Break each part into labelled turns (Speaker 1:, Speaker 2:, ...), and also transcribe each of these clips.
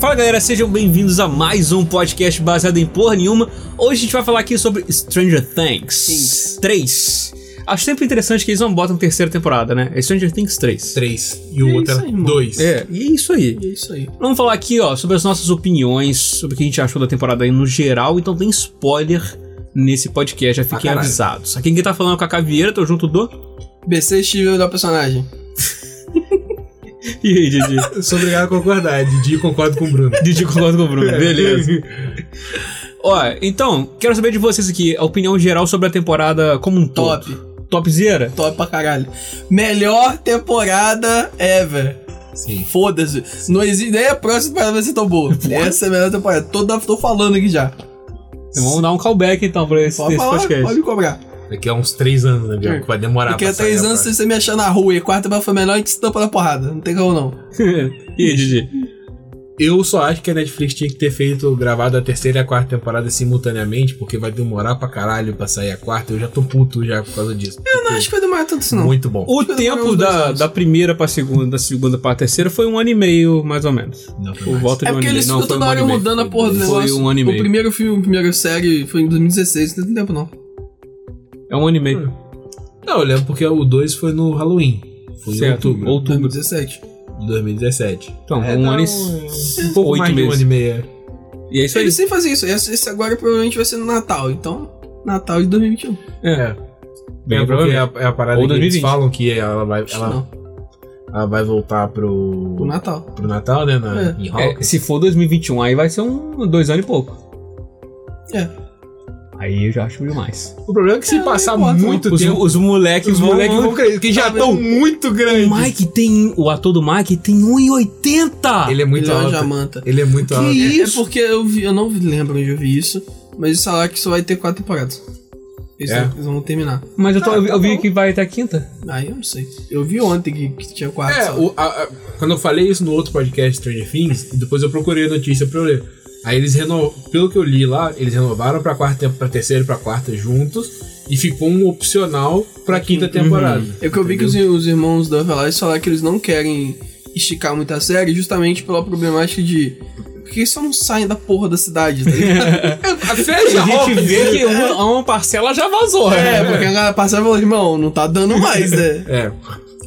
Speaker 1: Fala galera, sejam bem-vindos a mais um podcast baseado em porra nenhuma. Hoje a gente vai falar aqui sobre Stranger Things
Speaker 2: Things.
Speaker 1: 3. Acho sempre interessante que eles não botam terceira temporada, né? É Stranger Things 3.
Speaker 2: 3 e o outro
Speaker 1: isso aí,
Speaker 2: era
Speaker 1: irmão.
Speaker 2: 2.
Speaker 1: É, e é isso aí.
Speaker 2: E é isso aí.
Speaker 1: Vamos falar aqui, ó, sobre as nossas opiniões, sobre o que a gente achou da temporada aí no geral, então tem spoiler nesse podcast, já fiquem
Speaker 2: caralho.
Speaker 1: avisados. Aqui quem tá falando é o Cacá Vieira, tô junto do...
Speaker 3: BC Steve da personagem.
Speaker 1: E aí, Didi?
Speaker 2: Eu sou obrigado a concordar. Didi concordo com o Bruno.
Speaker 1: Didi concorda com o
Speaker 2: É.
Speaker 1: Bruno, beleza. Ó, então, quero saber de vocês aqui, a opinião geral sobre a temporada como um todo.
Speaker 3: Top.
Speaker 1: Topzera?
Speaker 3: Top pra caralho. Melhor temporada ever.
Speaker 2: Sim.
Speaker 3: Foda-se. Não existe nem é a próxima temporada vai ser tão boa. Essa é a melhor temporada. Toda, tô falando aqui já.
Speaker 1: Vamos dar um callback então pra esse,
Speaker 3: Pode
Speaker 1: esse
Speaker 3: falar,
Speaker 1: podcast.
Speaker 3: pode me cobrar.
Speaker 2: Daqui a uns 3 anos, né, Bianco? Vai demorar.
Speaker 3: Porque há
Speaker 2: pra sair
Speaker 3: três
Speaker 2: a
Speaker 3: anos se você me achar na rua e a quarta temporada foi melhor, a gente se tampa na porrada. Não tem como não.
Speaker 1: e aí, Didi?
Speaker 2: Eu só acho que a Netflix tinha que ter feito gravado a terceira e a quarta temporada simultaneamente, porque vai demorar pra caralho pra sair a quarta. Eu já tô puto já por causa disso.
Speaker 3: Eu não acho que vai demorar tanto isso não.
Speaker 2: Muito bom.
Speaker 1: O
Speaker 3: Foi
Speaker 1: tempo
Speaker 3: uns dois
Speaker 1: da,
Speaker 3: anos.
Speaker 1: da primeira pra segunda, da segunda pra terceira foi um ano e meio, mais ou menos.
Speaker 2: Não, foi
Speaker 1: Por
Speaker 2: mais.
Speaker 1: volta de um
Speaker 3: É porque
Speaker 1: ano e meio.
Speaker 3: eles
Speaker 1: Não,
Speaker 3: ficam
Speaker 1: foi
Speaker 3: toda
Speaker 1: um ano
Speaker 3: hora
Speaker 1: e meio.
Speaker 3: mudando a porra do
Speaker 1: Foi
Speaker 3: negócio.
Speaker 1: um ano e meio.
Speaker 3: O primeiro filme, a primeira série foi em 2016, não tem tempo não.
Speaker 1: É um ano e meio.
Speaker 2: Não, eu lembro porque o 2 foi no Halloween. Foi em
Speaker 1: Certo,
Speaker 2: outubro
Speaker 1: outubro. É
Speaker 3: 2017.
Speaker 2: de 2017.
Speaker 1: Então,
Speaker 2: É,
Speaker 1: um
Speaker 2: dá
Speaker 1: ano e
Speaker 2: um
Speaker 1: s-
Speaker 2: pouco
Speaker 1: oito
Speaker 2: mais de um
Speaker 1: meses.
Speaker 2: ano e meio.
Speaker 1: E é isso aí.
Speaker 3: Eles sempre fazem isso. Esse esse agora provavelmente vai ser no Natal. Então, Natal de 2021.
Speaker 1: É,
Speaker 2: É.
Speaker 1: bem
Speaker 2: é, porque é
Speaker 1: provavelmente.
Speaker 2: a, é a parada
Speaker 1: Ou
Speaker 2: que eles
Speaker 1: 2020.
Speaker 2: falam que ela vai,
Speaker 3: Acho que
Speaker 2: ela,
Speaker 3: não.
Speaker 2: ela Ah, vai voltar pro,
Speaker 3: O Natal.
Speaker 2: pro Natal, né? Na,
Speaker 3: É.
Speaker 2: Em
Speaker 1: É,
Speaker 2: Hawkins.
Speaker 1: se for 2021, aí vai ser um dois anos e pouco.
Speaker 3: É.
Speaker 1: Aí eu já acho demais.
Speaker 2: O problema é que se
Speaker 3: É,
Speaker 2: passar
Speaker 3: não importa.
Speaker 2: muito
Speaker 1: Os,
Speaker 2: tempo,
Speaker 1: os moleques
Speaker 2: os
Speaker 1: vão...
Speaker 2: moleques vão crescer, que já
Speaker 3: Tá
Speaker 2: estão muito
Speaker 1: O
Speaker 2: grandes.
Speaker 1: Mike tem... O ator do Mike tem 1,80!
Speaker 2: Ele é muito
Speaker 3: Ele é uma
Speaker 2: alto.
Speaker 3: jamanta.
Speaker 2: Ele é muito
Speaker 1: Que
Speaker 2: alto.
Speaker 3: É, é
Speaker 1: isso?
Speaker 3: porque eu, vi, eu não lembro onde eu vi isso, mas o salário que só vai ter quatro temporadas. Eles,
Speaker 2: É.
Speaker 3: não- eles vão terminar.
Speaker 1: Mas eu, tô,
Speaker 2: Ah,
Speaker 1: eu,
Speaker 2: tá
Speaker 1: eu vi
Speaker 2: bom.
Speaker 1: que vai até quinta.
Speaker 3: Aí eu não sei. Eu vi ontem que, que tinha quatro.
Speaker 2: É,
Speaker 3: só.
Speaker 2: o- a- a- quando eu falei isso no outro podcast Stranger Things, depois eu procurei a notícia pra eu ler. Aí eles renovaram, pelo que eu li lá, eles renovaram pra quarta, pra terceira e pra quarta juntos e ficou um opcional pra quinta temporada.
Speaker 3: É que eu vi que os, os irmãos da Velaz falaram que eles não querem esticar muito a série justamente pela problemática de. Porque eles só não saem da porra da cidade, tá ligado?
Speaker 2: a fecha,
Speaker 1: A gente
Speaker 2: óbvio.
Speaker 1: vê que uma, uma parcela já vazou,
Speaker 3: é,
Speaker 1: né?
Speaker 3: porque a galera passava e falou, irmão, não tá dando mais, né?
Speaker 2: É.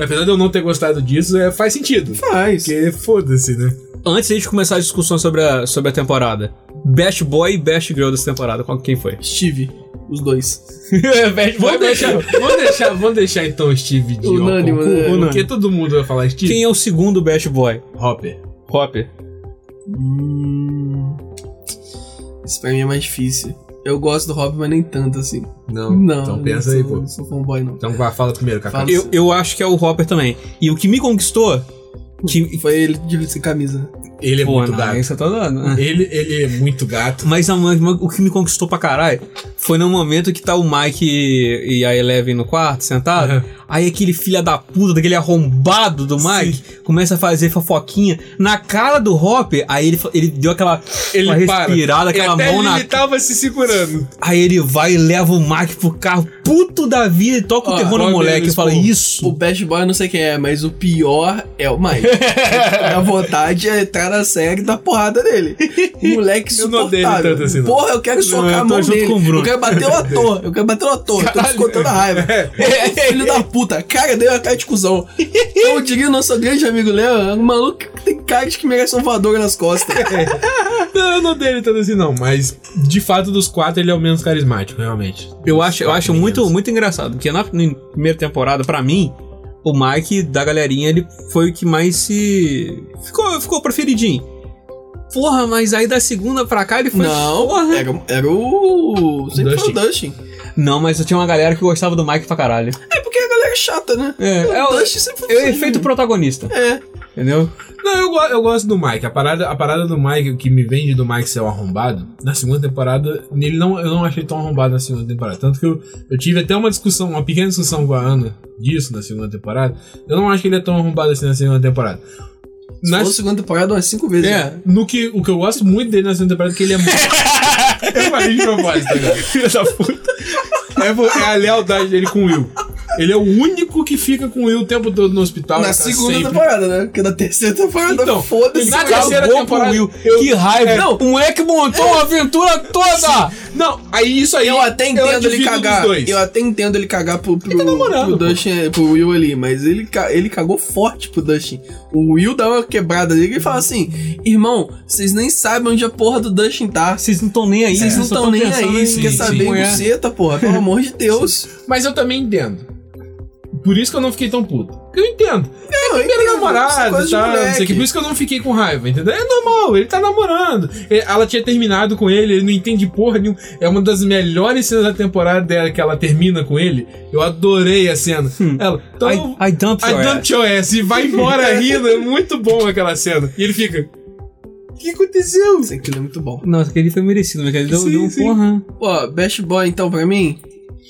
Speaker 2: Apesar de eu não ter gostado disso, é, faz sentido.
Speaker 3: Faz.
Speaker 2: Porque foda-se, né?
Speaker 1: Antes de a gente começar a discussão sobre a, sobre a temporada. Best Boy e Best Girl dessa temporada. Qual, quem foi?
Speaker 3: Steve, os dois.
Speaker 1: É, best Boy e
Speaker 2: Vamos
Speaker 1: Best
Speaker 2: deixar,
Speaker 1: Girl.
Speaker 2: vamos deixar, vamos deixar então o Steve de
Speaker 3: Unânime,
Speaker 2: concurso,
Speaker 3: né?
Speaker 2: Porque todo mundo vai falar Steve.
Speaker 1: Quem é o segundo Best Boy?
Speaker 2: Hopper.
Speaker 1: Hopper.
Speaker 3: Hum, Isso pra mim é mais difícil. Eu gosto do Hopper, mas nem tanto assim.
Speaker 2: Não,
Speaker 3: Não,
Speaker 2: então
Speaker 3: eu
Speaker 2: pensa
Speaker 3: não
Speaker 2: aí,
Speaker 3: sou,
Speaker 2: pô.
Speaker 3: Não sou fanboy, não.
Speaker 2: Então vai, fala primeiro, Cacá.
Speaker 3: Fala.
Speaker 1: Eu, eu acho que é o Hopper também. E o que me conquistou... Que...
Speaker 3: Foi ele de sem camisa.
Speaker 2: Ele é
Speaker 1: Pô,
Speaker 2: muito
Speaker 1: não,
Speaker 2: gato.
Speaker 1: isso eu tô dando.
Speaker 2: Ele, ele é muito gato.
Speaker 1: Mas a mãe- o que me conquistou pra caralho foi no momento que tá o Mike e a Eleven no quarto, sentado.
Speaker 2: Uhum.
Speaker 1: Aí aquele filho da puta, daquele arrombado do Mike, começa a fazer fofoquinha na cara do Hopper. Aí ele, fa- ele deu aquela
Speaker 2: Ele
Speaker 1: uma
Speaker 2: para.
Speaker 1: respirada,
Speaker 2: E
Speaker 1: aquela
Speaker 2: até
Speaker 1: mão
Speaker 2: ele,
Speaker 1: na.
Speaker 2: ele tava se segurando.
Speaker 1: Aí ele vai e leva o Mike pro carro, puto da vida, e toca o
Speaker 3: Ó,
Speaker 1: terror no
Speaker 2: Hopper,
Speaker 1: moleque e
Speaker 2: eles,
Speaker 1: fala:
Speaker 2: pô,
Speaker 3: O
Speaker 1: Isso!
Speaker 3: Best Boy eu não sei quem é, mas o pior é o Mike. a vontade é entrar na série e dar porrada nele. Um Moleque
Speaker 2: Eu não odeio ele
Speaker 3: insuportável.
Speaker 2: tanto assim, não.
Speaker 3: Porra, eu quero socar
Speaker 1: eu
Speaker 3: a
Speaker 1: tô
Speaker 3: mão
Speaker 1: junto
Speaker 3: dele.
Speaker 1: com o Bruno.
Speaker 3: Eu quero bater o ator. Eu quero bater o ator. Eu Tô
Speaker 2: Caralho.
Speaker 3: descontando a raiva. Ô, Filho da puta. Cara, deu uma cara de cuzão. Eu diria o nosso grande amigo Léo, é um maluco que tem cara de que merece uma voadora nas costas.
Speaker 2: Não, eu não dele tanto assim, não. Mas de fato, dos quatro, ele é o menos carismático, realmente.
Speaker 1: Eu acho, eu acho
Speaker 2: Meninos.
Speaker 1: muito, muito engraçado, porque na, na primeira temporada, pra mim, o Mike da galerinha, ele foi o que mais se. Ficou, ficou preferidinho. Porra, mas aí da segunda pra cá ele foi.
Speaker 3: Não,
Speaker 1: porra.
Speaker 2: é
Speaker 3: era, era o. Sempre
Speaker 2: Dustin.
Speaker 3: foi o Dustin.
Speaker 1: Não, mas eu tinha uma galera que gostava do Mike pra caralho.
Speaker 3: É porque a galera é chata, né?
Speaker 1: É, é
Speaker 3: o
Speaker 1: o,
Speaker 3: Dustin sempre foi
Speaker 1: é o
Speaker 3: assim.
Speaker 2: né?
Speaker 1: efeito protagonista,
Speaker 3: É.
Speaker 1: entendeu?
Speaker 2: Não, eu, go- eu gosto do Mike. A parada, a parada do Mike, o que me vende do Mike ser o arrombado, na segunda temporada, nele não, eu não achei tão arrombado na segunda temporada. Tanto que eu, eu tive até uma discussão, uma pequena discussão com a Ana disso na segunda temporada. Eu não acho que ele é tão arrombado assim na segunda temporada.
Speaker 3: Se
Speaker 2: Na,
Speaker 3: for a segunda temporada umas cinco vezes. né?
Speaker 1: É.
Speaker 2: no que, o que eu gosto muito dele na segunda temporada é que ele é muito. eu falei de né? propósito, cara. Filho da puta. É, pô, é a lealdade dele com o Will. Ele é o único único que fica com o Will o tempo todo no hospital.
Speaker 3: Na
Speaker 2: cara,
Speaker 3: segunda
Speaker 2: Tá sempre.
Speaker 3: temporada, né? Porque na terceira temporada,
Speaker 2: Então,
Speaker 3: foda-se.
Speaker 2: na
Speaker 3: cara.
Speaker 2: terceira-
Speaker 1: Acabou com
Speaker 2: temporada,
Speaker 1: o Will.
Speaker 2: eu-
Speaker 1: que raiva.
Speaker 2: É.
Speaker 1: Não, o moleque montou a aventura toda.
Speaker 2: Não, aí isso aí.
Speaker 3: Eu até entendo ele
Speaker 2: divido dos
Speaker 3: cagar.
Speaker 2: dois. tá
Speaker 3: Eu até entendo ele cagar pro, pro,
Speaker 2: namorando,
Speaker 3: pro
Speaker 2: pô.
Speaker 3: Dustin, é, pro Will ali, mas ele, ca- ele cagou forte pro Dustin. O Will dá uma quebrada nele e fala assim: Irmão, vocês nem sabem onde a porra do Dustin tá.
Speaker 1: Vocês não estão nem aí.
Speaker 2: É,
Speaker 3: Vocês não
Speaker 1: só
Speaker 3: estão nem
Speaker 1: pensando
Speaker 3: aí,
Speaker 1: em-
Speaker 3: você quer
Speaker 1: sim,
Speaker 3: saber
Speaker 1: sim.
Speaker 3: em buceta, porra, pelo amor de Deus.
Speaker 2: Mas eu também entendo. Por isso que eu não fiquei tão puto. Porque eu entendo.
Speaker 3: Não, eu
Speaker 2: Primeiro
Speaker 3: entendo, isso é
Speaker 2: namorado,
Speaker 3: coisa
Speaker 2: e
Speaker 3: de
Speaker 2: tal, tá? não sei o
Speaker 3: moleque.
Speaker 2: que. Por isso que eu não fiquei com raiva, entendeu? É normal, ele tá namorando. E- Ela tinha terminado com ele, ele não entende porra nenhuma. É uma das melhores cenas da temporada dela, que ela termina com ele. Eu adorei a cena.
Speaker 3: Hum.
Speaker 2: Ela, então,
Speaker 1: I, I dumped
Speaker 2: I
Speaker 1: your ass.
Speaker 2: dumped your ass. E vai embora rindo. É muito bom aquela cena. E ele fica. O que aconteceu?
Speaker 3: Isso, aquilo é muito bom.
Speaker 1: Nossa, aquele foi merecido, mas ele deu,
Speaker 2: Sim,
Speaker 1: deu um
Speaker 2: sim.
Speaker 1: porra.
Speaker 3: Ó, Best Boy então pra mim,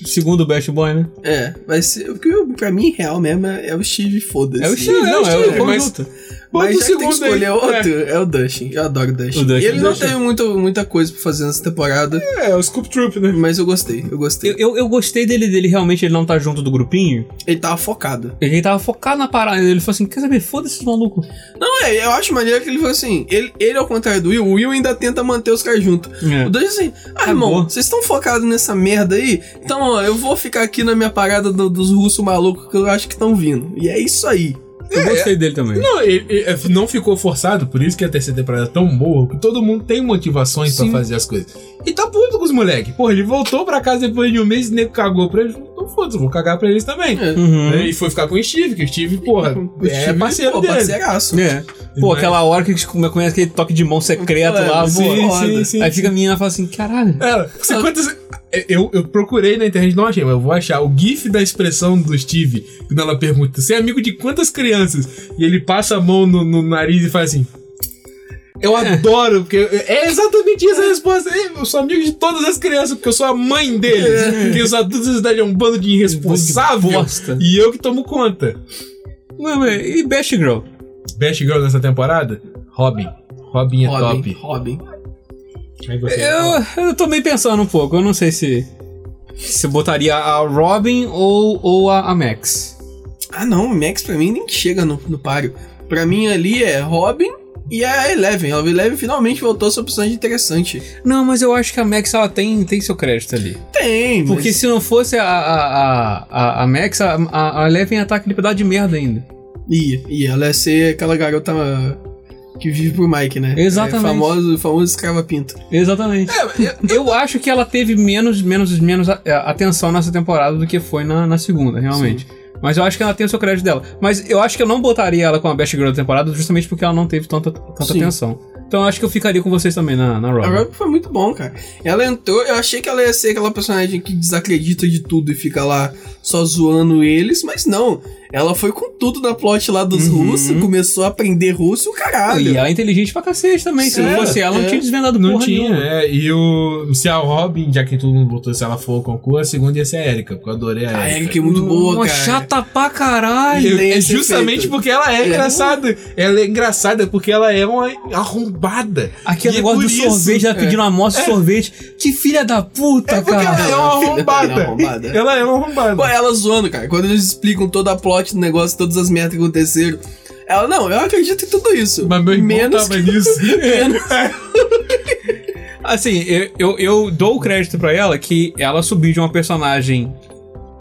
Speaker 1: Segundo o Best Boy, né?
Speaker 3: é, vai ser. Porque eu- pra mim, real mesmo, é é o Steve, foda-se.
Speaker 1: É o Steve,
Speaker 2: é o
Speaker 1: não, é
Speaker 2: Steve,
Speaker 1: o
Speaker 2: mas-
Speaker 1: conjunto.
Speaker 2: Bota
Speaker 3: Mas
Speaker 2: o
Speaker 3: já que tem que
Speaker 2: segundo aí.
Speaker 3: escolher
Speaker 2: É.
Speaker 3: outro, é. o Dustin. Eu adoro o Dustin.
Speaker 1: O Dustin,
Speaker 3: ele
Speaker 1: o
Speaker 3: não
Speaker 1: Dustin.
Speaker 3: teve muito, muita coisa pra fazer nessa temporada,
Speaker 2: É, o Scoop Troop, né?
Speaker 3: mas eu gostei, eu gostei.
Speaker 1: Eu, eu, eu gostei dele, dele realmente ele não tá junto do grupinho.
Speaker 3: Ele tava focado.
Speaker 1: Ele tava focado na parada. Ele falou assim: quer saber? Foda-se esse maluco.
Speaker 3: Não, é, eu acho maneiro que ele foi assim. Ele, ele, ao contrário do Will, o Will ainda tenta manter os caras juntos.
Speaker 1: É.
Speaker 3: O Dustin assim, ah,
Speaker 1: Acabou.
Speaker 3: irmão, vocês estão focados nessa merda aí? Então, ó, eu vou ficar aqui na minha parada do- dos russos malucos que eu acho que estão vindo. E é isso aí.
Speaker 1: Eu gostei dele também.
Speaker 2: Não, ele, ele não ficou forçado, por isso que a terceira temporada é tão boa, que todo mundo tem motivações pra
Speaker 1: Sim.
Speaker 2: fazer as coisas. E tá puto com os moleques. Porra, ele voltou pra casa depois de um mês e o nego cagou pra eles. Então foda-se, eu vou cagar pra eles também. Né,
Speaker 3: É.
Speaker 1: Uhum.
Speaker 2: E foi ficar com o Steve, que o Steve, porra,
Speaker 3: O
Speaker 2: é
Speaker 3: Steve,
Speaker 2: parceiro
Speaker 3: pô,
Speaker 2: dele.
Speaker 3: parceiraço.
Speaker 1: É. Pô,
Speaker 2: Mas-
Speaker 1: aquela hora que a gente come- conhece aquele toque de mão secreto
Speaker 3: É,
Speaker 1: lá,
Speaker 3: sim,
Speaker 1: pô.
Speaker 3: sim,
Speaker 2: sim,
Speaker 1: Aí
Speaker 2: sim. É
Speaker 1: fica a menina e fala assim: caralho.
Speaker 2: Ela, você quantas- É, Eu, eu procurei na internet, não achei, mas eu vou achar o GIF da expressão do Steve, quando ela pergunta: Você é amigo de quantas crianças? E ele passa a mão no, no nariz e faz assim. Eu adoro, porque é exatamente essa a resposta. "É, Eu sou amigo de todas as crianças, porque eu sou a mãe deles. Porque os adultos da cidade é um bando de
Speaker 1: Que
Speaker 2: irresponsável.
Speaker 1: bosta.
Speaker 2: E eu que tomo conta.
Speaker 1: Ué, ué, E Best Girl?
Speaker 2: Best Girl nessa temporada? Robin. Robin é
Speaker 3: Robin,
Speaker 2: top.
Speaker 3: Robin.
Speaker 2: Aí você-
Speaker 1: Eu, eu tô meio pensando um pouco, eu não sei se. Se eu botaria a Robin ou, ou a, a Max.
Speaker 3: Ah, não, o Max pra mim nem chega no, no páreo. Pra mim ali é Robin e é a Eleven. A Eleven finalmente voltou a sua personagem interessante.
Speaker 1: Não, mas eu acho que a Max ela tem, tem seu crédito ali.
Speaker 3: Tem, mas...
Speaker 1: Porque se não fosse a, a, a, a, a Max, a, a, a Eleven ia estar aquele pedaço de merda ainda.
Speaker 3: Ia, ia. Ela ia ser aquela garota que vive pro Mike, né?
Speaker 1: Exatamente.
Speaker 3: É, famoso, famoso escrava-pinto.
Speaker 1: Exatamente. É, eu acho que ela teve menos, menos, menos a- a- atenção nessa temporada do que foi na, na segunda, realmente. Mas eu acho que ela tem o seu crédito dela. Mas eu acho que eu não botaria ela com a Best Girl da temporada justamente porque ela não teve tanta, tanta
Speaker 3: Sim.
Speaker 1: atenção. Então eu acho que eu ficaria com vocês também na, na Robin.
Speaker 3: A Robin foi muito bom, cara. Ela entrou, eu achei que ela ia ser aquela personagem que desacredita de tudo e fica lá só zoando eles, mas não. Ela foi com tudo na plot lá dos
Speaker 1: Uhum.
Speaker 3: russos, começou a aprender russo e o caralho.
Speaker 1: E ela é inteligente pra cacete também. Se
Speaker 3: Sim,
Speaker 1: não fosse ela,
Speaker 3: é.
Speaker 1: não tinha desvendado
Speaker 2: Não
Speaker 1: porra
Speaker 2: tinha,
Speaker 1: nenhuma.
Speaker 2: é. E o. Se a Robin, já que todo mundo votou, se ela for ao concurso, a segunda ia ser a Erika, porque eu adorei a
Speaker 3: A
Speaker 2: Erika.
Speaker 3: Erika é muito boa,
Speaker 1: Uma
Speaker 3: cara.
Speaker 1: chata pra caralho.
Speaker 3: Ele tem
Speaker 2: É
Speaker 3: esse
Speaker 2: justamente
Speaker 3: efeito.
Speaker 2: porque ela é,
Speaker 3: É.
Speaker 2: engraçada. Ela é engraçada porque ela é uma arrombada.
Speaker 1: Aquele
Speaker 2: E é
Speaker 1: negócio
Speaker 2: por
Speaker 1: do
Speaker 2: isso-
Speaker 1: sorvete, ela pedindo uma amostra de sorvete. Que filha da puta,
Speaker 2: É porque ela
Speaker 1: cara.
Speaker 2: é uma
Speaker 3: Filha da
Speaker 2: arrombada.
Speaker 3: puta, arrombada.
Speaker 2: Ela é uma arrombada.
Speaker 3: Pô, ela zoando, cara. Quando eles explicam toda a plot do negócio, todas as merdas que aconteceram. Ela, não, eu acredito em tudo isso.
Speaker 2: Mas meu irmão
Speaker 3: menos
Speaker 2: tava nisso.
Speaker 3: menos.
Speaker 1: Assim, eu, eu, eu dou o crédito pra ela que ela subiu de uma personagem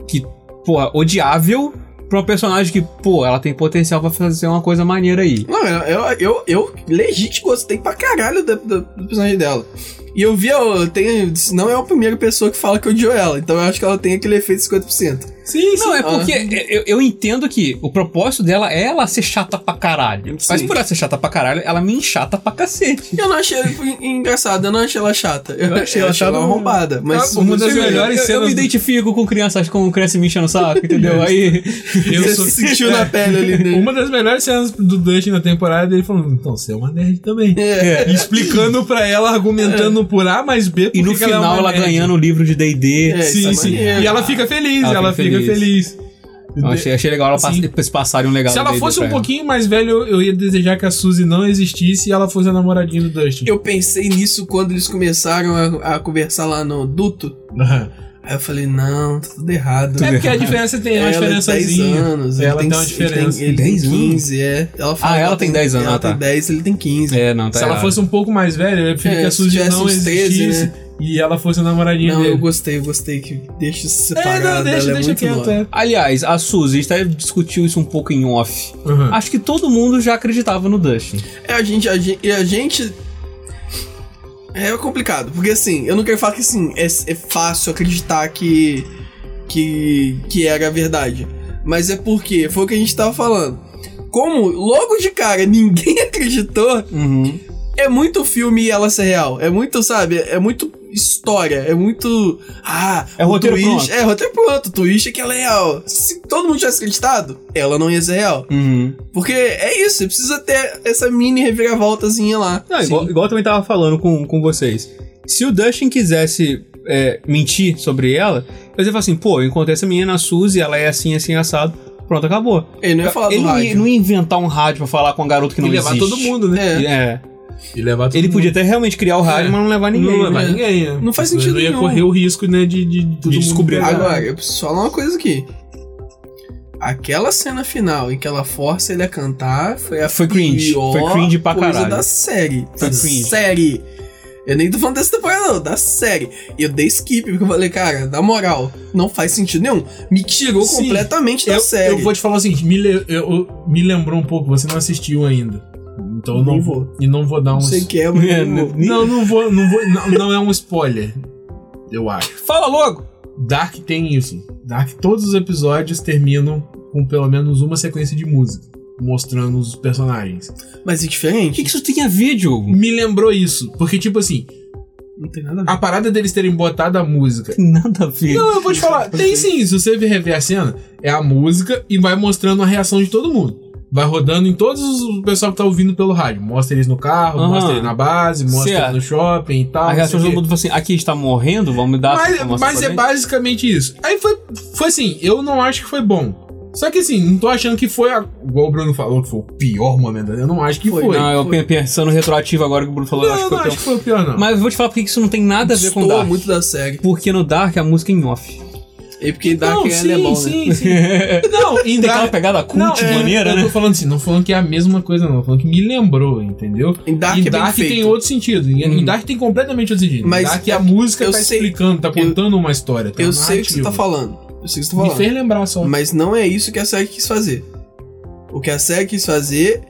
Speaker 1: que, porra, odiável pra uma personagem que, pô, ela tem potencial pra fazer uma coisa maneira aí.
Speaker 3: Não, eu, eu, eu legit gostei pra caralho da, da- do personagem dela. E eu vi, eu tenho, isso não é a primeira pessoa que fala que odiou ela, então eu acho que ela tem aquele efeito 50%.
Speaker 2: Sim, sim.
Speaker 1: Não, é
Speaker 3: Ah.
Speaker 1: porque eu, eu entendo que o propósito dela é ela ser chata pra caralho. Mas
Speaker 3: Sim.
Speaker 1: por ela ser chata pra caralho, ela me enxata pra cacete.
Speaker 3: Eu não achei ela en- engraçada, eu não achei ela chata. Eu, achei ela,
Speaker 1: chata,
Speaker 3: arrombada, mas...
Speaker 2: um
Speaker 3: né?
Speaker 2: uma das
Speaker 3: mas-
Speaker 2: melhores-
Speaker 1: eu, eu me
Speaker 2: cenas-
Speaker 1: identifico com crianças como cresce me enchendo o saco, entendeu? Aí.
Speaker 2: Eu
Speaker 3: Você
Speaker 2: sou- É,
Speaker 3: se sentiu na pele ali, né?
Speaker 2: Uma das melhores cenas do Dustin na temporada, ele falando, então, você é uma nerd também.
Speaker 3: É.
Speaker 2: E Explicando pra ela, argumentando por A mais B,
Speaker 1: E no
Speaker 2: porque é
Speaker 1: final
Speaker 2: uma
Speaker 1: ela
Speaker 2: nerd.
Speaker 1: ganhando o livro de DD.
Speaker 3: É,
Speaker 2: Sim,
Speaker 3: isso é
Speaker 2: sim.
Speaker 3: maneiro.
Speaker 2: E ela fica feliz,
Speaker 1: Ela
Speaker 2: ela,
Speaker 1: fica
Speaker 2: fica, feliz.
Speaker 1: Eu achei, achei legal ela pass
Speaker 2: Sim.
Speaker 1: eles passarem um legal.
Speaker 2: Se ela
Speaker 1: D&D
Speaker 2: fosse
Speaker 1: pra
Speaker 2: um pouquinho mais velha, eu- eu ia desejar que a Suzy não existisse e ela fosse a namoradinha do Dustin.
Speaker 3: Eu pensei nisso quando eles começaram a, a conversar lá no duto. Aí eu falei, não, tá tudo errado.
Speaker 2: É porque a
Speaker 3: errado.
Speaker 2: diferença tem uma
Speaker 3: Ela tem 10
Speaker 2: diferençazinha.
Speaker 3: anos, ele
Speaker 2: Ela
Speaker 3: tem,
Speaker 2: tem uma
Speaker 3: ele tem-
Speaker 2: diferença. Uhum.
Speaker 3: Ele tem,
Speaker 1: 10 anos?
Speaker 3: 15, é. Ela fala,
Speaker 1: Ah, ela tem 10 anos,
Speaker 3: Ela
Speaker 1: ah, tá.
Speaker 3: tem 10, ele tem 15.
Speaker 1: É, não, tá
Speaker 2: Se ela
Speaker 1: errado.
Speaker 2: fosse um pouco mais velha, eu preferia
Speaker 3: É,
Speaker 2: que a
Speaker 3: se
Speaker 2: Suzy
Speaker 3: tivesse
Speaker 2: não
Speaker 3: uns 13,
Speaker 2: existisse e ela fosse a namoradinha
Speaker 3: Não, eu
Speaker 2: dele.
Speaker 3: gostei, eu gostei que deixa isso
Speaker 2: É,
Speaker 3: separado.
Speaker 2: não, deixa,
Speaker 3: ela é
Speaker 2: deixa
Speaker 3: muito
Speaker 2: quieto.
Speaker 3: nova.
Speaker 1: um-
Speaker 2: É.
Speaker 1: Aliás, a Suzy até discutiu isso um pouco em off.
Speaker 2: Uhum.
Speaker 1: Acho que todo mundo já acreditava no Dustin.
Speaker 3: É, a gente, a gente, e a gente. É complicado, porque assim, eu não quero falar que assim, é, é fácil acreditar que, que. que era a verdade. Mas é porque, foi o que a gente tava falando. Como logo de cara ninguém acreditou,
Speaker 1: Uhum.
Speaker 3: é muito filme e ela ser real. É muito, sabe? É muito história. É muito. Ah,
Speaker 1: É
Speaker 3: o
Speaker 1: roteiro
Speaker 3: twist.
Speaker 1: pronto.
Speaker 3: É roteiro pronto. O twist é que ela é real. Se todo mundo tivesse acreditado, ela não ia ser real.
Speaker 1: Uhum.
Speaker 3: Porque é isso, você precisa ter essa mini reviravoltazinha lá.
Speaker 1: Não,
Speaker 3: Sim.
Speaker 1: igual, igual eu também tava falando com, com vocês. Se o Dustin quisesse é, mentir sobre ela, ele ia falar assim, pô, eu encontrei essa menina, a Suzy, ela é assim, assim, assado. Pronto, acabou.
Speaker 3: Ele não ia falar
Speaker 1: ele
Speaker 3: do
Speaker 1: não ia,
Speaker 3: rádio.
Speaker 1: não ia inventar um rádio pra falar com a garota que não
Speaker 2: e levar
Speaker 1: existe.
Speaker 2: todo mundo, né?
Speaker 3: É.
Speaker 1: É.
Speaker 2: E levar todo
Speaker 1: Ele
Speaker 2: mundo.
Speaker 1: podia até realmente criar o rádio,
Speaker 2: É.
Speaker 1: mas não levar ninguém.
Speaker 2: Não
Speaker 1: né?
Speaker 2: levar ninguém, né?
Speaker 3: Não faz
Speaker 2: Senão
Speaker 3: sentido
Speaker 2: ele ia
Speaker 3: nenhum.
Speaker 2: correr o risco, né, de, de, todo mundo
Speaker 1: descobrir.
Speaker 2: pegar.
Speaker 3: Agora, eu preciso falar uma coisa aqui. Aquela cena final em que ela força ele a cantar foi a
Speaker 1: Foi cringe.
Speaker 3: pior
Speaker 1: Foi cringe pra
Speaker 3: coisa
Speaker 1: caralho.
Speaker 3: da série.
Speaker 1: Foi
Speaker 3: da
Speaker 1: cringe.
Speaker 3: série. Eu nem tô falando dessa temporada, não, da série. E eu dei skip, porque eu falei, cara, na moral, não faz sentido nenhum. Me tirou
Speaker 2: Sim,
Speaker 3: completamente da
Speaker 2: eu,
Speaker 3: série.
Speaker 2: eu vou te falar o seguinte, me, le- eu- eu- me lembrou um pouco, você não assistiu ainda. Então eu
Speaker 3: Não
Speaker 2: não
Speaker 3: vou.
Speaker 2: vou. E não vou dar
Speaker 3: Não
Speaker 2: um.
Speaker 3: sei o que é, mas.
Speaker 1: É,
Speaker 3: eu vou.
Speaker 2: Não, não vou. Não, vou não, não é um spoiler. Eu acho.
Speaker 1: Fala logo!
Speaker 2: Dark tem isso. Dark, todos os episódios terminam com pelo menos uma sequência de música, mostrando os personagens.
Speaker 3: Mas é
Speaker 1: O que,
Speaker 3: diferente.
Speaker 1: que isso tem a ver, Diogo?
Speaker 2: Me lembrou isso, porque, tipo assim,
Speaker 3: Não tem nada a ver.
Speaker 2: a parada deles terem botado a música.
Speaker 1: Tem nada a ver.
Speaker 2: Não, eu vou te falar, tem sim, se você rever a cena, é a música e vai mostrando a reação de todo mundo. Vai rodando em todos os o pessoal que tá ouvindo pelo rádio. Mostra eles no carro,
Speaker 1: Aham.
Speaker 2: mostra eles na base, mostra
Speaker 1: Certo.
Speaker 2: eles no shopping e tal.
Speaker 1: a
Speaker 2: não
Speaker 1: reação de
Speaker 2: sei o
Speaker 1: todo
Speaker 2: quê.
Speaker 1: mundo foi assim, aqui está morrendo, vamos dar essa
Speaker 2: Ah, Mas,
Speaker 1: informação
Speaker 2: mas
Speaker 1: pra
Speaker 2: é
Speaker 1: gente?
Speaker 2: basicamente isso. Aí foi, foi assim, eu não acho que foi bom. Só que assim, não tô achando que foi a, igual o Bruno falou, que foi o pior momento. Eu não acho que
Speaker 3: Foi,
Speaker 2: foi.
Speaker 1: Não, eu
Speaker 3: foi.
Speaker 1: pe- pensando retroativo agora que o Bruno falou,
Speaker 2: não,
Speaker 1: acho que
Speaker 2: eu não
Speaker 1: foi
Speaker 2: acho
Speaker 1: pior.
Speaker 2: que foi o pior, não.
Speaker 1: Mas eu vou te falar porque que isso não tem nada a ver com
Speaker 3: Estou
Speaker 1: Dark.
Speaker 3: muito da série.
Speaker 1: Porque no Dark a música é em off.
Speaker 3: E porque Dark
Speaker 2: não,
Speaker 3: é
Speaker 2: sim,
Speaker 3: alemão, né?
Speaker 2: sim, sim. não, em
Speaker 1: Tem aquela
Speaker 2: Dark-
Speaker 1: pegada cult
Speaker 2: não, é,
Speaker 1: maneira,
Speaker 2: eu
Speaker 1: né?
Speaker 2: tô falando assim, não falando que é a mesma coisa, não. Falando que me lembrou, entendeu?
Speaker 3: Em Dark
Speaker 2: em
Speaker 3: é bem
Speaker 2: Dark
Speaker 3: feito.
Speaker 2: tem outro sentido. Em, em
Speaker 1: Hum.
Speaker 2: Dark tem completamente outro sentido.
Speaker 3: Mas
Speaker 2: Mas Dark a
Speaker 3: eu-
Speaker 2: música
Speaker 3: eu
Speaker 2: tá
Speaker 3: sei-
Speaker 2: explicando, tá contando uma história. Tá
Speaker 3: Eu
Speaker 2: uma
Speaker 3: sei o que você tá
Speaker 2: narrativa.
Speaker 3: falando. Eu sei o que você tá
Speaker 2: Me fez
Speaker 3: falando.
Speaker 2: lembrar só.
Speaker 3: Mas não é isso que a série quis fazer. O que a série quis fazer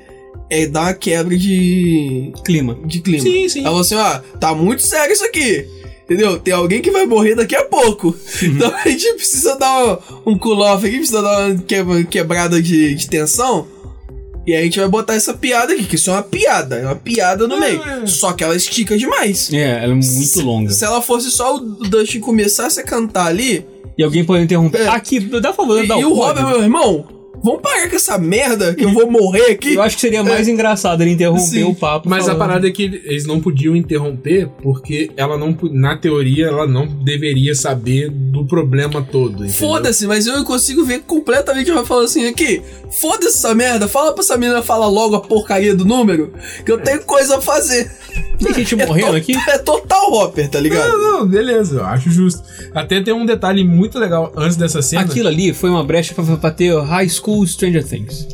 Speaker 3: é dar uma quebra de,
Speaker 1: Clima.
Speaker 3: de clima.
Speaker 2: Sim, sim.
Speaker 3: Ela falou assim, ó, tá muito sério isso aqui. Entendeu? Tem alguém que vai morrer daqui a pouco.
Speaker 2: Uhum.
Speaker 3: Então a gente precisa dar um, um cool-off aqui, precisa dar uma que- quebrada de, de tensão. E aí a gente vai botar essa piada aqui, que isso é uma piada. É uma piada no
Speaker 2: Não,
Speaker 3: meio.
Speaker 2: é.
Speaker 3: Só que ela estica demais.
Speaker 1: É, ela é muito longa.
Speaker 3: Se ela fosse só o Dustin começasse a cantar ali,
Speaker 1: E alguém pode interromper.
Speaker 3: É.
Speaker 1: Aqui, dá favor,
Speaker 3: E,
Speaker 1: dá
Speaker 3: e o
Speaker 1: código.
Speaker 3: Robin,
Speaker 2: é
Speaker 3: meu irmão, vamos parar com essa merda que eu vou morrer aqui.
Speaker 1: Eu acho que seria mais engraçado ele interromper
Speaker 3: Sim,
Speaker 1: o papo.
Speaker 2: É. Mas
Speaker 1: falando.
Speaker 2: a parada é que eles não podiam interromper porque ela não, po- na teoria, ela não deveria saber do problema todo. entendeu?
Speaker 3: Foda-se, mas eu consigo ver completamente ela falando assim aqui. Foda-se essa merda, fala pra essa menina falar logo a porcaria do número, que eu tenho coisa a fazer.
Speaker 1: Tem gente morrendo
Speaker 3: é
Speaker 1: aqui?
Speaker 3: to- É total Hopper, tá ligado?
Speaker 2: Não, beleza, eu acho justo. Até tem um detalhe muito legal antes dessa cena.
Speaker 1: Aquilo ali foi uma brecha pra, pra ter High School Stranger Things.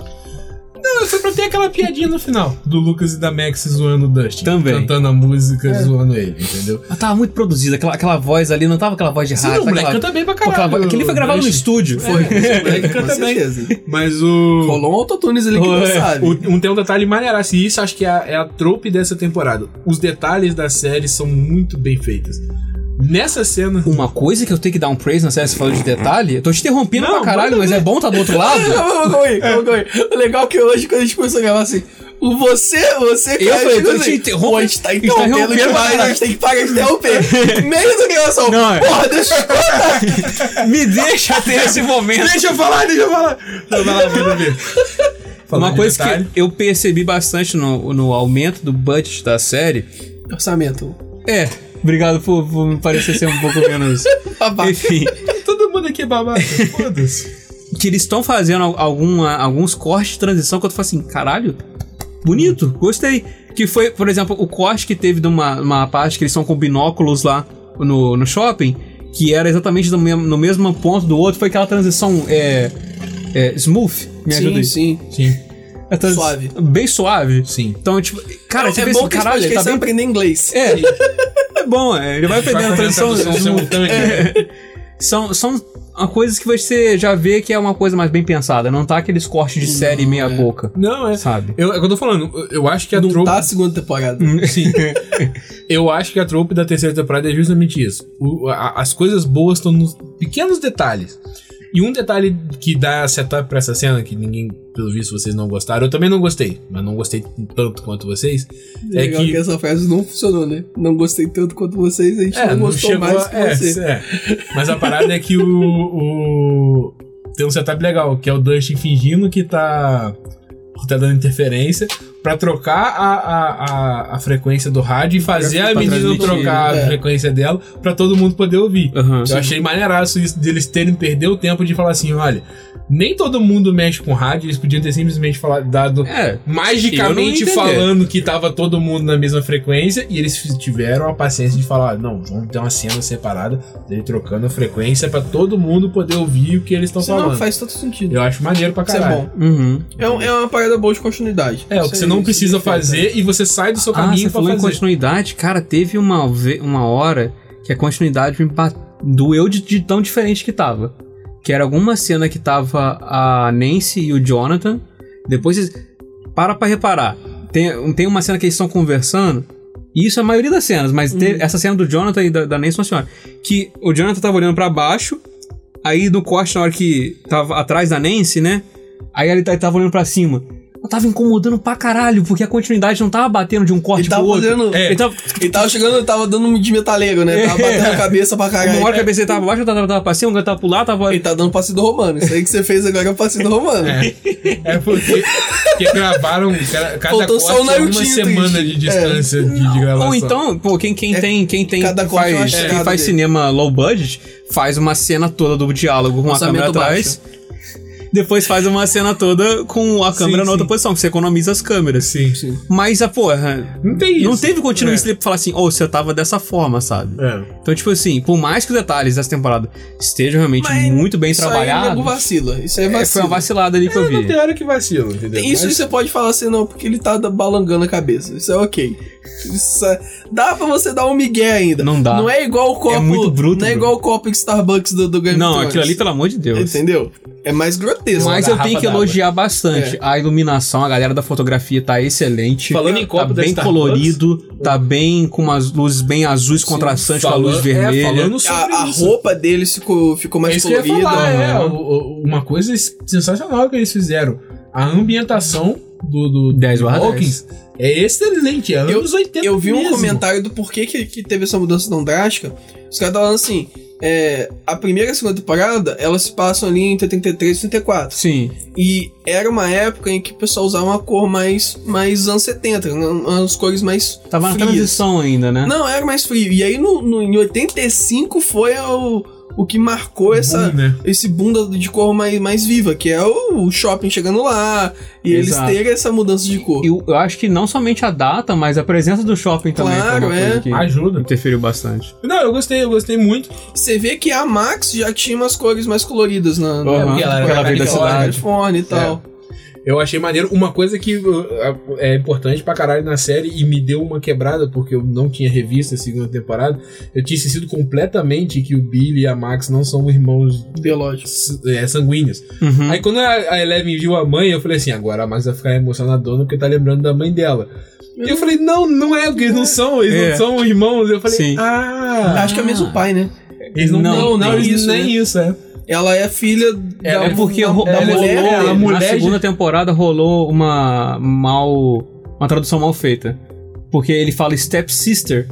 Speaker 2: Não, foi pra ter aquela piadinha no final. Do Lucas e da Max zoando o Dustin.
Speaker 1: Também.
Speaker 2: Cantando a música,
Speaker 3: É.
Speaker 2: zoando ele, entendeu?
Speaker 1: Mas tava muito produzida, aquela, aquela voz ali, não tava aquela voz de
Speaker 3: Ah,
Speaker 2: Sim,
Speaker 3: tá
Speaker 1: rádio. tava
Speaker 2: o moleque
Speaker 1: aquela...
Speaker 2: canta bem pra
Speaker 1: Pô, aquela
Speaker 2: caralho. É.
Speaker 1: voz- Aquele foi gravado no
Speaker 2: Dustin.
Speaker 1: estúdio.
Speaker 3: Foi.
Speaker 1: É,
Speaker 2: moleque
Speaker 3: com
Speaker 2: canta bem.
Speaker 3: certeza.
Speaker 2: Mas o.
Speaker 3: Rolou um autotunes ali que não
Speaker 1: Ué,
Speaker 3: sabe.
Speaker 2: O- um, tem um detalhe maneiraço, e isso acho que é a, é a trope dessa temporada. Os detalhes da série são muito bem feitos. Nessa cena.
Speaker 1: Uma coisa que eu tenho que dar um praise na série, você falou de detalhe. Eu tô te interrompendo
Speaker 2: Não,
Speaker 1: pra caralho,
Speaker 2: manda
Speaker 1: mas é bom tá do outro lado.
Speaker 3: Calma, calma,
Speaker 1: É.
Speaker 3: calma aí, calma aí. O legal é que hoje, quando a gente começou a gravar assim, o você, você
Speaker 1: Eu
Speaker 3: cara,
Speaker 1: falei,
Speaker 3: tipo
Speaker 1: eu te
Speaker 3: assim,
Speaker 1: interrompo,
Speaker 3: pô, a gente tá
Speaker 1: gente tá
Speaker 3: interrompendo
Speaker 1: interrompendo
Speaker 3: demais, a gente tem que parar de interromper. Meio da gravação.
Speaker 1: Não, é.
Speaker 3: Porra, deixa eu contar.
Speaker 1: Me deixa ter esse momento.
Speaker 2: Deixa eu falar, deixa eu falar! Não, vai lá, manda ver. Falando
Speaker 1: Uma
Speaker 2: de
Speaker 1: coisa
Speaker 2: detalhe.
Speaker 1: que eu percebi bastante no, no aumento do budget da série
Speaker 3: Orçamento.
Speaker 1: é. Obrigado por, por me parecer ser um pouco menos.
Speaker 3: Babaca.
Speaker 1: Enfim,
Speaker 2: Todo mundo aqui é babaca, foda-se.
Speaker 1: que eles estão fazendo al- alguma, alguns cortes de transição que eu tô falando assim, caralho, bonito, gostei. Que foi, por exemplo, o corte que teve de uma, uma parte que eles estão com binóculos lá no, no shopping. que era exatamente no mesmo, no mesmo ponto do outro, foi aquela transição é, é, smooth. Me ajuda
Speaker 3: Sim,
Speaker 1: aí.
Speaker 3: sim.
Speaker 2: Sim.
Speaker 1: A transi-
Speaker 3: suave.
Speaker 1: Bem suave.
Speaker 2: Sim.
Speaker 1: Então, tipo, cara, você
Speaker 3: é
Speaker 1: pensa,
Speaker 3: bom que
Speaker 1: caralho,
Speaker 3: esse
Speaker 1: ele tá
Speaker 3: podcast vai
Speaker 1: bem...
Speaker 3: aprender inglês.
Speaker 1: É, é bom, é, ele vai aprendendo a um transição.
Speaker 2: é um
Speaker 1: É. São, são ah, coisas que você já vê que é uma coisa mais bem pensada, não tá aqueles cortes de série meia boca,
Speaker 2: Não, é.
Speaker 1: sabe?
Speaker 2: Eu, é o que eu tô falando. Eu, eu acho que a
Speaker 3: Não
Speaker 2: tropa.
Speaker 3: tá a segunda temporada.
Speaker 1: Hum,
Speaker 2: Sim. eu acho que a trope da terceira temporada é justamente isso. O- a- as coisas boas estão nos pequenos detalhes. E um detalhe que dá setup pra essa cena, que ninguém, pelo visto, vocês não gostaram. Eu também não gostei, mas não gostei tanto quanto vocês. É
Speaker 3: Legal que...
Speaker 2: que.
Speaker 3: essa frase não funcionou, né? Não gostei tanto quanto vocês, a gente
Speaker 1: É,
Speaker 3: não gostou mais que
Speaker 2: é,
Speaker 3: você.
Speaker 2: é. Mas a parada é que o, o- Tem um setup legal, que é o Dustin fingindo que tá. que tá dando interferência. Pra trocar a, a, a, a frequência do rádio e fazer
Speaker 1: Pra-
Speaker 2: a
Speaker 1: pra
Speaker 2: menina
Speaker 1: transmitir,
Speaker 2: trocar
Speaker 3: né?
Speaker 2: a
Speaker 3: É.
Speaker 2: frequência dela pra todo mundo poder ouvir.
Speaker 1: Aham.
Speaker 2: Eu achei maneiraço isso deles terem perder o tempo de falar assim: olha, nem todo mundo mexe com rádio, eles podiam ter simplesmente falado, dado
Speaker 1: É, Eu não ia
Speaker 2: magicamente
Speaker 1: entender.
Speaker 2: falando que tava todo mundo na mesma frequência e eles f- tiveram a paciência de falar, não, vamos ter uma cena separada dele trocando a frequência pra todo mundo poder ouvir o que
Speaker 1: tá
Speaker 2: eles estão
Speaker 3: Isso não
Speaker 2: falando.
Speaker 3: faz todo sentido.
Speaker 2: Eu acho maneiro pra
Speaker 3: Isso é
Speaker 2: caralho.
Speaker 3: bom.
Speaker 1: uhum.
Speaker 3: É, um- é uma parada boa de continuidade.
Speaker 2: É, o que
Speaker 3: Isso
Speaker 2: você
Speaker 3: aí,
Speaker 2: não
Speaker 3: isso
Speaker 2: precisa
Speaker 3: é diferente.
Speaker 2: fazer e você sai do seu
Speaker 1: Ah, você
Speaker 2: caminho pra
Speaker 1: falou em
Speaker 2: fazer.
Speaker 1: continuidade, cara, teve uma, ve- uma hora que a continuidade me ba- doeu de, de tão diferente que tava. Que era alguma cena que tava a Nancy e o Jonathan. Depois vocês. Para pra reparar. Tem, tem uma cena que eles estão conversando. E isso é a maioria das cenas, mas te-
Speaker 3: Uhum.
Speaker 1: essa cena do Jonathan e da, da Nancy funciona. Que o Jonathan tava olhando pra baixo. Aí no corte, na hora que tava atrás da Nancy, né? Aí ele t- tava olhando pra cima. Eu tava incomodando pra caralho, porque a continuidade não tava batendo de um corte
Speaker 3: Ele tava
Speaker 1: pro outro.
Speaker 3: olhando-
Speaker 1: Ele tava-
Speaker 3: Ele tava chegando, tava dando um de metaleiro, né? Tava batendo a cabeça pra caralho.
Speaker 1: uma hora que a cabeça tava baixo, tava, tava pra cima, outra tava pro lado, tava.
Speaker 3: É. Ele tá dando passe do romano. Isso aí que você fez agora é o passe do romano.
Speaker 2: É porque, porque gravaram cada, cada
Speaker 3: Faltou
Speaker 2: corte
Speaker 3: só
Speaker 2: a
Speaker 3: o É.
Speaker 2: uma
Speaker 3: Narutinho,
Speaker 2: semana
Speaker 3: Twitch.
Speaker 2: de distância de, de gravação.
Speaker 1: Ou então, pô, quem, quem
Speaker 3: É,
Speaker 1: tem, quem tem
Speaker 3: cada
Speaker 1: que
Speaker 3: corte é uma
Speaker 1: faz,
Speaker 3: chegada
Speaker 1: quem faz
Speaker 3: dele.
Speaker 1: cinema low budget, faz uma cena toda do diálogo com a
Speaker 3: Orçamento
Speaker 1: câmera atrás. Depois faz uma cena toda com a câmera na
Speaker 2: sim.
Speaker 1: outra posição, que você economiza as câmeras.
Speaker 2: Sim.
Speaker 3: Sim.
Speaker 1: Mas a porra.
Speaker 2: Não tem isso.
Speaker 1: Não teve continuidade pra falar assim, ô, você tava dessa forma, sabe?
Speaker 2: É.
Speaker 1: Então, tipo assim, por mais que os detalhes dessa temporada estejam realmente
Speaker 3: Mas
Speaker 1: muito bem
Speaker 3: Isso aí nego
Speaker 1: trabalhados,
Speaker 3: vacila. Isso aí
Speaker 1: é,
Speaker 3: é
Speaker 1: foi uma
Speaker 3: vacila.
Speaker 1: vacilada ali que eu
Speaker 2: É, não tem
Speaker 1: vi.
Speaker 2: hora que vacila, entendeu?
Speaker 3: Isso
Speaker 2: Mas-
Speaker 3: você pode falar assim, não, porque ele tá da- balangando a cabeça. Isso é ok. Isso é- Dá pra você dar um migué ainda.
Speaker 1: Não dá.
Speaker 3: Não é igual o copo.
Speaker 1: muito bruto,
Speaker 3: Não é
Speaker 1: Bruno.
Speaker 3: igual o copo que Starbucks do, do Game
Speaker 1: Não,
Speaker 3: of
Speaker 1: aquilo ali,
Speaker 2: tá
Speaker 3: Thrones.
Speaker 1: pelo amor de Deus.
Speaker 3: Entendeu? É mais grotesco.
Speaker 1: Mas
Speaker 2: Uma
Speaker 1: eu tenho
Speaker 2: garrafa
Speaker 1: que
Speaker 2: d'água. É.
Speaker 1: elogiar bastante. A iluminação, a galera da fotografia tá excelente.
Speaker 2: Falando em
Speaker 1: tá
Speaker 2: copo da
Speaker 1: bem
Speaker 2: Starbucks,
Speaker 1: colorido, tá bem com umas luzes bem azuis contrastantes com a luz
Speaker 2: Falando-
Speaker 1: vermelha.
Speaker 2: É, falando sobre
Speaker 3: a, a
Speaker 2: isso.
Speaker 3: roupa deles ficou, ficou
Speaker 2: É
Speaker 3: mais
Speaker 2: isso que eu
Speaker 3: colorida.
Speaker 2: ia falar, é,
Speaker 1: aham.
Speaker 2: o- o- uma coisa sensacional que eles fizeram. A ambientação do, do
Speaker 1: 10 barra
Speaker 2: Hawkins é excelente, é anos 80
Speaker 3: Eu vi um
Speaker 2: mesmo.
Speaker 3: comentário do porquê que, que teve essa mudança tão drástica. Os caras estavam falando assim: é, a primeira e a segunda temporada elas se passam ali entre 83 e 84.
Speaker 1: Sim.
Speaker 3: E era uma época em que o pessoal usava uma cor mais, mais anos 70, né, umas cores mais.
Speaker 1: Tava na
Speaker 3: frias.
Speaker 1: transição ainda, né?
Speaker 3: Não, era mais frio. E aí no, no- em 85 foi o, o que marcou essa,
Speaker 2: Boom, né?
Speaker 3: esse bunda de cor mais, mais viva, que é o, o shopping chegando lá. E
Speaker 1: Exato.
Speaker 3: eles terem essa mudança de cor.
Speaker 1: Eu, eu acho que não somente a data, mas a presença do shopping também
Speaker 3: Claro,
Speaker 1: foi uma
Speaker 3: é.
Speaker 1: coisa que
Speaker 2: Ajuda.
Speaker 1: interferiu bastante.
Speaker 2: Não, eu gostei, eu gostei muito.
Speaker 3: Você vê que a Max já tinha umas cores mais coloridas na, na
Speaker 1: Aham,
Speaker 2: porque ela era
Speaker 1: ela veio da
Speaker 2: carioca,
Speaker 1: cidade.
Speaker 3: Califórnia e tal.
Speaker 2: Eu achei maneiro. Uma coisa que uh, é importante pra caralho na série e me deu uma quebrada, porque eu não tinha revisto a segunda temporada. Eu tinha esquecido completamente que o Billy e a Max não são irmãos
Speaker 3: Biológico.
Speaker 2: s- é, sanguíneos.
Speaker 1: Uhum.
Speaker 2: Aí quando a, a Eleven viu a mãe, eu falei assim, agora a Max vai ficar emocionadona porque tá lembrando da mãe dela. E
Speaker 3: Uhum.
Speaker 2: eu falei, não, não é, porque eles não são, eles
Speaker 1: É.
Speaker 2: não são irmãos. Eu falei,
Speaker 1: Sim.
Speaker 2: ah,
Speaker 3: Acho que é o mesmo pai, né?
Speaker 2: eles não,
Speaker 1: não,
Speaker 2: não, não,
Speaker 3: não,
Speaker 2: eles
Speaker 3: isso,
Speaker 2: nem
Speaker 3: né?
Speaker 2: isso, é.
Speaker 3: Ela é filha da,
Speaker 1: É porque
Speaker 3: da,
Speaker 1: ro-
Speaker 3: da
Speaker 1: rolou-
Speaker 3: mulher. né?
Speaker 2: é,
Speaker 3: dela.
Speaker 2: a mulher
Speaker 1: na
Speaker 2: de-
Speaker 1: segunda temporada rolou uma mal uma tradução mal feita, porque ele fala stepsister,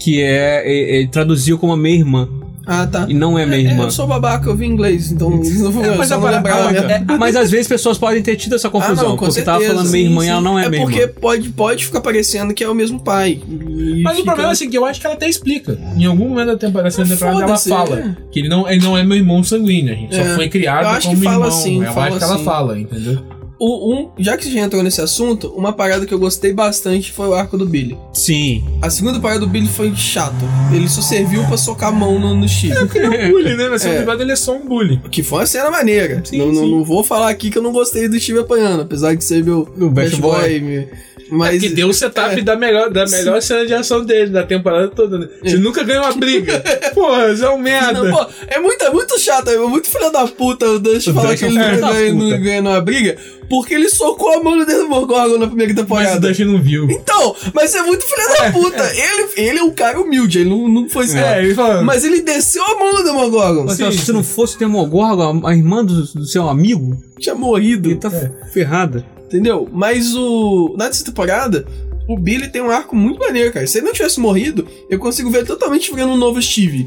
Speaker 1: que é e- ele traduziu como a minha irmã
Speaker 3: Ah, tá.
Speaker 1: e não é minha
Speaker 3: É,
Speaker 1: irmã.
Speaker 3: eu sou babaca, eu vi inglês, então não vou
Speaker 2: É,
Speaker 3: eu
Speaker 2: mas
Speaker 3: só
Speaker 2: a
Speaker 3: não
Speaker 2: parada-
Speaker 3: lembrava.
Speaker 2: é- é-
Speaker 1: Mas às vezes pessoas podem ter tido essa Ah, confusão,
Speaker 3: Ah, não, com
Speaker 1: porque tava
Speaker 3: certeza,
Speaker 1: falando minha
Speaker 3: sim,
Speaker 1: irmã e
Speaker 3: sim.
Speaker 1: ela não é,
Speaker 3: É
Speaker 1: minha
Speaker 3: porque
Speaker 1: irmã.
Speaker 3: pode, pode ficar parecendo que é o mesmo pai. E
Speaker 2: Mas o
Speaker 3: fica-
Speaker 2: problema é assim, que eu acho que ela até explica. Em algum momento da temporada, da segunda temporada ela
Speaker 3: Foda-se,
Speaker 2: fala
Speaker 3: é.
Speaker 2: que ele não, ele não é meu irmão sanguíneo, a gente
Speaker 3: É.
Speaker 2: só foi
Speaker 3: Eu
Speaker 2: criado
Speaker 3: acho
Speaker 2: como
Speaker 3: que fala
Speaker 2: irmão. né?
Speaker 3: assim,
Speaker 2: eu
Speaker 3: fala
Speaker 2: acho que ela
Speaker 3: assim.
Speaker 2: fala, entendeu?
Speaker 3: o- um, já que você já entrou nesse assunto, uma parada que eu gostei bastante foi o arco do Billy.
Speaker 1: Sim.
Speaker 3: A segunda parada do Billy foi chato. Ele só serviu pra socar a mão no, no Steve.
Speaker 2: É um bully, né? Mas
Speaker 3: É.
Speaker 2: é. privado ele é só um bully.
Speaker 3: Que foi uma cena maneira.
Speaker 2: Sim,
Speaker 3: não, não-
Speaker 2: sim.
Speaker 3: não vou falar aqui que eu não gostei do Steve apanhando, apesar de ser meu
Speaker 1: No Best Boy.
Speaker 3: me- Mas.
Speaker 2: É que deu o setup
Speaker 3: é.
Speaker 2: da melhor, da melhor cena de ação dele, da temporada toda. Né?
Speaker 3: É.
Speaker 2: Você nunca ganhou uma briga. Porra, você é um merda.
Speaker 3: Não, pô, é muito, é muito chato, é muito filho da puta o Dust
Speaker 2: O
Speaker 3: falar
Speaker 2: Dust
Speaker 3: que
Speaker 2: é um
Speaker 3: ele
Speaker 2: filho
Speaker 3: não
Speaker 2: da
Speaker 3: ganha-
Speaker 2: puta.
Speaker 3: não ganha numa briga, porque ele socou a mão no dedo do Morgorgon na primeira
Speaker 2: mas o
Speaker 3: temporada.
Speaker 2: Dash não viu.
Speaker 3: Então, mas é muito filho da puta. Ele, ele é um cara humilde, ele não, não foi
Speaker 2: É,
Speaker 3: escravo.
Speaker 2: ele falou.
Speaker 3: Mas ele desceu a mão no Demogorgon.
Speaker 1: Mas, assim,
Speaker 2: Sim.
Speaker 1: ó, se não fosse ter Mogorgon, a a irmã do, do seu amigo,
Speaker 3: Tinha morrido.
Speaker 1: ele tá
Speaker 3: É.
Speaker 1: ferrada.
Speaker 2: Então.
Speaker 3: Entendeu? Mas o. Na dessa temporada, o Billy tem um arco muito maneiro, cara. Se ele não tivesse morrido, eu consigo ver totalmente virando um novo Steve.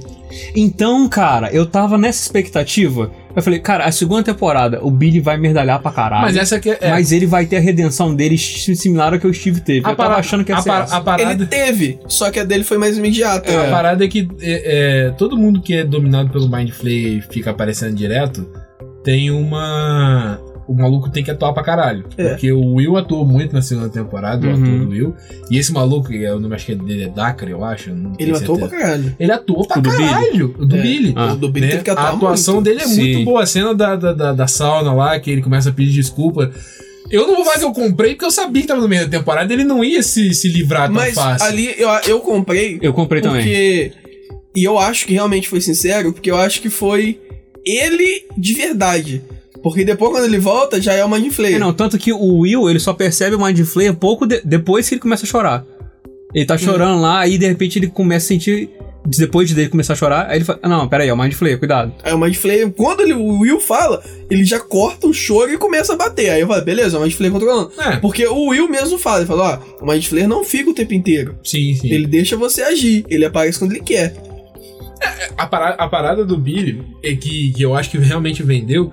Speaker 1: Então, cara, eu tava nessa expectativa. Eu falei, cara, a segunda temporada, o Billy vai merdalhar pra caralho.
Speaker 2: Mas essa aqui é. é,
Speaker 1: "Ah, Mas ele vai ter a redenção dele similar ao que o Steve teve. eu tava
Speaker 2: para-
Speaker 1: achando que ia
Speaker 2: a
Speaker 1: ser
Speaker 2: para-
Speaker 1: essa.
Speaker 2: a parada.
Speaker 3: Ele teve, só que a dele foi mais imediata.
Speaker 2: A parada é que é, é, todo mundo que é dominado pelo Mind Flay e fica aparecendo direto, tem uma. O maluco tem que atuar pra caralho.
Speaker 3: É.
Speaker 2: Porque o Will atuou muito na segunda temporada, o
Speaker 1: Uhum.
Speaker 2: ator do Will. E esse maluco, que é o nome acho que é dele é Dakar, eu acho. não
Speaker 3: Ele
Speaker 2: tenho
Speaker 3: matou pra
Speaker 2: certeza.
Speaker 3: caralho.
Speaker 2: Ele atuou pra
Speaker 1: O do Billy?
Speaker 2: caralho. O do
Speaker 3: É.
Speaker 2: Billy.
Speaker 1: Ah.
Speaker 3: o do Billy
Speaker 2: né?
Speaker 3: teve que
Speaker 2: A
Speaker 3: atuar
Speaker 2: atuação
Speaker 3: muito.
Speaker 2: dele é
Speaker 1: Sim.
Speaker 2: muito boa. A cena da, da, da, da sauna lá, que ele começa a pedir desculpa. Eu não vou falar que eu comprei, porque eu sabia que tava no meio da temporada. Ele não ia se, se livrar tão
Speaker 3: Mas
Speaker 2: fácil.
Speaker 3: ali eu, eu comprei.
Speaker 1: Eu comprei também.
Speaker 3: porque. E eu acho que realmente foi sincero, porque eu acho que foi ele de verdade. Porque depois quando ele volta, já é o Mind Flayer.
Speaker 1: É, não, tanto que o Will, ele só percebe o Mind Flayer um pouco de- depois que ele começa a chorar. Ele
Speaker 2: Hum.
Speaker 1: tá chorando lá, aí de repente ele começa a sentir. Depois dele começar a chorar, aí ele fala: Não, pera aí, é o Mind Flayer, cuidado.
Speaker 3: Aí É o Mind Flayer, quando ele, o Will fala, ele já corta o choro e começa a bater. Aí eu falo, beleza, o Mind Flayer controlando.
Speaker 2: É,
Speaker 3: Porque o Will mesmo fala, ele fala, ó, o Mind Flayer não fica o tempo inteiro.
Speaker 2: sim, sim.
Speaker 3: Ele deixa você agir, ele aparece quando ele quer.
Speaker 2: a, para- a parada do Billy é que, que eu acho que realmente vendeu.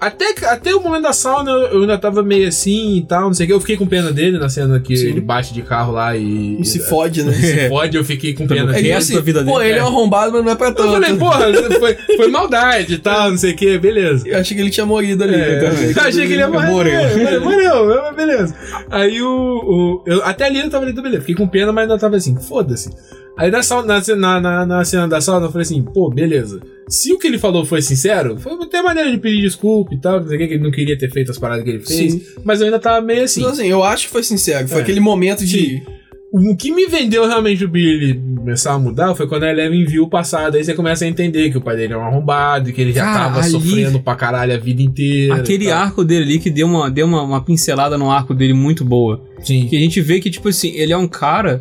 Speaker 2: Até, que- até o momento da sauna eu ainda tava meio assim e tal, não sei o que. Eu fiquei com pena dele na cena que
Speaker 3: Sim.
Speaker 2: ele bate de carro lá e.
Speaker 3: E se fode, né?
Speaker 2: se fode, eu fiquei com pena
Speaker 1: É,
Speaker 2: dele.
Speaker 1: tipo assim, da vida
Speaker 3: pô,
Speaker 1: dele,
Speaker 3: ele é um arrombado, mas não é pra
Speaker 2: Eu
Speaker 3: tanto.
Speaker 2: falei, porra, foi, foi maldade e tal, não sei o que, beleza.
Speaker 3: Eu achei que ele tinha morrido ali.
Speaker 2: É,
Speaker 3: né?
Speaker 2: eu achei que ele ia morrer.
Speaker 1: Morreu.
Speaker 2: Eu falei, Morreu, mas beleza. Aí o. o- eu, até ali eu tava ali, beleza. Fiquei com pena, mas ainda tava assim, foda-se. Aí na, sala- na, ce- na, na, na cena da sala, eu falei assim, pô, beleza. Se o que ele falou foi sincero, foi até maneira de pedir desculpa e tal, não sei o que, que ele não queria ter feito as paradas que ele fez.
Speaker 3: Sim.
Speaker 2: Mas eu ainda tava meio assim.
Speaker 3: Então, assim, eu acho que foi sincero. Foi
Speaker 2: É.
Speaker 3: aquele momento de.
Speaker 2: O que me vendeu realmente o Billy começar a mudar foi quando a Eleven viu o passado. Aí você começa a entender que o pai dele é um arrombado, e que ele já tava
Speaker 1: Cara, ali-
Speaker 2: sofrendo pra caralho a vida inteira. e
Speaker 1: Aquele
Speaker 2: tal.
Speaker 1: arco dele ali que deu, uma, deu uma, uma pincelada no arco dele muito boa.
Speaker 2: Sim.
Speaker 1: Que a gente vê que, tipo assim, ele é um cara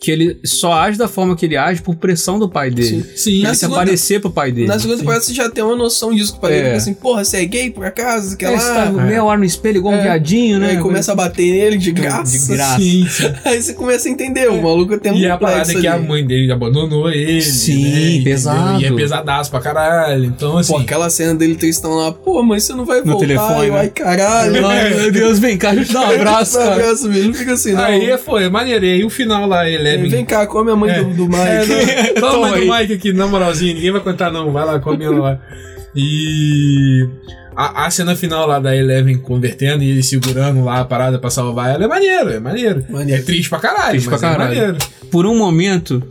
Speaker 1: que ele só age da forma que ele age por pressão do pai dele.
Speaker 2: Sim.
Speaker 1: Ele
Speaker 3: Na
Speaker 1: se
Speaker 3: segunda-
Speaker 1: aparecer pro pai dele.
Speaker 3: Na segunda temporada você já tem uma noção disso que o pai dele
Speaker 1: É.
Speaker 3: fica assim, porra, você é gay por acaso? Que
Speaker 1: É, você tá
Speaker 3: lá.
Speaker 1: meia hora no espelho igual um
Speaker 2: É.
Speaker 1: viadinho, né?
Speaker 3: Aí começa a bater nele de graça. assim.
Speaker 1: De graça.
Speaker 2: Sim, sim.
Speaker 3: Aí você começa a entender, o maluco tem um
Speaker 2: E a parada
Speaker 3: complexo
Speaker 2: é que a
Speaker 3: ali.
Speaker 2: mãe dele abandonou ele.
Speaker 1: Sim,
Speaker 2: né, entendeu?
Speaker 1: pesado.
Speaker 2: E é pesadaço pra caralho. Então, assim.
Speaker 3: Pô, aquela cena dele tristão lá, pô, mas você não vai
Speaker 1: No
Speaker 3: voltar.
Speaker 1: telefone,
Speaker 3: eu,
Speaker 1: né?
Speaker 3: ai,
Speaker 2: É,
Speaker 3: caralho.
Speaker 1: Ai, meu Deus, vem cá, a gente dá um abraço,
Speaker 3: Esse
Speaker 1: cara.
Speaker 3: abraço mesmo, fica assim, não.
Speaker 2: Aí é, foi, maneiro. E aí o final lá, ele é.
Speaker 3: Vem cá, come a mãe
Speaker 2: É.
Speaker 3: do, do
Speaker 2: É,
Speaker 3: Mike.
Speaker 2: não, toma
Speaker 1: Toma
Speaker 2: do
Speaker 1: aí.
Speaker 2: Mike aqui, na moralzinha, ninguém vai contar não. Vai lá, come ela lá. E. A, a cena final lá da Eleven convertendo e ele segurando lá a parada pra salvar ela é maneiro, é maneiro.
Speaker 3: Maneiro.
Speaker 2: É triste pra caralho,
Speaker 1: Triste
Speaker 2: mas
Speaker 1: pra
Speaker 2: é
Speaker 1: caralho.
Speaker 2: maneiro.
Speaker 1: Por um momento.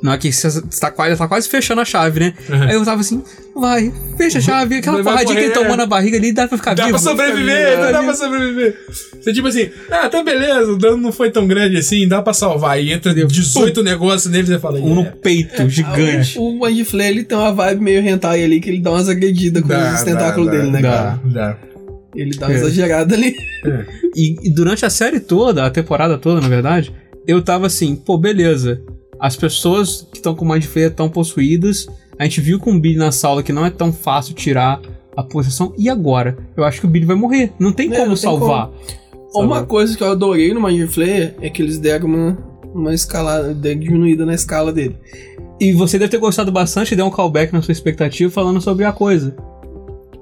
Speaker 1: Não, aqui você tá quase, tá quase fechando a chave, né?
Speaker 2: Uhum.
Speaker 1: Aí eu tava assim, vai, fecha a chave, aquela
Speaker 2: Vai, vai
Speaker 1: porradinha que ele
Speaker 2: correr,
Speaker 1: tomou
Speaker 2: é.
Speaker 1: na barriga ali, dá pra ficar
Speaker 2: Dá
Speaker 1: vivo.
Speaker 2: pra sobreviver,
Speaker 1: Tá
Speaker 2: dá
Speaker 1: vivo.
Speaker 2: pra sobreviver. Você tipo assim, ah, tá beleza, o dano não foi tão grande assim, dá pra salvar. E entra 18 negócios neles e fala, "É."
Speaker 1: Um no
Speaker 2: yeah.
Speaker 1: peito, gigante.
Speaker 3: O Andy Flay, ele tem uma vibe meio hentai ali, que ele dá umas agredidas com
Speaker 2: Dá,
Speaker 3: os tentáculos
Speaker 2: dá,
Speaker 3: dele, né,
Speaker 1: dá.
Speaker 3: cara?
Speaker 2: Dá.
Speaker 3: Ele
Speaker 1: É.
Speaker 3: dá uma exagerada ali.
Speaker 1: E, e durante a série toda, a temporada toda, na verdade, eu tava assim, pô, beleza. As pessoas que estão com Mind Flayer estão possuídas. A gente viu com o Billy na sala que não é tão fácil tirar a possessão. E agora? Eu acho que o Billy vai morrer. Não tem
Speaker 3: É,
Speaker 1: como
Speaker 3: não tem
Speaker 1: salvar.
Speaker 3: Uma
Speaker 1: Sabe?
Speaker 3: coisa que eu adorei no Mind Flayer é que eles deram uma, uma escalada, deram diminuída na escala dele.
Speaker 1: E você deve ter gostado bastante, deu um callback na sua expectativa falando sobre a coisa.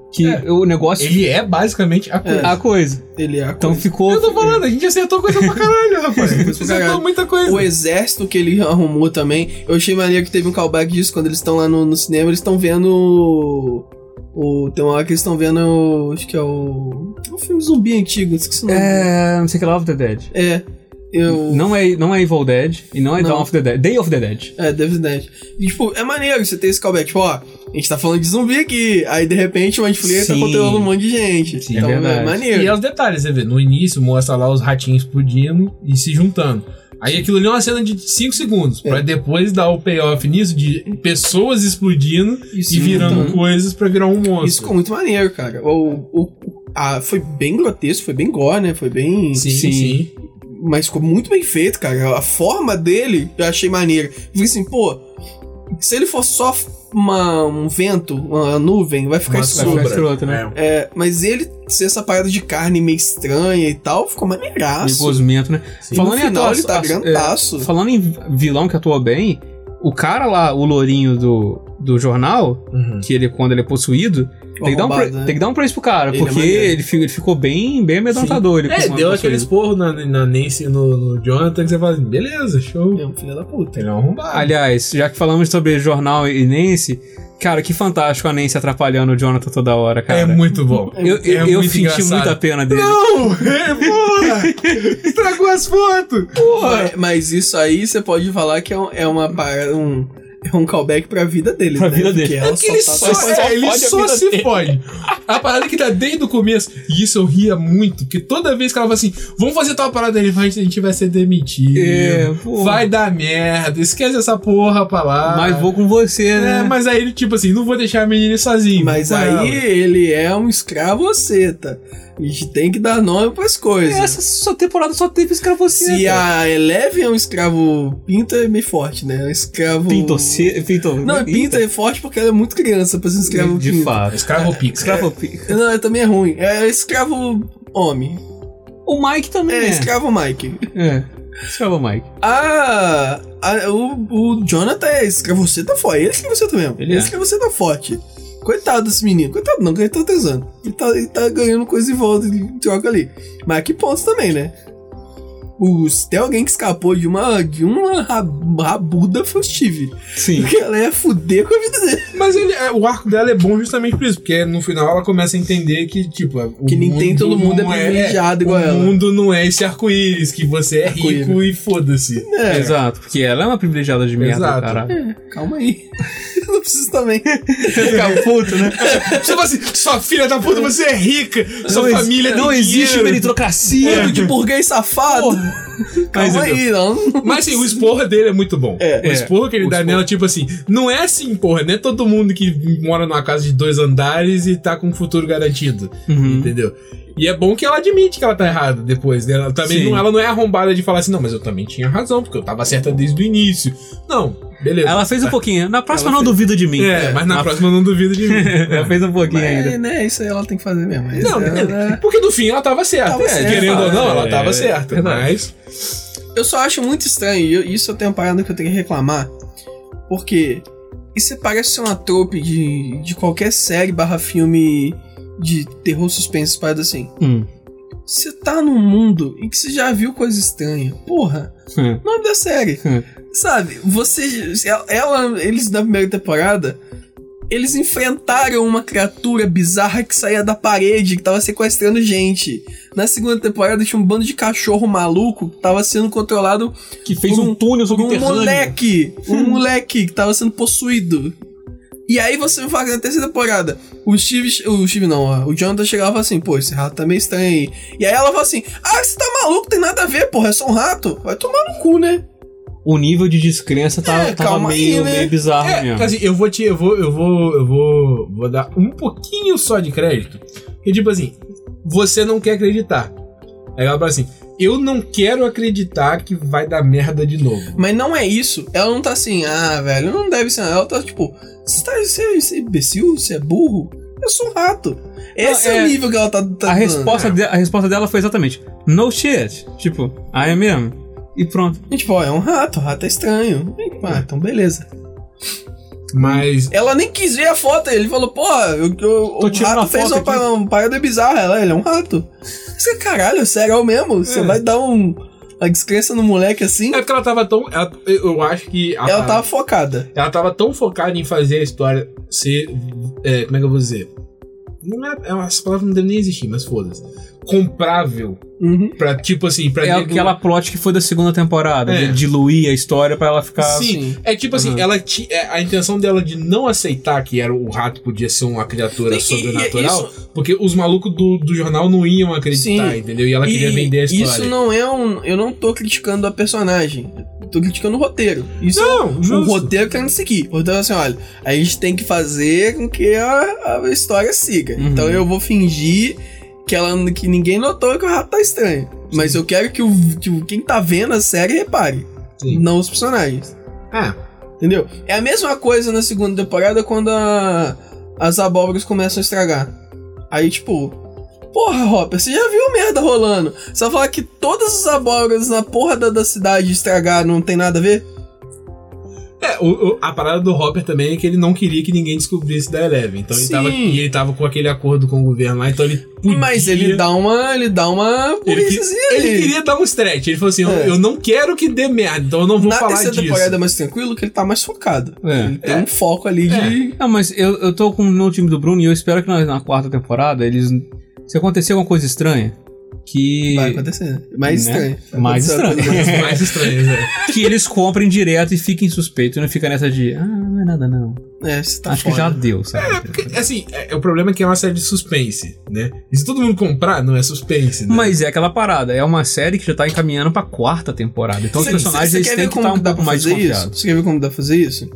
Speaker 1: Que
Speaker 2: É.
Speaker 1: o negócio
Speaker 2: Ele é basicamente a coisa.
Speaker 1: a coisa.
Speaker 3: Ele é a
Speaker 1: Então
Speaker 3: coisa.
Speaker 1: ficou.
Speaker 2: Eu tô falando, a gente acertou coisa pra caralho, rapaz. A gente
Speaker 3: Coisa pra caralho.
Speaker 2: acertou muita coisa.
Speaker 3: O exército que ele arrumou também. Eu achei maneiro que teve um callback disso quando eles estão lá no, no cinema, eles estão vendo o, O, tem uma hora que eles estão vendo, o- acho que é o. É um filme zumbi antigo, esqueci o nome.
Speaker 1: É. Não sei o que lá, of the Dead.
Speaker 3: É, eu.
Speaker 1: Não é, não é Evil Dead e não é
Speaker 3: Não.
Speaker 1: Dawn of the Dead. Day of the Dead.
Speaker 3: É, David Dead. E, tipo, é maneiro você ter esse callback. Tipo, ó, a gente tá falando de zumbi aqui. Aí, de repente, o Mindflayer tá
Speaker 1: Sim.
Speaker 3: controlando um monte de gente.
Speaker 1: Sim,
Speaker 3: então,
Speaker 1: é
Speaker 3: é,
Speaker 1: verdade.
Speaker 3: maneiro.
Speaker 2: E é os detalhes, você vê. No início mostra lá os ratinhos explodindo e se juntando. Aí aquilo ali é uma cena de 5 segundos,
Speaker 1: É.
Speaker 2: pra depois dar o payoff nisso de pessoas explodindo
Speaker 3: Isso,
Speaker 2: e virando
Speaker 1: Uhum.
Speaker 3: então,
Speaker 2: coisas pra virar um monstro.
Speaker 3: Isso ficou muito maneiro, cara. O, o- a- foi bem grotesco, foi bem gore, né? Foi bem.
Speaker 2: Sim,
Speaker 1: Sim.
Speaker 2: sim.
Speaker 3: Mas ficou muito bem feito, cara. A forma dele eu achei maneira. Eu falei assim, pô, se ele fosse só uma- um vento, uma nuvem, vai ficar
Speaker 2: Uma
Speaker 1: Vai ficar
Speaker 3: escuro.
Speaker 2: sombra.
Speaker 1: escroto, né?
Speaker 2: É.
Speaker 3: É, mas ele ser essa parada de carne meio estranha e tal, ficou maneiraço.
Speaker 1: Nervosmento, né?
Speaker 3: E no final ele tá
Speaker 1: atua- a-
Speaker 3: grandaço.
Speaker 1: é, falando em vilão que atua bem, o cara lá, o lourinho do, do jornal,
Speaker 2: Uhum.
Speaker 1: que ele, quando ele é possuído, tem que, dar um pra-
Speaker 3: Arrombado, né?
Speaker 1: tem que dar um preço pro cara,
Speaker 3: Ele é
Speaker 1: porque
Speaker 3: maneiro.
Speaker 1: ele, fi- ele ficou bem, bem amedrontador. Ele
Speaker 2: É,
Speaker 1: quando
Speaker 2: deu
Speaker 1: possuído.
Speaker 2: aqueles porros na, na Nancy e no, no Jonathan que você fala assim, beleza, show.
Speaker 3: É um filho da puta.
Speaker 2: Ele é um arrombado.
Speaker 1: Aliás, já que falamos sobre jornal e Nancy, cara, que fantástico a Nancy atrapalhando o Jonathan toda hora, cara.
Speaker 2: É muito bom.
Speaker 1: eu eu,
Speaker 2: é
Speaker 1: eu
Speaker 2: muito
Speaker 1: senti
Speaker 2: engraçado.
Speaker 1: muita pena dele.
Speaker 2: Não! É, porra! Estragou as fotos!
Speaker 3: Mas, mas isso aí você pode falar que é, um- é uma parada, um, é um callback pra vida dele,
Speaker 1: Pra
Speaker 3: né?
Speaker 1: vida
Speaker 3: Porque
Speaker 1: dele.
Speaker 3: ela
Speaker 2: É que ele
Speaker 3: tá-
Speaker 2: só,
Speaker 1: só
Speaker 2: é,
Speaker 1: fode a
Speaker 2: ele só
Speaker 1: vida
Speaker 2: se
Speaker 1: dele.
Speaker 2: fode. A parada é que dá desde o começo. E isso eu ria muito, porque toda vez que ela fala assim, vamos fazer tal parada, ele vai, a gente vai ser demitido.
Speaker 1: É, pô.
Speaker 2: vai dar merda, esquece essa porra pra lá.
Speaker 1: Mas vou com você, né?
Speaker 2: É, mas aí ele, tipo assim, não vou deixar a menina sozinha.
Speaker 3: Mas
Speaker 2: vou com
Speaker 3: aí
Speaker 2: ela.
Speaker 3: ele é um escravoceta. A gente tem que dar nome pras
Speaker 2: É,
Speaker 3: coisas.
Speaker 1: Essa sua temporada só teve É escravoceta.
Speaker 3: Se a Eleven é um escravo pinta, é meio forte, né? É um escravo.
Speaker 1: Pinto, se... Pinto...
Speaker 3: Não, é pinta é forte porque ela é muito criança pra ser um escravo
Speaker 1: De
Speaker 3: pinta.
Speaker 1: fato.
Speaker 2: Escravo pica.
Speaker 1: Escravo pica.
Speaker 3: Não, é, também é ruim. É escravo homem.
Speaker 1: O Mike também
Speaker 3: É,
Speaker 1: é.
Speaker 3: escravo Mike.
Speaker 1: É. Escravo Mike.
Speaker 3: Ah, a- o, o Jonathan é escravoceta forte. Ele é escravoceta mesmo.
Speaker 1: Ele
Speaker 3: Ele
Speaker 1: é.
Speaker 3: é escravoceta forte. Coitado desse menino. Coitado não, que ele tá transando. Ele tá, ele tá ganhando coisa em volta de troca ali. Mas que pontos também, né? Os, tem alguém que escapou de uma, de uma rab- rabuda foi o Steve.
Speaker 1: Sim.
Speaker 3: Porque ela ia fuder com a vida dele.
Speaker 2: Mas ele, é, o arco dela é bom justamente por isso, porque no final ela começa a entender que, tipo, o
Speaker 3: Que nem tem
Speaker 2: mundo
Speaker 3: todo mundo é
Speaker 2: não
Speaker 3: privilegiado igual
Speaker 2: o
Speaker 3: ela.
Speaker 2: mundo não é esse arco-íris, que você é
Speaker 3: Arco-íris.
Speaker 2: rico e foda-se.
Speaker 3: É,
Speaker 1: Exato. Porque ela é uma privilegiada de merda,
Speaker 2: Exato.
Speaker 1: caralho.
Speaker 3: calma aí. Eu não preciso também.
Speaker 1: Fica puto, né?
Speaker 2: Você fala assim, sua filha da puta, você é rica, sua
Speaker 1: ex-
Speaker 2: família
Speaker 1: Não
Speaker 2: tem
Speaker 1: existe
Speaker 2: dinheiro.
Speaker 1: meritocracia.
Speaker 3: Mundo de burguês safado.
Speaker 1: Mas,
Speaker 3: Calma aí, não.
Speaker 2: Mas assim, o esporro dele é muito bom.
Speaker 3: É.
Speaker 2: O esporro que ele
Speaker 1: O
Speaker 2: dá
Speaker 1: esporro.
Speaker 2: nela, tipo assim, não é assim, porra, não é todo mundo que mora numa casa de dois andares e tá com um futuro garantido.
Speaker 1: Uhum.
Speaker 2: Entendeu? E é bom que ela admite que ela tá errada depois, né? Ela também
Speaker 1: Sim.
Speaker 2: não, ela não é arrombada de falar assim, não, mas eu também tinha razão, porque eu tava certa desde o início. Não, beleza.
Speaker 1: Ela fez um pouquinho. Na próxima
Speaker 3: Ela
Speaker 1: não duvida de mim.
Speaker 2: É, mas na, próxima eu não duvido de mim.
Speaker 1: Ela fez um pouquinho
Speaker 3: É,
Speaker 1: ainda.
Speaker 3: né? Isso aí ela tem que fazer mesmo. Isso
Speaker 2: Não,
Speaker 3: ela- é
Speaker 2: beleza. Porque no fim ela tava certa.
Speaker 3: Tava
Speaker 2: É,
Speaker 3: certa.
Speaker 2: Querendo ou não, ela
Speaker 1: É,
Speaker 2: tava certa.
Speaker 1: verdade.
Speaker 2: mas.
Speaker 3: Eu só acho muito estranho, e eu- isso eu tenho uma parada que eu tenho que reclamar, porque isso parece ser uma trope de, de qualquer série barra filme de terror suspense, parada assim.
Speaker 1: Hum.
Speaker 3: Você tá num mundo em que você já viu coisa estranha. Porra,
Speaker 1: Hum.
Speaker 3: nome da série.
Speaker 1: Hum.
Speaker 3: Sabe, você. Ela, eles na primeira temporada. Eles enfrentaram uma criatura bizarra que saía da parede, que tava sequestrando gente. Na segunda temporada tinha um bando de cachorro maluco que tava sendo controlado
Speaker 1: Que fez
Speaker 3: Por
Speaker 1: um,
Speaker 3: um-
Speaker 1: túnel
Speaker 3: por um
Speaker 1: subterrâneo.
Speaker 3: moleque. Um
Speaker 1: Hum.
Speaker 3: moleque que tava sendo possuído. E aí você me fala que na terceira temporada, o Steve. O Steve não, ó, o Jonathan chegava e falava assim, pô, esse rato tá meio estranho aí. E aí ela fala assim, ah, você tá maluco, tem nada a ver, porra, é só um rato. Vai tomar no cu, né?
Speaker 1: O nível de descrença tava,
Speaker 3: É,
Speaker 1: tava
Speaker 3: calma aí,
Speaker 1: meio,
Speaker 3: né?
Speaker 1: meio bizarro
Speaker 2: É,
Speaker 1: mesmo.
Speaker 2: assim, eu vou te. Eu vou, eu vou. Eu vou. Vou dar um pouquinho só de crédito. Porque, tipo assim, você não quer acreditar. Aí ela fala assim, eu não quero acreditar que vai dar merda de novo.
Speaker 3: Mas não é isso. Ela não tá assim, ah, velho, não deve ser. Ela tá tipo, você tá, você, você é imbecil? Você é burro? Eu sou um rato. Esse é,
Speaker 1: é-
Speaker 3: o nível que ela tá, tá
Speaker 1: a,
Speaker 3: dando.
Speaker 1: resposta de- a resposta dela foi exatamente: No shit. Tipo, ah, é mesmo? E pronto.
Speaker 3: E, tipo, ó, é um rato, rato é estranho.
Speaker 1: Hum.
Speaker 3: Ah, então beleza.
Speaker 2: Mas.
Speaker 3: Ela nem quis ver a foto, ele falou, porra, eu, eu, o
Speaker 1: tirando a
Speaker 3: rato fez
Speaker 1: foto
Speaker 3: uma,
Speaker 1: aqui.
Speaker 3: pa- uma parada bizarra. Ela, ele é um rato. Você, caralho, sério, é o mesmo? Você
Speaker 2: É.
Speaker 3: vai dar um, uma descrença no moleque assim?
Speaker 2: É porque ela tava tão. ela- eu eu acho que. a
Speaker 3: Ela
Speaker 2: parada-
Speaker 3: tava focada.
Speaker 2: Ela tava tão focada em fazer a história ser. é, como é que eu vou dizer? Não é, é uma- essa palavra não deve nem existir, mas foda-se. Comprável.
Speaker 3: Uhum.
Speaker 2: Pra, tipo assim, pra
Speaker 1: É
Speaker 2: nego-
Speaker 1: aquela plot que foi da segunda temporada,
Speaker 2: É.
Speaker 1: de diluir a história pra ela ficar.
Speaker 2: Sim, é tipo assim,
Speaker 1: Uhum.
Speaker 2: ela ti- é, a intenção dela de não aceitar que era o rato podia ser uma criatura
Speaker 3: E- e-
Speaker 2: sobrenatural, porque os malucos do, do jornal não iam acreditar,
Speaker 3: Sim.
Speaker 2: entendeu? E ela queria
Speaker 3: E
Speaker 2: vender a história.
Speaker 3: Isso não é um. Eu não tô criticando a personagem. eu Tô criticando o roteiro. Isso
Speaker 2: Não,
Speaker 3: é um
Speaker 2: justo.
Speaker 3: roteiro querendo seguir. O roteiro é assim, olha, a gente tem que fazer com que a, a história siga.
Speaker 1: Uhum.
Speaker 3: Então eu vou fingir que, ela, que ninguém notou que o rato tá estranho. Mas eu quero que, o, que o- quem tá vendo a série repare.
Speaker 2: Sim.
Speaker 3: Não os personagens.
Speaker 2: Ah,
Speaker 3: Entendeu? É a mesma coisa na segunda temporada quando a- as abóboras começam a estragar. Aí, tipo, porra, Hopper, você já viu merda rolando? Você vai falar que todas as abóboras na porra da, da cidade estragar não tem nada a ver?
Speaker 2: É, o- o- a parada do Hopper também é que ele não queria que ninguém descobrisse da Eleven. Então ele
Speaker 3: Sim.
Speaker 2: tava, e ele tava com aquele acordo com o governo lá, então ele podia...
Speaker 3: Mas ele dá uma. Ele dá uma
Speaker 2: Ele, que-
Speaker 3: políciazinha
Speaker 2: ele
Speaker 3: ali.
Speaker 2: queria dar um stretch. Ele falou assim, eu-
Speaker 3: É.
Speaker 2: eu, não quero que dê merda, então eu não vou
Speaker 3: Na
Speaker 2: falar
Speaker 3: terceira
Speaker 2: disso.
Speaker 3: temporada é mais tranquilo que ele tá mais focado.
Speaker 1: É.
Speaker 3: Ele tem um foco ali
Speaker 2: É.
Speaker 3: de.
Speaker 1: Não, mas eu, eu tô com no time do Bruno e eu espero que na, na quarta temporada eles. Se acontecer alguma coisa estranha, que.
Speaker 3: Vai acontecer. Mais
Speaker 1: Né?
Speaker 3: estranho. Vai
Speaker 1: Mais
Speaker 3: acontecer uma
Speaker 1: estranho.
Speaker 3: coisa mais-
Speaker 2: Mais estranho, né?
Speaker 1: que eles comprem direto e fiquem suspeitos e não fica nessa de. Ah, não é nada não.
Speaker 3: É, você tá
Speaker 1: Acho que
Speaker 3: fora.
Speaker 1: já deu, sabe?
Speaker 2: Porque, assim, é, o problema é que é uma série de suspense, né? E se todo mundo comprar, não é suspense, né?
Speaker 1: Mas é aquela parada, é uma série que já tá encaminhando pra quarta temporada. Então os
Speaker 3: Cê-
Speaker 1: personagens
Speaker 3: cê- cê
Speaker 1: eles
Speaker 3: quer
Speaker 1: têm
Speaker 3: ver
Speaker 1: que
Speaker 3: como
Speaker 1: estar um
Speaker 3: dá
Speaker 1: pouco
Speaker 3: pra
Speaker 1: mais
Speaker 3: fazer
Speaker 1: desconfiados.
Speaker 3: isso? Você quer ver como dá pra fazer isso?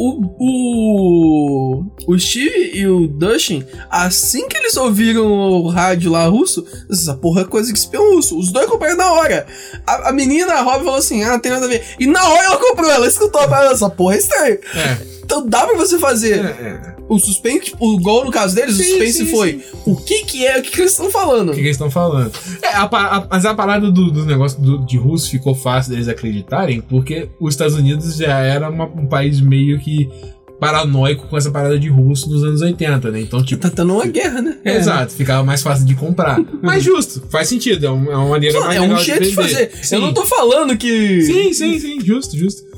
Speaker 3: O, o, o Steve e o Dustin, assim que eles ouviram o rádio lá russo, essa porra é coisa que espião russo. Os dois compraram na hora. A, a menina, a Rob, falou assim: ah, tem nada a ver. E na hora ela comprou, ela escutou a parada, essa porra é estranha.
Speaker 2: É,
Speaker 3: Então dá pra você fazer.
Speaker 2: é, é.
Speaker 3: O suspense, tipo, o gol no caso deles, o
Speaker 2: Sim,
Speaker 3: suspense
Speaker 2: sim,
Speaker 3: foi: o que que é, o que, que eles estão falando?
Speaker 2: O que, que eles estão falando? É, a pa- a- mas a parada do, do negócio do- de russo ficou fácil deles acreditarem, porque os Estados Unidos já era uma- um país meio que paranoico com essa parada de russo nos anos 80, né? Então, tipo.
Speaker 3: Tá tendo uma guerra, né?
Speaker 2: é, Exato, ficava mais fácil de comprar. Mas justo, faz sentido, é, um- é uma maneira mais
Speaker 3: É um
Speaker 2: legal
Speaker 3: jeito de
Speaker 2: vender.
Speaker 3: fazer.
Speaker 2: Sim.
Speaker 3: Eu não tô falando que.
Speaker 2: Sim, sim, sim, justo, justo.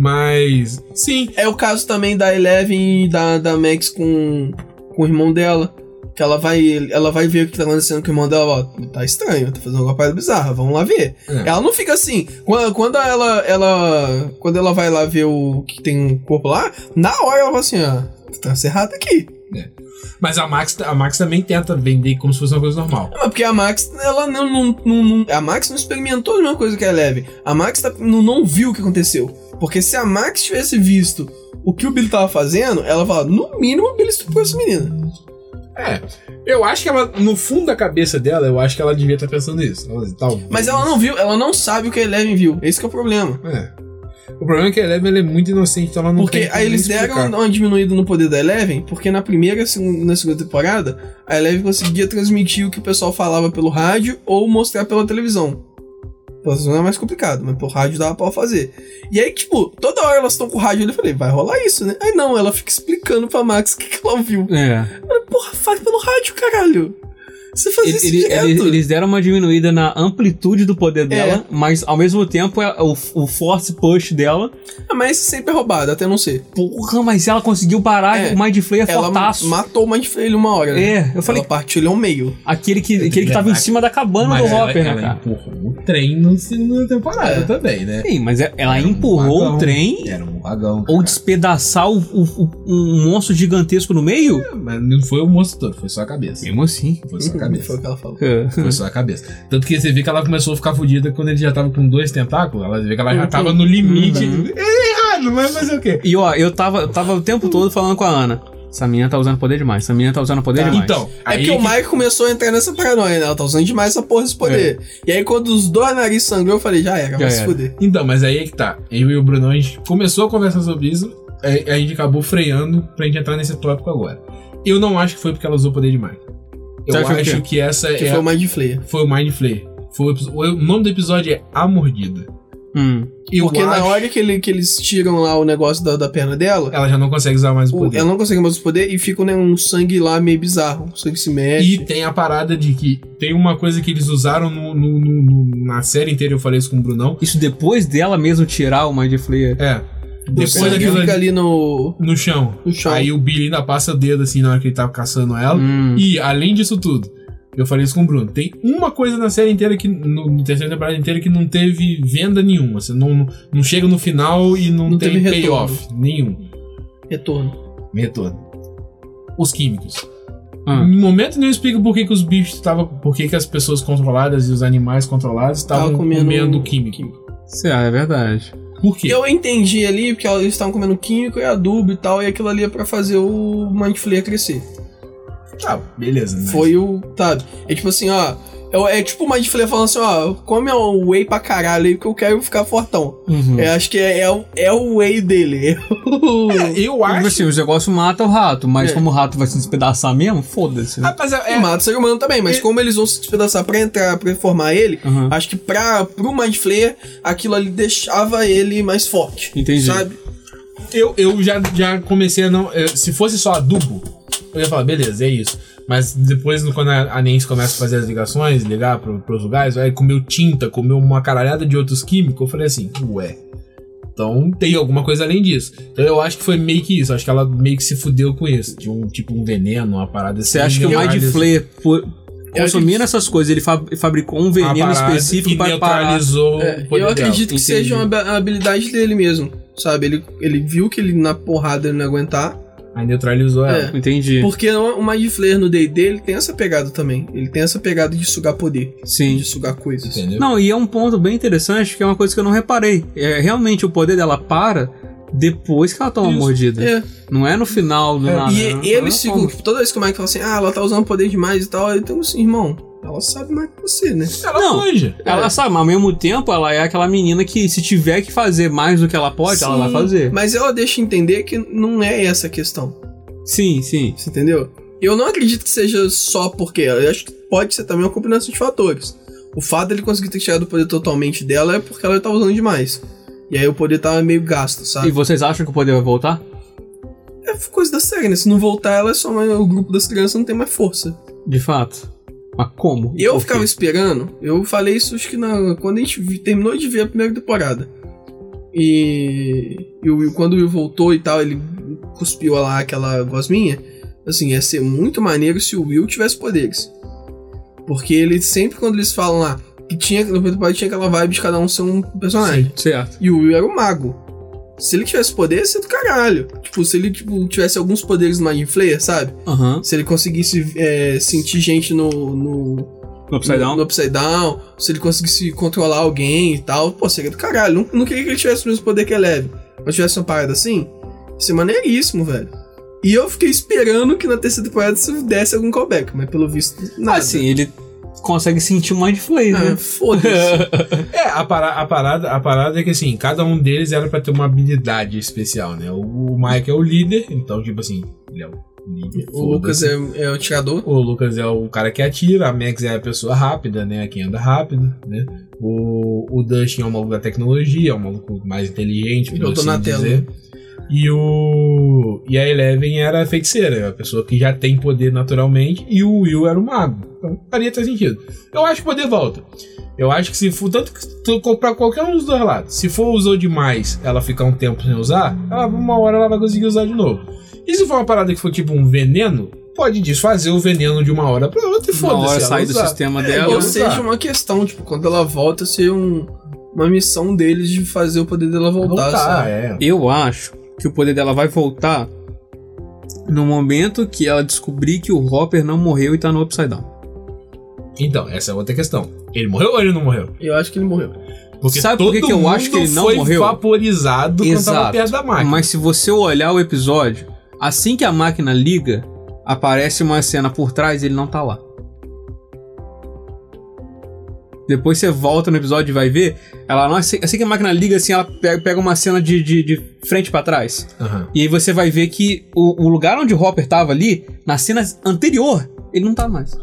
Speaker 2: Mas, sim,
Speaker 3: É o caso também da Eleven e da, da Max com, com o irmão dela. Que ela vai, ela vai ver o que tá acontecendo com o irmão dela. Ó, tá estranho, tá fazendo alguma coisa bizarra, vamos lá ver.
Speaker 2: É.
Speaker 3: Ela não fica assim. Quando, quando ela, ela. Quando ela vai lá ver o que tem um corpo lá, na hora ela fala assim, ó, tá cerrado aqui.
Speaker 2: mas a Max, a Max também tenta vender como se fosse uma coisa normal.
Speaker 3: É, Mas porque a Max, ela não, não, não- não- A Max não experimentou a mesma coisa que a Eleven. A Max tá- não, não viu o que aconteceu. Porque se a Max tivesse visto o que o Billy tava fazendo, ela fala, no mínimo o Billy estuprou essa menina.
Speaker 2: É, eu acho que ela, no fundo da cabeça dela, eu acho que ela devia estar pensando nisso. Ela, tá um talvez.
Speaker 3: Mas ela não viu, ela não sabe o que a Eleven viu. Esse que é o problema.
Speaker 2: É. O problema é que a Eleven ela é muito inocente, então ela não tem
Speaker 3: Porque
Speaker 2: como
Speaker 3: aí eles
Speaker 2: explicar.
Speaker 3: deram uma diminuída no poder da Eleven, porque na primeira e na segunda temporada, a Eleven conseguia transmitir o que o pessoal falava pelo rádio ou mostrar pela televisão. Pela televisão é mais complicado, mas pelo rádio dava pra ela fazer. E aí, tipo, toda hora elas estão com o rádio ali, eu falei, vai rolar isso, né? Aí não, ela fica explicando pra Max o que, que ela viu.
Speaker 1: É.
Speaker 3: Eu falei, porra, faz pelo rádio, caralho. Você faz isso
Speaker 1: Ele- ele-
Speaker 3: direto.
Speaker 1: eles, eles deram uma diminuída na amplitude do poder dela,
Speaker 3: É.
Speaker 1: mas ao mesmo tempo é- o, o force push dela.
Speaker 3: Ah, Mas isso sempre é roubado, até não ser.
Speaker 1: Porra, mas ela conseguiu parar
Speaker 3: É.
Speaker 1: o Mind Flayer
Speaker 3: Ela
Speaker 1: fortaço.
Speaker 3: matou o Mindflayer uma hora, né?
Speaker 1: É, eu falei,
Speaker 3: ela é partiu ele
Speaker 2: um
Speaker 3: ao meio.
Speaker 1: aquele que,
Speaker 2: Eu tenho
Speaker 1: aquele que
Speaker 2: que
Speaker 1: tava em
Speaker 2: lembrar
Speaker 1: cima da cabana
Speaker 2: Mas
Speaker 1: do
Speaker 2: ela-
Speaker 1: Hopper,
Speaker 2: ela é
Speaker 1: né, cara?
Speaker 2: empurrou o trem na segunda temporada
Speaker 3: É.
Speaker 2: também, né?
Speaker 1: Sim, mas é- ela
Speaker 2: Era um
Speaker 1: empurrou
Speaker 2: vagão.
Speaker 1: o trem
Speaker 2: Era um vagão.
Speaker 1: ou
Speaker 2: cara.
Speaker 1: despedaçar o- o- o- um monstro gigantesco no meio?
Speaker 2: Mas não foi o monstro todo, foi só a cabeça.
Speaker 1: Mesmo assim.
Speaker 2: Foi só a
Speaker 3: Foi o
Speaker 2: cabeça.
Speaker 3: que ela falou.
Speaker 1: É.
Speaker 2: Foi só a cabeça. Tanto que você vê que ela começou a ficar fodida quando ele já tava com dois tentáculos. Ela vê que ela já
Speaker 1: Uhum.
Speaker 2: tava no limite.
Speaker 1: Uhum.
Speaker 2: É errado, mas fazer o quê?
Speaker 1: E ó, eu tava, eu tava o tempo todo falando com a Ana. Essa menina tá usando poder demais, essa menina tá usando poder
Speaker 3: Tá.
Speaker 1: demais.
Speaker 2: Então,
Speaker 3: É
Speaker 2: aí
Speaker 3: porque o
Speaker 2: que-
Speaker 3: Mike começou a entrar nessa paranoia, né? Ela tá usando demais essa porra desse
Speaker 2: É.
Speaker 3: poder. E aí, quando os dois nariz sangrou, eu falei, já era,
Speaker 1: Já
Speaker 3: vai se
Speaker 1: era.
Speaker 3: fuder.
Speaker 2: Então, mas aí é que tá. Eu e o Bruno, a gente começou a conversar sobre isso, é, a, a gente acabou freando pra gente entrar nesse tópico agora. Eu não acho que foi porque ela usou o poder demais. Eu
Speaker 1: Você acha o
Speaker 2: acho
Speaker 1: quê?
Speaker 2: que essa
Speaker 3: Que
Speaker 2: é,
Speaker 3: foi o Mind Flayer.
Speaker 2: foi o Mind Flayer. Foi o, episo- o nome do episódio é A Mordida.
Speaker 1: Hum.
Speaker 2: Eu
Speaker 3: Porque
Speaker 2: acho
Speaker 3: na hora que, ele- que eles tiram lá o negócio da, da perna dela,
Speaker 2: ela já não consegue usar mais o
Speaker 3: o-
Speaker 2: poder.
Speaker 3: ela não consegue mais o poder e fica né, um sangue lá meio bizarro. O sangue se mexe.
Speaker 2: E tem a parada de que tem uma coisa que eles usaram no- no- no- no- na série inteira, eu falei isso com o Brunão.
Speaker 1: Isso depois dela mesmo tirar o Mind Flayer.
Speaker 2: É. Depois
Speaker 3: Depois sangue
Speaker 2: daquela-
Speaker 3: fica ali no.
Speaker 2: no chão.
Speaker 3: No chão.
Speaker 2: Aí o Billy ainda passa o dedo assim na hora que ele tava caçando ela.
Speaker 1: Hum.
Speaker 2: E, além disso tudo, eu falei isso com o Bruno. Tem uma coisa na série inteira que. No, no terceira temporada inteira que não teve venda nenhuma. Você não, não chega no final e não,
Speaker 3: Não
Speaker 2: tem
Speaker 3: teve retorno.
Speaker 2: payoff nenhum.
Speaker 3: Retorno.
Speaker 2: Retorno. Os químicos.
Speaker 1: Ah.
Speaker 2: Em momento nenhum explica por que, que os bichos estavam. Por que, que as pessoas controladas e os animais controlados estavam
Speaker 3: Tava
Speaker 2: comendo,
Speaker 3: comendo
Speaker 2: químico.
Speaker 1: Sei lá, é verdade.
Speaker 2: Por quê?
Speaker 3: Eu entendi ali, porque eles estavam comendo químico e adubo e tal, e aquilo ali é pra fazer o Mindflayer crescer.
Speaker 2: Ah, beleza, né?
Speaker 3: Foi o. Sabe? É tipo assim, ó. É, é tipo o Mindflayer falando assim, ó, come o whey pra caralho aí, porque eu quero ficar fortão.
Speaker 1: Uhum.
Speaker 3: Eu acho que é, é, o- é o whey dele. É o-
Speaker 2: Eu
Speaker 1: Tipo
Speaker 2: acho.
Speaker 1: assim, os negócios matam o rato, mas
Speaker 3: É.
Speaker 1: como o rato vai se despedaçar mesmo, foda-se. Né?
Speaker 2: Rapaz, é,
Speaker 3: E mata o ser humano também, mas
Speaker 2: É.
Speaker 3: como eles vão se despedaçar pra entrar, pra formar ele,
Speaker 1: Uhum.
Speaker 3: acho que pra, pro Mind Flayer, aquilo ali deixava ele mais forte.
Speaker 1: Entendi.
Speaker 3: Sabe?
Speaker 2: Eu, eu já, já comecei a não. eh, se fosse só adubo, eu ia falar, beleza, é isso. Mas depois, no- quando a, a Nancy começa a fazer as ligações, ligar pro, pros lugares, aí comeu tinta, comeu uma caralhada de outros químicos, eu falei assim, ué. Então tem alguma coisa além disso. Então eu acho que foi meio que isso. Acho que ela meio que se fudeu com isso. De um tipo um veneno, uma parada assim.
Speaker 1: Você acha que o Mind
Speaker 2: neutralizou
Speaker 1: Flayer, por-
Speaker 2: Eu
Speaker 1: consumindo essas coisas, ele fa- fabricou um
Speaker 2: a
Speaker 1: veneno
Speaker 2: parada
Speaker 1: específico
Speaker 2: e
Speaker 1: para parar.
Speaker 2: neutralizou
Speaker 3: É,
Speaker 2: o poder
Speaker 3: eu
Speaker 2: dela?
Speaker 3: acredito que
Speaker 1: entendi.
Speaker 3: seja uma hab- habilidade dele mesmo. Sabe? Ele, ele viu que ele na porrada ele não ia aguentar.
Speaker 2: Aí neutralizou
Speaker 3: É.
Speaker 2: ela.
Speaker 1: Entendi.
Speaker 3: Porque o Mind Flayer no DD ele tem essa pegada também. Ele tem essa pegada de sugar poder,
Speaker 1: Sim.
Speaker 3: de sugar coisas.
Speaker 2: Entendeu?
Speaker 1: Não, e é um ponto bem interessante, que é uma coisa que eu não reparei. É, realmente o poder dela para depois que ela toma
Speaker 2: Isso.
Speaker 1: a mordida.
Speaker 3: É.
Speaker 1: Não é no final do
Speaker 2: É.
Speaker 1: nada.
Speaker 3: e
Speaker 1: né?
Speaker 3: e
Speaker 1: Não é
Speaker 3: eles ficam,
Speaker 1: como-
Speaker 3: tipo, toda vez que o Mike fala assim, ah, ela tá usando poder demais e tal, então assim, irmão, ela sabe mais que você, né?
Speaker 2: Ela
Speaker 1: Não.
Speaker 2: manja.
Speaker 1: Ela
Speaker 3: É.
Speaker 1: sabe, mas ao mesmo tempo ela é aquela menina que se tiver que fazer mais do que ela pode, ela
Speaker 3: Sim,
Speaker 1: vai fazer.
Speaker 3: Mas ela deixa entender que não é essa a questão,
Speaker 1: Sim, sim.
Speaker 3: você entendeu? Eu não acredito que seja só porque, eu acho que pode ser também uma combinação de fatores. O fato dele conseguir ter tirado o poder totalmente dela é porque ela tá usando demais. E aí o poder tava meio gasto,
Speaker 1: E
Speaker 3: sabe?
Speaker 1: vocês acham que o poder vai voltar?
Speaker 3: É coisa da série, né? Se não voltar, ela é só mais, o grupo das crianças não tem mais força.
Speaker 1: De fato. Mas como? E
Speaker 3: Eu
Speaker 1: por
Speaker 3: ficava
Speaker 1: quê?
Speaker 3: esperando, eu falei isso acho que na, quando a gente vi- terminou de ver a primeira temporada. E, e o Will, quando o Will voltou e tal, ele cuspiu lá aquela gosminha. Assim, ia ser muito maneiro se o Will tivesse poderes. Porque ele sempre, quando eles falam lá, que tinha, no primeiro temporada tinha aquela vibe de cada um ser um personagem.
Speaker 1: Certo.
Speaker 3: E o Will era um mago. Se ele tivesse poder, ia ser do caralho. Tipo, se ele tipo, tivesse alguns poderes no Mind Flayer, sabe?
Speaker 1: Aham.
Speaker 3: Se ele conseguisse é, sentir gente no- no,
Speaker 1: No Upside
Speaker 3: no-
Speaker 1: Down?
Speaker 3: No Upside Down, se ele conseguisse controlar alguém e tal, pô, seria do caralho. Não, não queria que ele tivesse o mesmo poder que a Eleven, mas tivesse uma parada assim, ia ser maneiríssimo, velho. E eu fiquei esperando que na terceira temporada isso desse algum callback, mas pelo visto,
Speaker 2: Ah,
Speaker 3: nada.
Speaker 1: Assim, ele consegue sentir o Mind Flayer,
Speaker 3: Ah,
Speaker 1: né?
Speaker 3: foda-se.
Speaker 2: É, a, para- a parada, a parada é que assim, cada um deles era pra ter uma habilidade especial, né? O, o Mike é o líder, então, tipo assim, ele é o líder.
Speaker 3: o Lucas
Speaker 2: foda-se.
Speaker 3: é, é o tirador.
Speaker 2: O Lucas é o cara que atira, a Max é a pessoa rápida, né? Quem anda rápido, né? O, o Dustin é o maluco da tecnologia, é o maluco mais inteligente,
Speaker 3: Ele
Speaker 2: por
Speaker 3: botou
Speaker 2: assim
Speaker 3: na tela.
Speaker 2: dizer. E o. E a Eleven era a feiticeira, é a pessoa que já tem poder naturalmente, e o Will era o mago. Então faria ter sentido. Eu acho que o poder volta. Eu acho que se for. Tanto que tu- pra qualquer um dos dois lados. Se for usou demais, ela ficar um tempo sem usar, ela, uma hora ela vai conseguir usar de novo. E se for uma parada que for tipo um veneno, pode desfazer o veneno de uma hora pra outra e
Speaker 1: Uma
Speaker 2: foda-se.
Speaker 1: hora
Speaker 2: ela
Speaker 1: sai do
Speaker 2: usar.
Speaker 1: sistema
Speaker 2: ela-
Speaker 1: dela.
Speaker 3: Ou
Speaker 2: eu-
Speaker 3: seja, uma questão, tipo, quando ela volta, ser um, uma missão deles de fazer o poder dela voltar,
Speaker 2: Voltar,
Speaker 3: sabe?
Speaker 2: é.
Speaker 1: Eu acho que o poder dela vai voltar no momento que ela descobrir que o Hopper não morreu e tá no Upside Down.
Speaker 2: Então, essa é outra questão. Ele morreu ou ele não morreu?
Speaker 3: Eu acho que ele morreu.
Speaker 1: Sabe por que que eu
Speaker 2: mundo
Speaker 1: acho que ele não
Speaker 2: foi
Speaker 1: morreu?
Speaker 2: vaporizado quando tava
Speaker 1: Exato.
Speaker 2: perto da máquina.
Speaker 1: Mas se você olhar o episódio, assim que a máquina liga, aparece uma cena por trás e ele não tá lá. Depois você volta no episódio e vai ver. Ela, não- assim assim que a máquina liga, assim, ela pega pega uma cena de, de, de frente pra trás.
Speaker 2: Aham.
Speaker 1: E aí você vai ver que o, o lugar onde o Hopper tava ali, na cena anterior, ele não tá mais.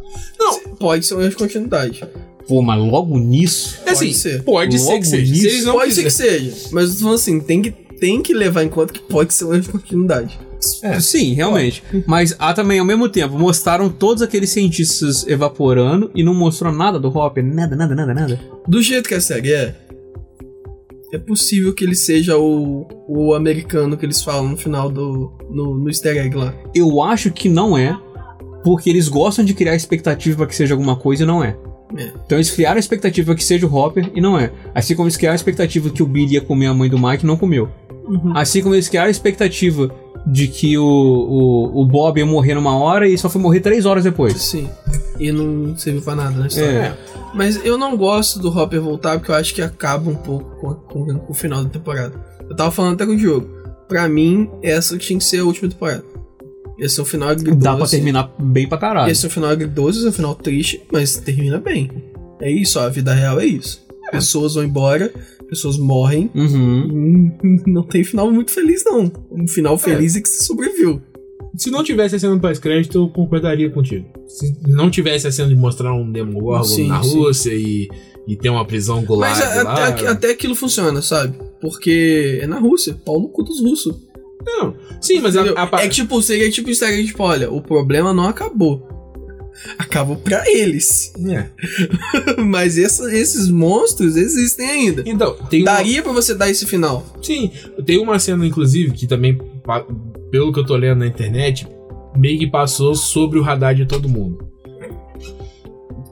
Speaker 3: Pode ser um erro de continuidade.
Speaker 1: Pô, mas logo nisso.
Speaker 2: É Assim,
Speaker 3: Pode ser.
Speaker 2: pode ser
Speaker 1: Logo
Speaker 2: que seja. Se
Speaker 1: nisso,
Speaker 2: eles não
Speaker 3: pode ser que
Speaker 2: quiserem.
Speaker 3: seja, mas eu tô falando assim, tem que, tem que levar em conta que pode ser uma oportunidade.
Speaker 2: É.
Speaker 1: Sim, realmente. Mas há também, ao mesmo tempo, mostraram todos aqueles cientistas evaporando e não mostrou nada do Hopper. Nada, nada, nada, nada.
Speaker 3: Do jeito que a série é, é possível que ele seja o, o americano que eles falam no final do. no, no easter egg lá.
Speaker 1: Eu acho que não é, porque eles gostam de criar expectativa pra que seja alguma coisa e não é.
Speaker 3: É.
Speaker 1: Então eles criaram a expectativa que seja o Hopper e não é. Assim como eles criaram a expectativa que o Billy ia comer a mãe do Mike e não comeu. Assim como eles criaram a expectativa de que o, o, o Bob ia morrer numa hora e só foi morrer três horas depois.
Speaker 3: Sim. E não serviu pra nada na história.
Speaker 1: É.
Speaker 3: Mas eu não gosto do Hopper voltar porque eu acho que acaba um pouco com, a- com- com o final da temporada. Eu tava falando até com o Diogo. Pra mim, essa tinha que ser a última temporada. Esse é um final agridoce.
Speaker 1: Dá pra terminar bem pra
Speaker 2: Ah.
Speaker 1: caralho.
Speaker 3: Esse é um final agridoce, esse é um final triste, mas termina bem. É isso, ó, a vida real é isso. Pessoas vão embora, pessoas morrem.
Speaker 1: Uhum.
Speaker 3: Hum, Não tem final muito feliz, não. Um final feliz é que você sobreviveu.
Speaker 2: Se não tivesse a cena do pós-crédito, eu concordaria contigo. Se não tivesse a cena de mostrar um Demogorgon
Speaker 3: Sim,
Speaker 2: na
Speaker 3: sim.
Speaker 2: Rússia e, e ter uma prisão gulag
Speaker 3: Mas a-
Speaker 2: lá. né?
Speaker 3: até, até aquilo funciona, sabe? Porque é na Rússia, pau no cu dos russos.
Speaker 2: Não, sim, mas a,
Speaker 3: Entendeu?
Speaker 2: a,
Speaker 3: É que, tipo, seria tipo isso aí, tipo, olha, o problema não acabou. Acabou pra eles.
Speaker 2: É.
Speaker 3: Mas essa- esses monstros existem ainda.
Speaker 2: Então, tem uma-
Speaker 3: Daria pra você dar esse final.
Speaker 2: Sim, tem uma cena, inclusive, que também, pa- pelo que eu tô lendo na internet, meio que passou sobre o radar de todo mundo.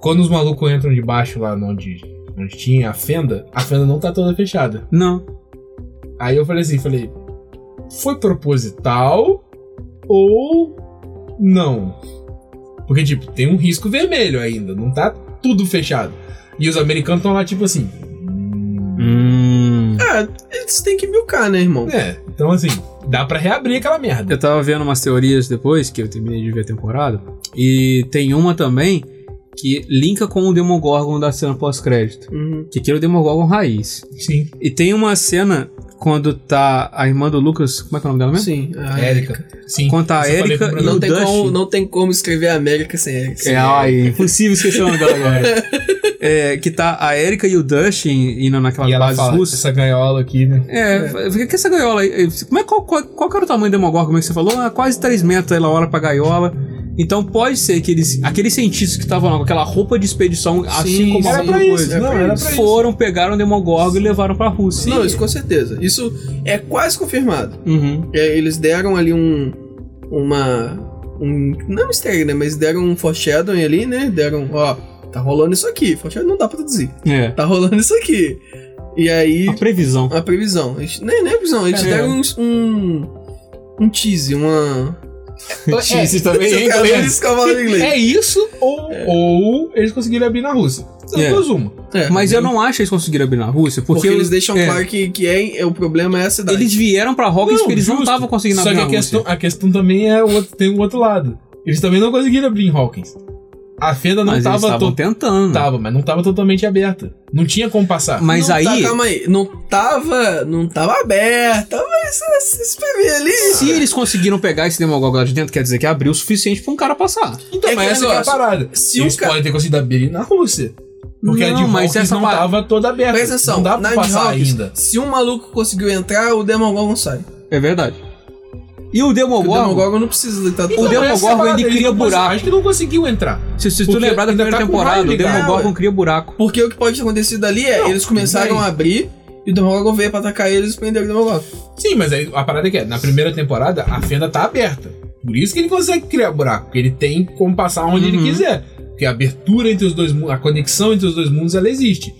Speaker 2: Quando os malucos entram debaixo lá onde, onde tinha a fenda, a fenda não tá toda fechada.
Speaker 1: Não.
Speaker 2: Aí eu falei assim, falei, foi proposital ou não? Porque, tipo, tem um risco vermelho ainda, não tá tudo fechado. E os americanos estão lá, tipo assim. "Hum,
Speaker 1: Hum.
Speaker 3: Ah, eles têm que milcar, né, irmão?
Speaker 2: É, então assim, dá pra reabrir aquela merda.
Speaker 1: Eu tava vendo umas teorias depois, que eu terminei de ver a temporada, e tem uma também que linka com o Demogorgon da cena pós-crédito.
Speaker 3: Uhum.
Speaker 1: Que aquele é o Demogorgon raiz.
Speaker 2: Sim.
Speaker 1: E tem uma cena quando tá a irmã do Lucas. Como é que é o nome dela mesmo?
Speaker 3: Sim, a Erika.
Speaker 2: Érica. Sim.
Speaker 1: Quanto a
Speaker 2: Isso eu falei
Speaker 1: Erika
Speaker 2: pro
Speaker 1: e
Speaker 2: Bruno.
Speaker 1: o
Speaker 3: Não tem,
Speaker 1: Dustin.
Speaker 3: como, não tem como escrever América sem Erika.
Speaker 1: É, ai, é impossível esquecer o nome dela agora. É, que tá a Erika e o Dustin indo naquela
Speaker 2: E ela
Speaker 1: base
Speaker 2: fala,
Speaker 1: russa.
Speaker 2: essa gaiola aqui, né?
Speaker 1: É, fica que essa gaiola aí. Como é, qual, qual, qual que era o tamanho do Demogorgon? Como é que você falou? Ah, quase 3 metros ela hora pra gaiola. Então pode ser que eles, aqueles cientistas que estavam lá com aquela roupa de expedição, assim como
Speaker 2: era
Speaker 1: a
Speaker 3: sim,
Speaker 1: outra
Speaker 2: pra isso,
Speaker 1: coisa,
Speaker 2: não,
Speaker 3: pra
Speaker 2: era
Speaker 3: isso.
Speaker 2: pra isso.
Speaker 1: foram, pegaram o Demogorgon e levaram pra Rússia.
Speaker 3: Não, isso com certeza. Isso é quase confirmado.
Speaker 1: Uhum.
Speaker 3: É, eles deram ali um. Uma. Um, não easter egg, né? Mas deram um foreshadowing ali, né? Deram, ó, tá rolando isso aqui. Foreshadowing não dá pra traduzir.
Speaker 1: É.
Speaker 3: Tá rolando isso aqui. E aí,
Speaker 1: A previsão.
Speaker 3: a previsão. Eles, nem, nem a previsão, eles
Speaker 1: É.
Speaker 3: deram uns- um. Um tease, uma.
Speaker 1: Cheese também é
Speaker 3: Seu cara, eles ficam falando em inglês.
Speaker 2: É isso ou, ou eles conseguiram abrir na Rússia. Então,
Speaker 1: É.
Speaker 2: duas uma.
Speaker 3: É,
Speaker 1: Mas eu não acho que eles conseguiram abrir na Rússia, porque,
Speaker 3: Porque, eles deixam
Speaker 1: é,
Speaker 3: claro que, que é, é o problema é a cidade.
Speaker 1: Eles vieram pra Hawkins porque eles não
Speaker 2: justo.
Speaker 1: estavam conseguindo
Speaker 2: Só
Speaker 1: abrir
Speaker 2: que
Speaker 1: na
Speaker 2: a
Speaker 1: Rússia.
Speaker 2: questão, a questão também é o outro, tem o outro lado. Eles também não conseguiram abrir em Hawkins. A fenda não
Speaker 1: Mas eles
Speaker 2: tava,
Speaker 1: estavam
Speaker 2: to...
Speaker 1: tentando. Hum.
Speaker 2: tava, mas não tava totalmente aberta. Não tinha como passar.
Speaker 1: Mas
Speaker 3: Não tá-
Speaker 1: aí,
Speaker 3: calma aí. Não tava. Não tava aberta, mas esse esse bebê ali.
Speaker 1: se eles conseguiram pegar esse Demogorgon lá de dentro, quer dizer que abriu o suficiente pra um cara passar.
Speaker 2: Então,
Speaker 3: É
Speaker 2: mas
Speaker 3: que
Speaker 2: essa que é a
Speaker 3: negócio,
Speaker 2: parada.
Speaker 3: se
Speaker 2: eles
Speaker 3: o ca-
Speaker 2: podem ter conseguido abrir na Rússia. Porque a de
Speaker 1: Não, mas
Speaker 2: Hawkins
Speaker 1: essa
Speaker 2: não
Speaker 1: parada-
Speaker 2: tava toda aberta.
Speaker 3: Presta atenção,
Speaker 2: é, não dá
Speaker 3: na
Speaker 2: pra passar
Speaker 3: Hawkins,
Speaker 2: ainda.
Speaker 3: Se um maluco conseguiu entrar, o Demogorgon sai.
Speaker 1: É verdade. E o
Speaker 3: Porque
Speaker 1: Demogorgon,
Speaker 3: O Demogorgon não precisa de tanto.
Speaker 1: O
Speaker 2: Então,
Speaker 1: Demogorgon,
Speaker 2: essa é a parada,
Speaker 1: ele
Speaker 2: eles
Speaker 1: cria
Speaker 2: não cons-
Speaker 1: buraco.
Speaker 2: Acho que não conseguiu entrar.
Speaker 1: se, se tu
Speaker 2: Porque
Speaker 1: lembrar da
Speaker 2: ainda
Speaker 1: primeira
Speaker 2: tá com
Speaker 1: temporada,
Speaker 2: raio
Speaker 1: o
Speaker 2: ligado,
Speaker 1: Demogorgon
Speaker 3: ué.
Speaker 1: cria buraco.
Speaker 3: Porque o que pode ter acontecido ali é,
Speaker 2: Não,
Speaker 3: eles começaram
Speaker 2: bem.
Speaker 3: a abrir e o Demogorgon veio pra atacar eles e prender o Demogorgon.
Speaker 2: Sim, mas aí a parada é que é, na primeira temporada a fenda tá aberta. Por isso que ele consegue criar buraco, porque ele tem como passar onde ele
Speaker 1: Uhum.
Speaker 2: quiser. Porque a abertura entre os dois mundos, a conexão entre os dois mundos, ela existe.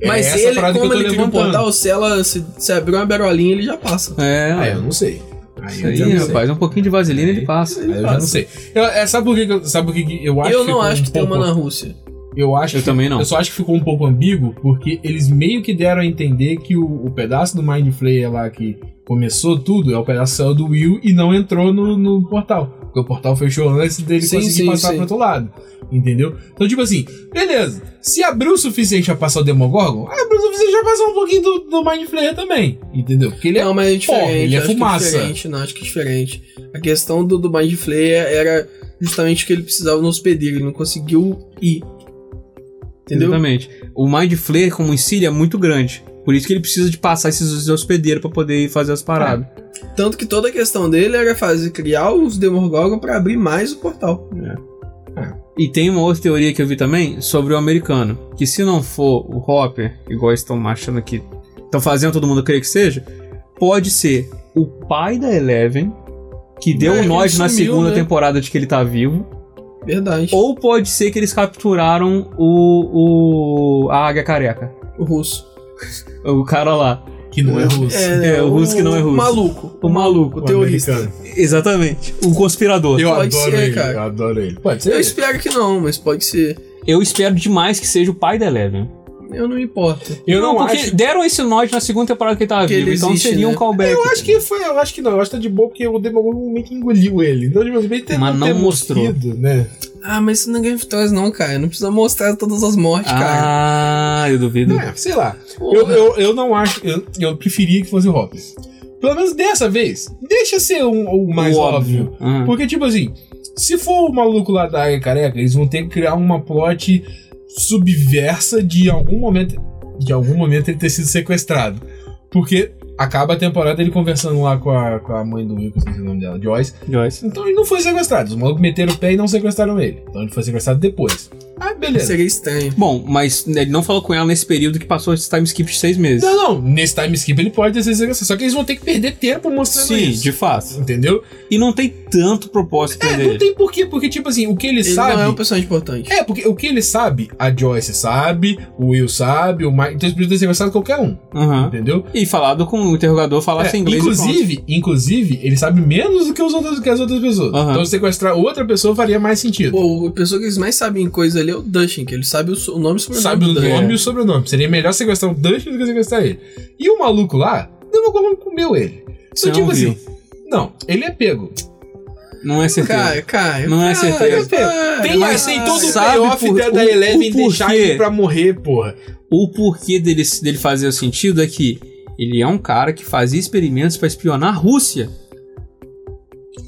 Speaker 2: É
Speaker 3: Mas
Speaker 2: essa
Speaker 3: se ele,
Speaker 2: parada que eu
Speaker 3: como
Speaker 2: tô
Speaker 3: ele cria um
Speaker 2: levantando.
Speaker 3: portal, se ela se, se abrir uma berolinha, ele já passa.
Speaker 1: É,
Speaker 2: Ah,
Speaker 1: ué.
Speaker 2: eu não sei. Aí
Speaker 1: isso
Speaker 2: eu já
Speaker 1: aí,
Speaker 2: não sei.
Speaker 1: rapaz. Um pouquinho de vaselina ele passa.
Speaker 2: Aí eu já não sei. Eu- é, sabe por que que eu, sabe por que que eu acho
Speaker 3: eu
Speaker 2: que
Speaker 3: não
Speaker 2: ficou
Speaker 3: acho
Speaker 2: um
Speaker 3: que tem
Speaker 2: pouco-
Speaker 3: uma na Rússia.
Speaker 2: Eu acho
Speaker 1: Eu
Speaker 2: que-
Speaker 1: também não.
Speaker 2: Eu só acho que ficou um pouco ambíguo, porque eles meio que deram a entender que o, o pedaço do Mind Flayer lá que começou tudo é o pedaço que saiu do Will e não entrou no, no portal. Porque o portal fechou antes dele
Speaker 3: Sim,
Speaker 2: conseguir
Speaker 3: sim,
Speaker 2: passar
Speaker 3: sim.
Speaker 2: pro outro lado. Entendeu? Então, tipo assim, beleza. Se abriu o suficiente pra passar o Demogorgon, abriu o suficiente pra passar um pouquinho do, do Mind Flayer também. Entendeu? Porque ele é.
Speaker 3: Não, mas é diferente.
Speaker 2: porra, ele é
Speaker 3: acho que
Speaker 2: fumaça.
Speaker 3: diferente, não, acho que é diferente. A questão do, do Mind Flayer era justamente que ele precisava no hospedeiro, ele não conseguiu ir. Entendeu?
Speaker 1: Exatamente. O Mind Flayer, como em si, ele é muito grande. Por isso que ele precisa de passar esses hospedeiros pra poder ir fazer as paradas.
Speaker 2: É.
Speaker 3: Tanto que toda a questão dele era fazer criar os Demogorgon pra abrir mais o portal.
Speaker 1: E tem uma outra teoria que eu vi também sobre o americano. Que se não for o Hopper, igual estão achando que estão fazendo todo mundo crer que seja, pode ser o pai da Eleven, que deu
Speaker 3: É,
Speaker 1: um
Speaker 3: ele
Speaker 1: nós na
Speaker 3: sumiu,
Speaker 1: segunda
Speaker 3: né?
Speaker 1: temporada de que ele tá vivo,
Speaker 3: Verdade.
Speaker 1: ou pode ser que eles capturaram o, o a águia careca,
Speaker 3: O russo. né,
Speaker 1: o cara lá,
Speaker 2: Que não é russo.
Speaker 1: É, o russo que não é russo.
Speaker 3: Maluco.
Speaker 1: o maluco,
Speaker 3: O terrorista.
Speaker 2: americano.
Speaker 1: exatamente, o conspirador.
Speaker 2: Eu
Speaker 3: Pode
Speaker 2: adoro
Speaker 3: ser,
Speaker 2: ele,
Speaker 3: cara.
Speaker 2: eu adoro ele. Pode
Speaker 3: Eu
Speaker 2: ser.
Speaker 3: espero que não, mas pode ser.
Speaker 1: Eu espero demais que seja o pai da Eleven.
Speaker 3: Eu não me importo.
Speaker 2: Eu não,
Speaker 1: porque
Speaker 2: acho.
Speaker 1: deram esse nós na segunda temporada que ele tava
Speaker 3: Que
Speaker 1: vivo,
Speaker 3: ele
Speaker 1: então
Speaker 3: existe,
Speaker 1: seria um
Speaker 3: né?
Speaker 1: callback.
Speaker 2: Eu acho que foi, eu acho que não, eu acho que tá de boa porque o Demogorgon meio que engoliu ele. Então, tipo, assim, meio que ter-
Speaker 1: Mas não
Speaker 2: ter
Speaker 1: mostrou.
Speaker 2: morrido, né?
Speaker 3: Ah, mas isso não é Game of Thrones, não, cara. Não precisa mostrar todas as mortes, cara.
Speaker 1: Ah, eu duvido.
Speaker 2: É, sei lá.
Speaker 3: Porra.
Speaker 2: Eu, eu, eu não acho. Eu, eu preferia que fosse o Hobbs. Pelo menos dessa vez, deixa ser um- o mais
Speaker 1: O
Speaker 2: óbvio.
Speaker 1: Ah.
Speaker 2: Porque, tipo assim, se for o maluco lá da área careca, eles vão ter que criar uma plot subversa de algum momento. De algum momento ele ter sido sequestrado. Porque acaba a temporada ele conversando lá com a, com a mãe do Will, que eu esqueci o nome dela, Joyce.
Speaker 1: Joyce.
Speaker 2: Então ele não foi sequestrado. Os malucos meteram o pé e não sequestraram ele. Então ele foi sequestrado depois. Ah, beleza.
Speaker 3: Seria estranho.
Speaker 1: Bom, mas né, ele não falou com ela nesse período que passou esse time skip de seis meses.
Speaker 2: Não, não, nesse time skip ele pode ter sido sequestrado. Só que eles vão ter que perder tempo mostrando
Speaker 1: Sim,
Speaker 2: isso.
Speaker 1: de fato.
Speaker 2: Entendeu?
Speaker 1: E não tem tanto propósito
Speaker 2: É,
Speaker 1: dele.
Speaker 2: não tem porquê, porque, tipo assim, o que ele,
Speaker 3: Ele
Speaker 2: sabe.
Speaker 3: não é um personagem importante.
Speaker 2: É, porque o que ele sabe, a Joyce sabe, o Will sabe, o Mike. Então eles podiam ter sequestrado qualquer um,
Speaker 1: Aham.
Speaker 2: entendeu?
Speaker 1: E falado com o interrogador, falasse
Speaker 2: É,
Speaker 1: assim inglês. e pronto.
Speaker 2: inclusive, inclusive, ele sabe menos do que, os outros, que as outras pessoas.
Speaker 1: Aham.
Speaker 2: Então sequestrar outra pessoa faria mais sentido.
Speaker 3: Pô, a pessoa que eles mais sabem coisa ali é o Dustin, que ele sabe o, so- o nome e sobrenome
Speaker 2: sabe o
Speaker 3: do Dustin.
Speaker 2: nome e o sobrenome. Seria melhor sequestrar o Dustin do que sequestrar ele. E o maluco lá, deu uma como comeu ele.
Speaker 3: é
Speaker 1: Você
Speaker 2: Então, tipo
Speaker 3: um
Speaker 1: não viu.
Speaker 2: assim, não, ele é pego.
Speaker 1: Não é certeza.
Speaker 3: Cara, cara.
Speaker 1: Não é certeza.
Speaker 3: cara,
Speaker 2: Tem,
Speaker 1: mas
Speaker 2: tem
Speaker 1: ah,
Speaker 2: todo o
Speaker 1: sabe
Speaker 2: payoff
Speaker 1: por-
Speaker 2: da-
Speaker 1: o-
Speaker 2: da
Speaker 1: o
Speaker 2: Eleven deixar
Speaker 1: porquê.
Speaker 2: ele pra morrer, porra.
Speaker 1: O porquê dele, dele fazer sentido é que ele é um cara que fazia experimentos pra espionar a Rússia.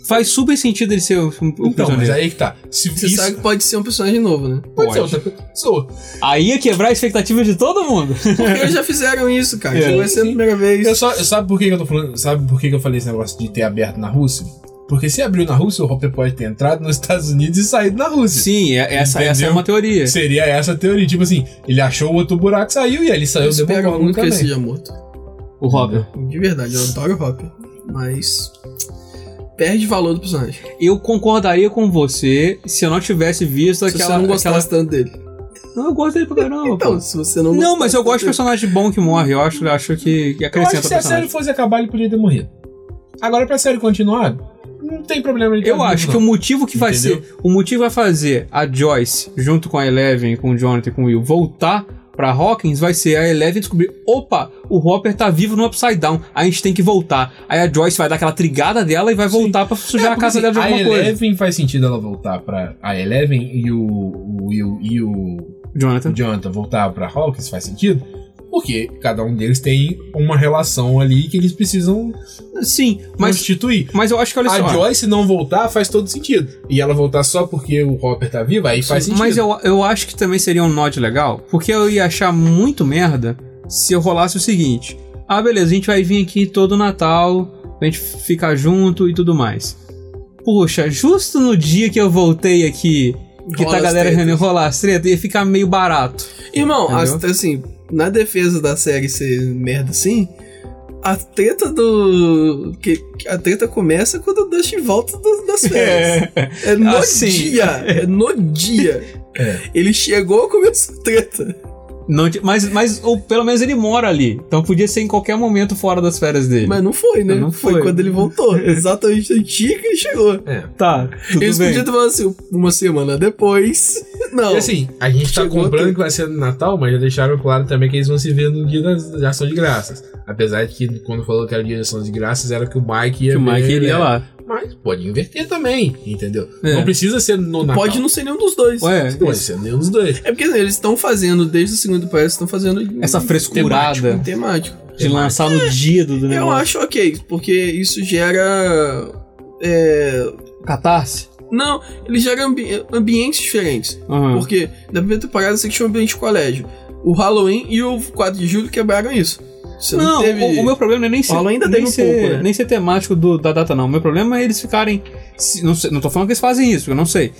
Speaker 1: Faz super sentido ele ser um, um
Speaker 2: Então, mas
Speaker 1: prisioneiro.
Speaker 2: aí que tá. Se
Speaker 3: Você
Speaker 2: isso-
Speaker 3: sabe que pode ser um personagem novo, né?
Speaker 2: Pode ser
Speaker 1: Pode.
Speaker 2: outra pessoa.
Speaker 1: Aí ia quebrar a expectativa de todo mundo.
Speaker 3: Porque eles já fizeram isso, cara.
Speaker 1: É.
Speaker 3: Não vai ser a primeira vez.
Speaker 2: Eu só, eu- sabe por que que eu tô falando? Sabe por que que eu falei esse negócio de ter aberto na Rússia? Porque se abriu na Rússia, o Hopper pode ter entrado nos Estados Unidos e saído na Rússia.
Speaker 1: Sim, é- essa, essa é
Speaker 2: Entendeu?
Speaker 1: uma teoria.
Speaker 2: Seria essa a teoria. Tipo assim, ele achou o outro buraco, saiu e ele saiu
Speaker 3: Eu
Speaker 2: do
Speaker 3: espero
Speaker 2: Demogorgon
Speaker 3: muito que
Speaker 2: também.
Speaker 3: ele seja morto.
Speaker 1: O Robert.
Speaker 3: De verdade, é eu adoro o Hopper. Mas. Perde valor do personagem.
Speaker 1: Eu concordaria com você se eu não tivesse visto
Speaker 3: Se
Speaker 1: aquela.
Speaker 3: você não gostasse
Speaker 1: aquela...
Speaker 3: tanto dele.
Speaker 1: Não, eu gosto dele pra caramba.
Speaker 3: Então,
Speaker 1: pô.
Speaker 3: se você
Speaker 1: Não,
Speaker 3: não gostasse
Speaker 1: mas eu gosto de
Speaker 3: tanto
Speaker 1: personagem bom que morre. Eu acho, acho que, que
Speaker 2: Eu acho
Speaker 1: acrescenta
Speaker 2: que
Speaker 1: o
Speaker 2: se a série
Speaker 1: personagem.
Speaker 2: fosse acabar, ele poderia ter morrido. Agora, pra série continuar, não tem problema ele ter
Speaker 1: Eu
Speaker 2: morrido,
Speaker 1: acho que
Speaker 2: não.
Speaker 1: o motivo que vai
Speaker 2: Entendeu?
Speaker 1: ser. O motivo vai fazer a Joyce, junto com a Eleven, com o Jonathan e com o Will, voltar pra Hawkins vai ser a Eleven descobrir: opa, o Hopper tá vivo no Upside Down, a gente tem que voltar. Aí a Joyce vai dar aquela trigada dela e vai voltar pra sujar
Speaker 2: É,
Speaker 1: a casa dela
Speaker 2: porque,
Speaker 1: de
Speaker 2: assim,
Speaker 1: alguma
Speaker 2: a
Speaker 1: coisa.
Speaker 2: Eleven faz sentido ela voltar pra. A Eleven e o. o, e o, e o o
Speaker 1: Jonathan.
Speaker 2: Jonathan voltar pra Hawkins faz sentido? Porque cada um deles tem uma relação ali que eles precisam
Speaker 1: Sim, mas,
Speaker 2: constituir.
Speaker 1: mas eu acho que olha
Speaker 2: A
Speaker 1: só.
Speaker 2: Joyce não voltar faz todo sentido. E ela voltar só porque o Hopper tá vivo, aí faz sentido.
Speaker 1: Mas eu, eu acho que também seria um nod legal, porque eu ia achar muito merda se eu rolasse o seguinte: ah, beleza, a gente vai vir aqui todo Natal, a gente ficar junto e tudo mais. Puxa, justo no dia que eu voltei aqui,
Speaker 3: dele.
Speaker 1: que
Speaker 3: Rola
Speaker 1: tá a
Speaker 3: as
Speaker 1: galera
Speaker 3: tretas.
Speaker 1: reunindo rolar as tretas, ia ficar meio barato.
Speaker 3: Irmão, as-
Speaker 1: Entendeu?
Speaker 3: assim, na defesa da série ser merda assim, a treta do. Que, que a treta começa quando o Dustin volta do- das férias. É, no
Speaker 1: assim.
Speaker 3: dia! É no dia!
Speaker 2: É.
Speaker 3: Ele chegou começou a treta.
Speaker 1: Não, ti- mas mas ou, pelo menos ele mora ali, então podia ser em qualquer momento fora das férias dele.
Speaker 3: Mas não foi, né?
Speaker 1: Não
Speaker 3: foi.
Speaker 1: foi.
Speaker 3: quando ele voltou. Exatamente no dia que ele chegou.
Speaker 2: É.
Speaker 1: Tá, tudo
Speaker 3: Eles
Speaker 1: bem.
Speaker 3: podiam ter falado assim, uma semana depois. Não.
Speaker 2: E assim, a gente tá
Speaker 3: Chegou
Speaker 2: comprando
Speaker 3: aqui.
Speaker 2: que vai ser no Natal, mas já deixaram claro também que eles vão se ver no dia das- da ação de graças. Apesar de que quando falou que era o dia da ação de graças, era que o Mike ia
Speaker 1: Que o Mike
Speaker 2: ver,
Speaker 1: iria
Speaker 2: né?
Speaker 1: lá.
Speaker 2: Mas pode inverter também, entendeu?
Speaker 1: É.
Speaker 2: Não precisa ser no Natal.
Speaker 3: Pode não ser nenhum dos dois.
Speaker 1: Ué,
Speaker 2: Pode ser nenhum dos dois.
Speaker 3: É porque assim, eles estão fazendo, desde o segundo país, estão fazendo. um
Speaker 1: Essa frescurada.
Speaker 3: Temático, um temático.
Speaker 1: de lançar no dia do, do
Speaker 3: Eu
Speaker 1: negócio.
Speaker 3: acho ok, porque isso gera. é,
Speaker 1: Catarse?
Speaker 3: Não, ele gera ambi- ambientes diferentes.
Speaker 1: Aham.
Speaker 3: Porque na primeira temporada você tinha um ambiente de colégio. O Halloween e o 4 de julho quebraram isso. Você não,
Speaker 1: Não,
Speaker 3: teve.
Speaker 1: o, o meu problema não é nem ser,
Speaker 3: Paulo ainda
Speaker 1: nem
Speaker 3: teve um
Speaker 1: ser,
Speaker 3: pouco, né?
Speaker 1: nem ser temático do- da data, não. O meu problema é eles ficarem. se- não, sei- não tô falando que eles fazem isso, eu não sei.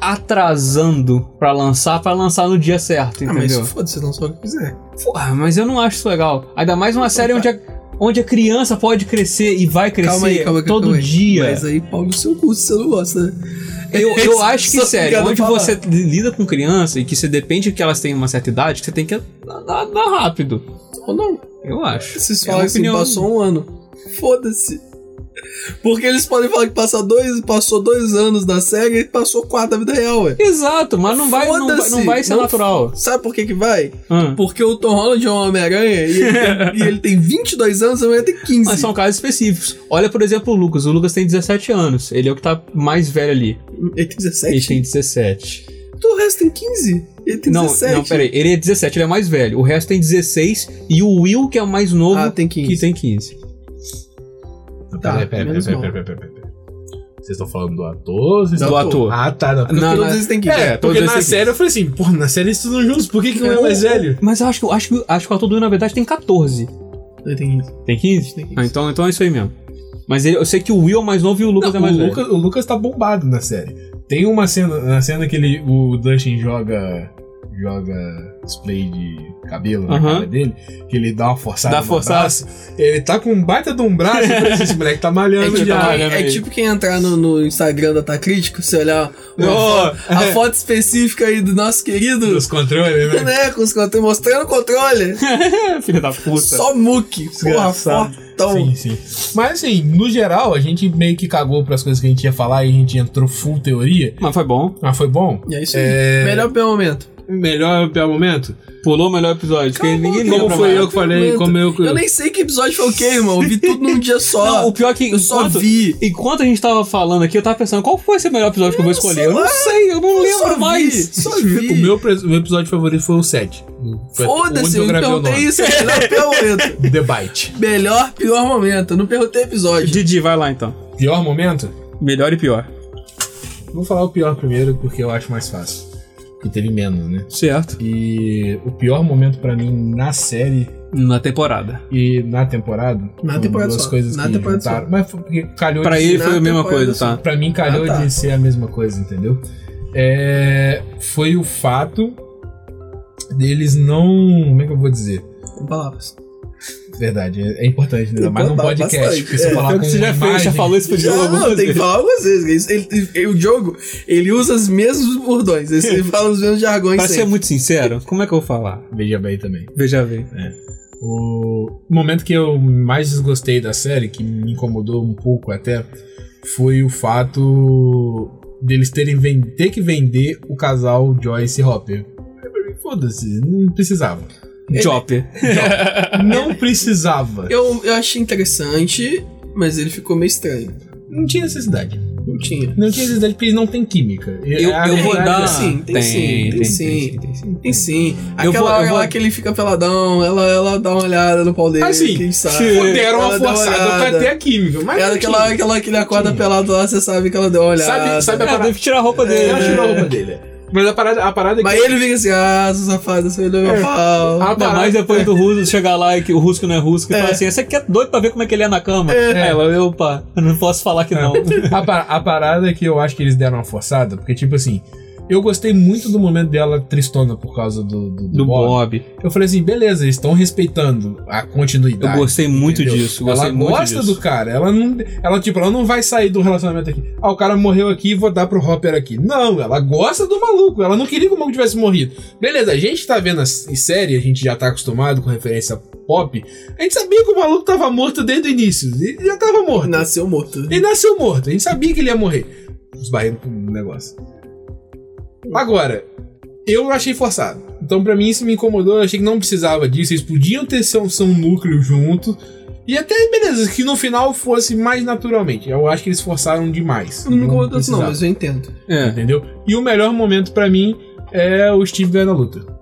Speaker 1: atrasando pra lançar, pra lançar no dia certo,
Speaker 3: Ah, mas
Speaker 1: entendeu?
Speaker 3: foda-se, não só o que quiser.
Speaker 1: Porra, mas eu não acho isso legal. Ainda mais uma série onde a, onde a criança pode crescer e vai crescer
Speaker 3: calma aí, calma aí.
Speaker 1: todo
Speaker 3: calma aí.
Speaker 1: dia.
Speaker 3: Mas aí pau no seu cu se você não gosta, né?
Speaker 1: Eu, eu
Speaker 3: Isso,
Speaker 1: acho que,
Speaker 3: só
Speaker 1: sério,
Speaker 3: obrigado a
Speaker 1: onde
Speaker 3: falar.
Speaker 1: você lida com criança e que você depende que elas tenham uma certa idade, que você tem que andar, andar rápido.
Speaker 3: Ou não.
Speaker 1: Eu acho.
Speaker 3: Vocês
Speaker 1: É uma
Speaker 3: falam assim,
Speaker 1: opinião.
Speaker 3: passou um ano. Foda-se. Porque eles podem falar que passa dois, passou dois anos da série e passou quatro da vida real, ué.
Speaker 1: Exato, mas não vai, não vai, não
Speaker 3: Foda-se,
Speaker 1: vai ser
Speaker 3: não-
Speaker 1: natural.
Speaker 3: Sabe por que que vai?
Speaker 1: Ah.
Speaker 3: Porque o Tom Holland é um Homem-Aranha e, ele tem- e ele tem 22 anos, a mulher tem 15.
Speaker 1: Mas são casos específicos. Olha, por exemplo, o Lucas. O Lucas tem 17 anos. Ele é o que tá mais velho ali.
Speaker 3: Ele tem
Speaker 1: Ele
Speaker 3: 17?
Speaker 1: tem 17.
Speaker 3: O resto tem 15. Ele tem
Speaker 1: não,
Speaker 3: 17.
Speaker 1: não, peraí. Ele é 17, ele é mais velho. O resto tem 16. E o Will, que é o mais novo,
Speaker 3: Ah, tem 15.
Speaker 1: que tem 15.
Speaker 3: Tá,
Speaker 2: Peraí, peraí, peraí,
Speaker 3: menos
Speaker 2: peraí,
Speaker 3: mal.
Speaker 2: peraí, peraí, peraí. Vocês estão falando do ator? Vocês
Speaker 1: Do
Speaker 2: estão-
Speaker 1: ator.
Speaker 2: Ah, tá. Não,
Speaker 1: Não,
Speaker 3: todos
Speaker 1: não,
Speaker 3: eles têm 15.
Speaker 2: É,
Speaker 1: todos
Speaker 2: porque
Speaker 1: eles
Speaker 2: na
Speaker 1: têm
Speaker 2: série eu falei assim, pô, na série eles estudam juntos, por que, que um é mais velho?
Speaker 1: Mas eu acho que, eu acho que, acho que o ator do Will, na verdade, tem 14.
Speaker 3: Ele tem 15.
Speaker 1: Tem 15?
Speaker 3: Tem 15.
Speaker 1: Ah, então, então é isso aí mesmo. Mas ele- eu sei que o Will é o mais novo e o Lucas
Speaker 2: Não,
Speaker 1: é mais
Speaker 2: o,
Speaker 1: velho.
Speaker 2: Lucas, o Lucas tá bombado na série. Tem uma cena, na cena que ele, o Dustin joga. joga spray de cabelo na
Speaker 1: Aham.
Speaker 2: cara dele, que ele dá uma forçada.
Speaker 1: Dá
Speaker 2: no
Speaker 1: forçada.
Speaker 2: braço. Ele tá com um baita de um braço, eu falei assim, esse moleque tá
Speaker 3: É
Speaker 2: malhando
Speaker 3: tipo,
Speaker 2: já.
Speaker 1: trabalhando
Speaker 3: é
Speaker 1: aí.
Speaker 3: tipo quem entrar no, no Instagram da Tá Crítico, você olhar uma
Speaker 2: Ó,
Speaker 3: fo- a foto específica aí do nosso querido,
Speaker 2: Dos controles, né?
Speaker 3: né? Com os controles, mostrando o controle.
Speaker 1: É, Filha da puta.
Speaker 3: Só muque. Porra,
Speaker 2: Desgraçado.
Speaker 3: fortão.
Speaker 2: Sim, sim. Mas assim, no geral, a gente meio que cagou pras coisas que a gente ia falar e a gente entrou full teoria.
Speaker 1: Mas foi bom.
Speaker 2: Mas foi bom.
Speaker 3: E é isso aí. Melhor pelo momento.
Speaker 2: Melhor pelo momento?
Speaker 1: Pulou o melhor episódio. porque
Speaker 3: Calma,
Speaker 1: ninguém
Speaker 2: Como
Speaker 1: lembra
Speaker 2: foi
Speaker 1: mais.
Speaker 2: eu que falei?
Speaker 3: momento.
Speaker 2: Como eu que.
Speaker 3: Eu nem sei que episódio foi o quê, irmão. Eu vi tudo num dia só.
Speaker 1: Não, o pior é que
Speaker 3: eu só
Speaker 1: enquanto-
Speaker 3: vi.
Speaker 1: Enquanto a gente tava falando aqui, eu tava pensando qual foi esse melhor episódio que eu vou escolher. eu não sei, eu não
Speaker 3: só
Speaker 1: lembro
Speaker 3: vi,
Speaker 1: mais.
Speaker 3: Só
Speaker 2: O
Speaker 3: vi.
Speaker 2: meu, pres- o meu episódio favorito foi o 7. Foi o onde
Speaker 3: Foda-se, então
Speaker 2: eu gravei
Speaker 3: eu não
Speaker 2: o
Speaker 3: perguntei
Speaker 2: nome.
Speaker 3: isso. Melhor pior momento.
Speaker 2: The Bite.
Speaker 3: Melhor pior momento. Eu não perguntei episódio.
Speaker 1: Didi, vai lá então.
Speaker 2: Pior momento?
Speaker 1: Melhor e pior.
Speaker 2: Vou falar o pior primeiro porque eu acho mais fácil. Porque teve menos, né?
Speaker 1: Certo.
Speaker 2: E o pior momento pra mim na série
Speaker 1: Na temporada.
Speaker 2: e na temporada.
Speaker 3: Na
Speaker 2: foram
Speaker 3: temporada
Speaker 2: duas
Speaker 3: só.
Speaker 2: coisas
Speaker 3: Na
Speaker 2: que
Speaker 3: temporada
Speaker 2: juntaram.
Speaker 3: só.
Speaker 2: Mas foi porque calhou
Speaker 1: Pra
Speaker 2: de
Speaker 1: ele
Speaker 3: na
Speaker 1: foi a mesma
Speaker 3: temporada
Speaker 1: coisa,
Speaker 3: só.
Speaker 1: tá?
Speaker 2: Pra mim, calhou
Speaker 3: Ah, tá.
Speaker 2: de ser a mesma coisa, entendeu? É, foi o fato deles não. Como é que eu vou dizer?
Speaker 3: Com palavras.
Speaker 2: Verdade, é é importante, né? Mas num
Speaker 3: Ba-
Speaker 2: podcast,
Speaker 3: bastante.
Speaker 2: porque você
Speaker 3: É,
Speaker 2: falar
Speaker 1: Foi o
Speaker 2: com
Speaker 1: que você já
Speaker 2: imagem,
Speaker 1: fez, já falou isso pro
Speaker 3: Já,
Speaker 1: Diogo
Speaker 3: não,
Speaker 1: algumas
Speaker 3: tem que
Speaker 1: vezes.
Speaker 3: falar algumas vezes. Ele, ele- ele- o jogo, ele usa os mesmos bordões. Ele fala os mesmos jargões
Speaker 1: Pra ser
Speaker 3: sempre.
Speaker 1: muito sincero, como é que eu vou falar?
Speaker 2: Veja bem também.
Speaker 1: Veja bem.
Speaker 2: O momento que eu mais desgostei da série, que me incomodou um pouco até, foi o fato deles terem ven- ter que vender o casal Joyce e Hopper. Foda-se, não precisava.
Speaker 3: Ele-
Speaker 1: Chopper.
Speaker 2: Não precisava.
Speaker 3: Eu, eu achei interessante, mas ele ficou meio estranho.
Speaker 2: Não tinha necessidade.
Speaker 3: Não tinha.
Speaker 2: Não tinha necessidade porque não tem química.
Speaker 1: Eu,
Speaker 2: A
Speaker 1: eu vou
Speaker 2: verdade
Speaker 1: dar.
Speaker 2: é assim.
Speaker 3: sim, tem sim, tem sim.
Speaker 1: tem sim.
Speaker 3: Tem sim. Aquela
Speaker 1: Eu vou- eu
Speaker 3: hora
Speaker 1: vou-
Speaker 3: lá que ele fica peladão, ela, ela dá uma olhada no pau dele.
Speaker 2: Assim,
Speaker 3: quem sabe?
Speaker 1: se-
Speaker 2: Deram uma
Speaker 3: Ela dá uma
Speaker 2: forçada
Speaker 3: olhada.
Speaker 2: pra ter a química. Mas
Speaker 3: Ela,
Speaker 2: não
Speaker 3: aquela
Speaker 2: tinha.
Speaker 3: hora que, ela, que ele acorda
Speaker 2: Tinha.
Speaker 3: pelado lá, você sabe que ela deu uma olhada.
Speaker 2: Sabe, sabe a
Speaker 1: É,
Speaker 2: parada?
Speaker 1: deve tirar a roupa dele.
Speaker 2: Ela
Speaker 1: né?
Speaker 2: tirou a roupa dele. é. Mas a parada, a parada é que.
Speaker 3: Mas ele fica assim, ah, seu safado, você olhou
Speaker 2: É.
Speaker 3: meu pau.
Speaker 2: A
Speaker 1: Ainda
Speaker 2: parada-
Speaker 1: mais depois do Russo chegar lá e que o Russo que não é Russo, que
Speaker 3: É.
Speaker 1: fala assim: você aqui é doido pra ver como é que ele é na cama?
Speaker 2: É.
Speaker 1: Ela, eu, opa, eu não posso falar que não.
Speaker 2: a, pa- a parada é que eu acho que eles deram uma forçada, porque, tipo assim, eu gostei muito do momento dela tristona por causa do, do, do
Speaker 1: Do
Speaker 2: Bob.
Speaker 1: Bob.
Speaker 2: Eu falei assim, beleza, eles estão respeitando a
Speaker 1: Eu
Speaker 2: continuidade.
Speaker 1: gostei muito
Speaker 2: entendeu?
Speaker 1: disso. Gostei
Speaker 2: ela
Speaker 1: muito
Speaker 2: gosta
Speaker 1: disso.
Speaker 2: do cara. Ela não. Ela, tipo, ela não vai sair do relacionamento aqui. Ah, o cara morreu aqui, vou dar pro Hopper aqui. Não, ela gosta do maluco. Ela não queria que o maluco tivesse morrido. Beleza, a gente tá vendo a s- série, a gente já tá acostumado com referência pop. A gente sabia que o maluco tava morto desde o início. Ele já tava morto.
Speaker 3: Nasceu morto.
Speaker 2: Ele nasceu morto, a gente sabia que ele ia morrer. Esbarrando com um negócio. Agora, eu achei forçado. Então, pra mim, isso me incomodou. Eu achei que não precisava disso. Eles podiam ter seu, seu núcleo junto. E até, beleza, que no final fosse mais naturalmente. Eu acho que eles forçaram demais.
Speaker 3: Não me incomodou isso, não,
Speaker 2: precisava,
Speaker 3: mas eu entendo.
Speaker 1: É.
Speaker 2: Entendeu? E o melhor momento pra mim é o Steve ganhando a luta.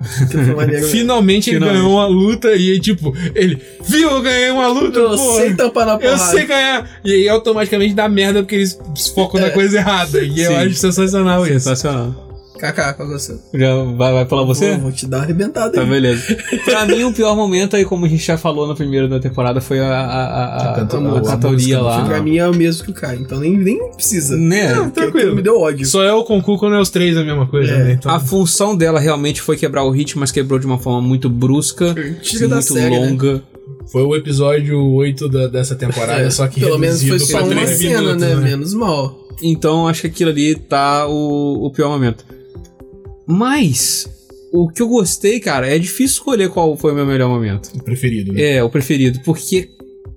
Speaker 3: Que foi maneiro. mesmo.
Speaker 2: Finalmente ele
Speaker 1: Finalmente.
Speaker 2: ganhou uma luta e, tipo, ele... Viu, eu ganhei uma luta,
Speaker 3: Eu
Speaker 2: porra!"
Speaker 3: sei tampar na porrada.
Speaker 2: Eu sei ganhar. E aí
Speaker 3: É.
Speaker 2: automaticamente dá merda porque eles focam na coisa errada. E eu
Speaker 1: Sim.
Speaker 2: acho sensacional isso.
Speaker 1: Sensacional.
Speaker 3: Kaká, qual é o seu?
Speaker 1: Já vai, vai falar você?
Speaker 3: Vou, vou te dar uma arrebentada
Speaker 1: Tá,
Speaker 3: aí.
Speaker 1: beleza. pra mim, o pior momento aí, como a gente já falou na primeira da temporada, foi a, a, a, a,
Speaker 2: A canto-
Speaker 1: a
Speaker 2: a- a
Speaker 1: cantoria
Speaker 2: música,
Speaker 1: lá.
Speaker 3: Pra mim é o mesmo que o Kai, então nem, nem precisa.
Speaker 1: Né?
Speaker 3: Porque
Speaker 2: Ah, tranquilo.
Speaker 3: aquilo Me deu ódio.
Speaker 2: Só é o concurso quando é os três a mesma coisa,
Speaker 3: É.
Speaker 2: né? Então,
Speaker 1: A função dela realmente foi quebrar o ritmo, mas quebrou de uma forma muito
Speaker 2: é
Speaker 1: brusca,
Speaker 3: Tira da
Speaker 1: muito
Speaker 3: série, né?
Speaker 1: longa.
Speaker 2: Foi o episódio 8 da- dessa temporada, só que
Speaker 3: É, Pelo menos foi
Speaker 2: reduzido
Speaker 3: só
Speaker 2: pra
Speaker 3: uma
Speaker 2: três
Speaker 3: cena,
Speaker 2: minutos,
Speaker 3: né? Menos mal.
Speaker 1: Então acho que aquilo ali tá o, o pior momento. Mas o que eu gostei, cara, é difícil escolher qual foi o meu melhor momento.
Speaker 2: O Preferido, né?
Speaker 1: É, o preferido, porque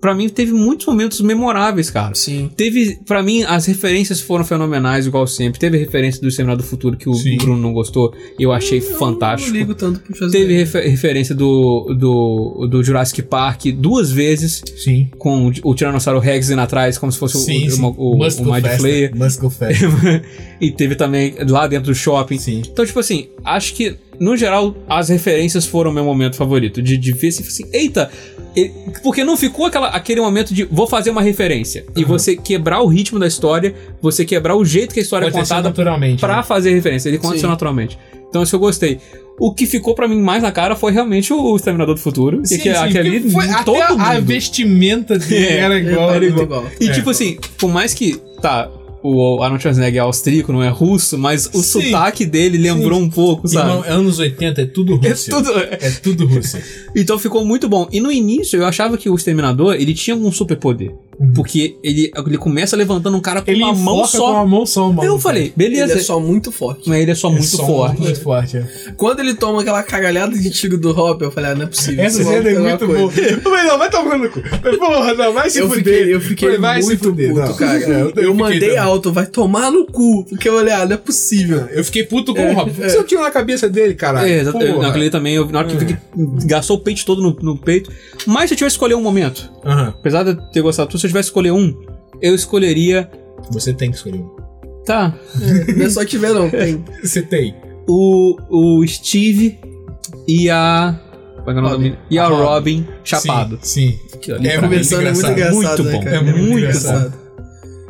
Speaker 1: pra mim teve muitos momentos memoráveis, cara.
Speaker 3: É, Sim.
Speaker 1: Teve, pra mim, as referências foram fenomenais, igual sempre. Teve a referência do Seminário do Futuro que o
Speaker 2: Sim.
Speaker 1: Bruno não gostou, e eu achei fantástico.
Speaker 3: Não ligo tanto pro Schwarzenegger.
Speaker 1: Teve refer- referência do, do, do Jurassic Park duas vezes,
Speaker 2: Sim.
Speaker 1: com o Tiranossauro Rex indo atrás, como se fosse o-
Speaker 2: Sim,
Speaker 1: o,
Speaker 2: sim.
Speaker 1: o, o,
Speaker 2: Must
Speaker 1: o
Speaker 2: go
Speaker 1: Mind
Speaker 2: faster,
Speaker 1: Flayer.
Speaker 2: Must go faster.
Speaker 1: e teve também lá dentro do shopping.
Speaker 2: Sim.
Speaker 1: Então, tipo assim, acho que, no geral, as referências foram o meu momento favorito. De, de ver se assim, eita! e- Porque não ficou aquela, aquele momento de vou fazer uma referência.
Speaker 2: Uhum.
Speaker 1: E você quebrar o ritmo da história, você quebrar o jeito que a história
Speaker 2: Pode
Speaker 1: é
Speaker 2: ser
Speaker 1: contada
Speaker 2: naturalmente.
Speaker 1: pra
Speaker 2: né?
Speaker 1: fazer referência. Ele aconteceu
Speaker 3: Sim.
Speaker 1: naturalmente. Então, isso eu gostei. O que ficou pra mim mais na cara foi realmente o Exterminador do Futuro. que-
Speaker 2: Sim,
Speaker 1: que, é
Speaker 2: sim,
Speaker 1: aquele
Speaker 2: porque foi-
Speaker 1: todo
Speaker 2: até a- a
Speaker 1: mundo.
Speaker 2: vestimenta dele
Speaker 1: É,
Speaker 2: era igual.
Speaker 3: Era
Speaker 2: igual.
Speaker 3: igual.
Speaker 1: E
Speaker 2: É.
Speaker 1: tipo assim, por mais que, tá, o Arnold Schwarzenegger é austríaco, não é russo, mas o
Speaker 2: Sim.
Speaker 1: sotaque dele lembrou um pouco, sabe?
Speaker 2: Irmão, anos 80 é tudo
Speaker 1: é
Speaker 2: Rússia.
Speaker 1: tudo...
Speaker 2: É tudo Rússia.
Speaker 1: Então ficou muito bom. E no início eu achava que o Exterminador, ele tinha algum superpoder. Porque ele, ele começa levantando um cara com
Speaker 2: Uhum. Ele
Speaker 1: uma mão
Speaker 2: enfoca
Speaker 1: só.
Speaker 2: com uma mão né? só, mano.
Speaker 1: Eu falei, beleza.
Speaker 3: Ele é só muito forte.
Speaker 1: Mas ele é só
Speaker 2: É
Speaker 1: muito
Speaker 2: só
Speaker 1: forte.
Speaker 2: Muito forte, é.
Speaker 3: Quando ele toma aquela cagalhada de tiro do Hop, eu falei, ah, não é possível.
Speaker 2: Essa
Speaker 3: isso
Speaker 2: cena é
Speaker 3: logo tem
Speaker 2: muito
Speaker 3: alguma
Speaker 2: boa.
Speaker 3: coisa.
Speaker 2: Mas não, vai tomar no cu. Mas, Porra, não, vai se
Speaker 3: Eu
Speaker 2: fuder.
Speaker 3: fiquei, eu fiquei
Speaker 2: Mas vai se
Speaker 3: muito
Speaker 2: fuder,
Speaker 3: puto,
Speaker 2: não.
Speaker 3: cara.
Speaker 2: É, eu
Speaker 3: Eu,
Speaker 2: fiquei
Speaker 3: mandei
Speaker 2: também.
Speaker 3: alto, vai tomar no cu. Porque eu olhei, ah, não é possível.
Speaker 2: Eu fiquei puto com
Speaker 3: É,
Speaker 2: o Rob. Por que você não tirou na cabeça dele, caralho?
Speaker 1: É, exato. Eu-
Speaker 2: Porra. É.
Speaker 1: Naquele também, eu, na hora que eu vi que gastou o peito todo no, no peito. Mas se eu tivesse que escolher um momento,
Speaker 2: Aham.
Speaker 1: apesar de eu ter gostado de tudo, se eu tivesse que escolher um, eu escolheria.
Speaker 2: Você tem que escolher um.
Speaker 1: Tá,
Speaker 3: Não é só tiver, não. Tem.
Speaker 2: Você tem.
Speaker 1: o, o Steve e a. como é que é o nome da
Speaker 3: Robin.
Speaker 1: menina? E a
Speaker 2: A
Speaker 1: Robin, chapado.
Speaker 2: Sim. sim.
Speaker 1: Que ali
Speaker 2: É,
Speaker 1: pra mim-
Speaker 2: conversando
Speaker 3: Conversando é muito
Speaker 2: engraçado.
Speaker 1: Muito
Speaker 3: engraçado, né,
Speaker 1: bom.
Speaker 3: cara?
Speaker 2: É muito engraçado.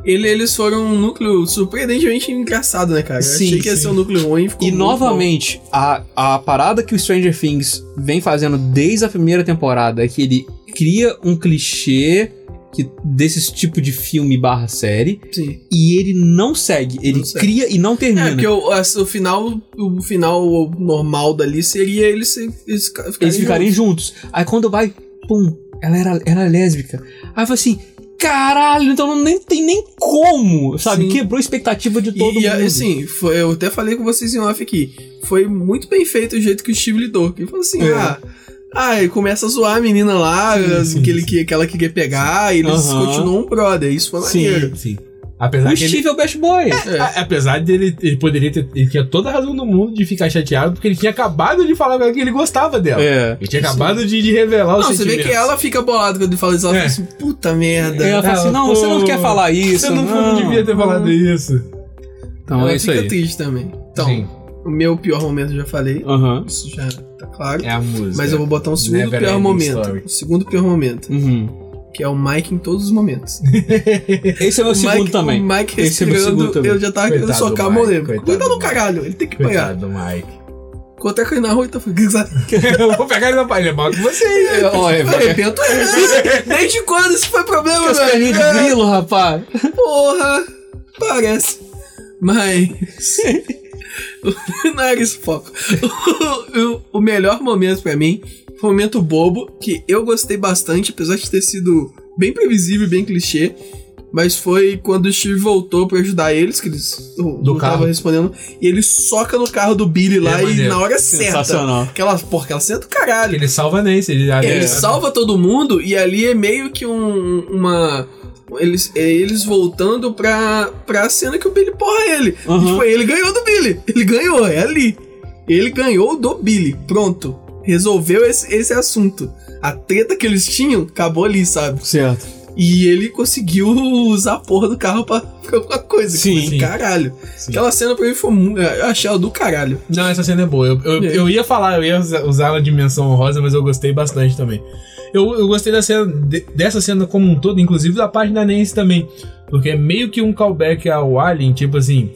Speaker 3: Ele, eles foram um núcleo surpreendentemente engraçado, né, cara? Eu
Speaker 1: Sim,
Speaker 3: achei que ia
Speaker 2: sim.
Speaker 3: ser um núcleo ruim. Ficou
Speaker 1: E
Speaker 3: muito
Speaker 1: novamente, a, a parada que o Stranger Things vem fazendo desde a primeira temporada é que ele cria um clichê que, desse tipo de filme barra série
Speaker 3: bom. Sim.
Speaker 1: e ele não segue. Ele
Speaker 3: Não segue.
Speaker 1: cria e não
Speaker 2: né?
Speaker 3: É,
Speaker 1: termina.
Speaker 3: porque o, as- o final, o final normal dali seria eles, se, eles, ca- ficarem
Speaker 1: Eles ficarem juntos. Aí quando vai, pum, ela era, era lésbica. Aí eu falei assim. Caralho, então não nem tem nem como, sabe?
Speaker 3: Sim.
Speaker 1: Quebrou a expectativa de todo
Speaker 3: e, e,
Speaker 1: mundo.
Speaker 3: assim, foi, eu até falei com vocês em off aqui. Foi muito bem feito o jeito que o Steve lidou. Que ele falou assim:
Speaker 1: É.
Speaker 3: ah, ah, ele começa a zoar a menina lá, né,
Speaker 2: Sim, sim,
Speaker 3: que, ele,
Speaker 2: sim.
Speaker 3: que, que ela queria pegar, e eles
Speaker 1: Aham.
Speaker 3: continuam um brother. Isso foi maneiro.
Speaker 1: Sim.
Speaker 2: Sim. Apesar
Speaker 1: O
Speaker 2: que ele-
Speaker 1: Steve é o best boy.
Speaker 3: É.
Speaker 2: A- Apesar dele, ele poderia ter. Ele tinha toda a razão do mundo de ficar chateado, porque ele tinha acabado de falar com ela que ele gostava dela.
Speaker 1: É.
Speaker 2: Ele tinha acabado de, de revelar o
Speaker 3: Não, você vê que ela fica bolada quando ele fala isso. Ela
Speaker 2: É.
Speaker 3: fala assim: puta merda.
Speaker 1: Ela fala assim: não, você não
Speaker 2: Pô,
Speaker 1: quer falar isso.
Speaker 2: Você não, não devia ter falado isso.
Speaker 1: Então
Speaker 3: ela
Speaker 1: é isso
Speaker 3: fica
Speaker 1: aí.
Speaker 3: triste também. Então,
Speaker 2: Sim,
Speaker 3: o meu pior momento eu já falei.
Speaker 1: Aham.
Speaker 3: Isso já tá claro.
Speaker 2: é a música.
Speaker 3: Mas eu vou botar um
Speaker 1: é
Speaker 3: segundo
Speaker 2: Never
Speaker 3: pior
Speaker 2: ending
Speaker 3: momento.
Speaker 2: story.
Speaker 3: O segundo pior momento.
Speaker 1: Uhum.
Speaker 3: Que é o Mike em todos os momentos.
Speaker 1: Esse é o meu segundo
Speaker 3: Mike,
Speaker 1: também.
Speaker 3: O Mike
Speaker 1: Esse é meu
Speaker 3: respirando,
Speaker 1: segundo também.
Speaker 3: eu já tava querendo
Speaker 2: Coitado do
Speaker 3: socar a mão
Speaker 2: Mike,
Speaker 3: nele.
Speaker 2: coitado do
Speaker 3: Cuidado do
Speaker 2: Mike.
Speaker 3: caralho, ele tem que apanhar.
Speaker 2: Coitado do Mike.
Speaker 3: Ficou até caindo na rua e tá falando.
Speaker 2: eu vou pegar ele na palha, mal com você.
Speaker 1: É, Olha,
Speaker 3: De repente, é. desde quando isso foi problema,
Speaker 1: as
Speaker 3: velho?
Speaker 1: perninhas de
Speaker 3: É,
Speaker 1: grilo, rapaz.
Speaker 3: Porra, parece. Mas. não era esse o foco. O, o melhor momento pra mim foi um momento bobo, que eu gostei bastante, apesar de ter sido bem previsível, e bem clichê. Mas foi quando o Steve voltou pra ajudar eles, que eles o-
Speaker 2: Do
Speaker 3: não tava
Speaker 2: carro.
Speaker 3: respondendo. E ele soca no carro do Billy lá
Speaker 2: É
Speaker 3: e
Speaker 2: maneiro.
Speaker 3: na hora certa.
Speaker 1: Sensacional.
Speaker 3: Aquela, porra, aquela senta o caralho.
Speaker 2: Ele salva nesse, ele,
Speaker 1: É.
Speaker 3: Ele salva todo mundo e ali é meio que um, uma. Eles, é eles voltando pra, pra cena que o Billy porra ele.
Speaker 1: Aham.
Speaker 3: E, tipo, ele ganhou do Billy. Ele ganhou, é ali. Ele ganhou do Billy. Pronto. Resolveu esse, esse assunto. A treta que eles tinham acabou ali, sabe?
Speaker 1: Certo.
Speaker 3: E ele conseguiu usar a porra do carro pra pra alguma coisa.
Speaker 1: Sim.
Speaker 3: Tipo, caralho.
Speaker 2: Sim.
Speaker 3: Aquela cena pra mim foi. mu- Eu achei ela do caralho.
Speaker 2: Não, essa cena é boa. Eu, eu,
Speaker 3: É.
Speaker 2: eu ia falar, eu ia usa- usar ela de menção honrosa, mas eu gostei bastante também. Eu, eu gostei da cena, de- dessa cena como um todo, inclusive da parte da Nancy também. Porque é meio que um callback ao Alien, tipo assim.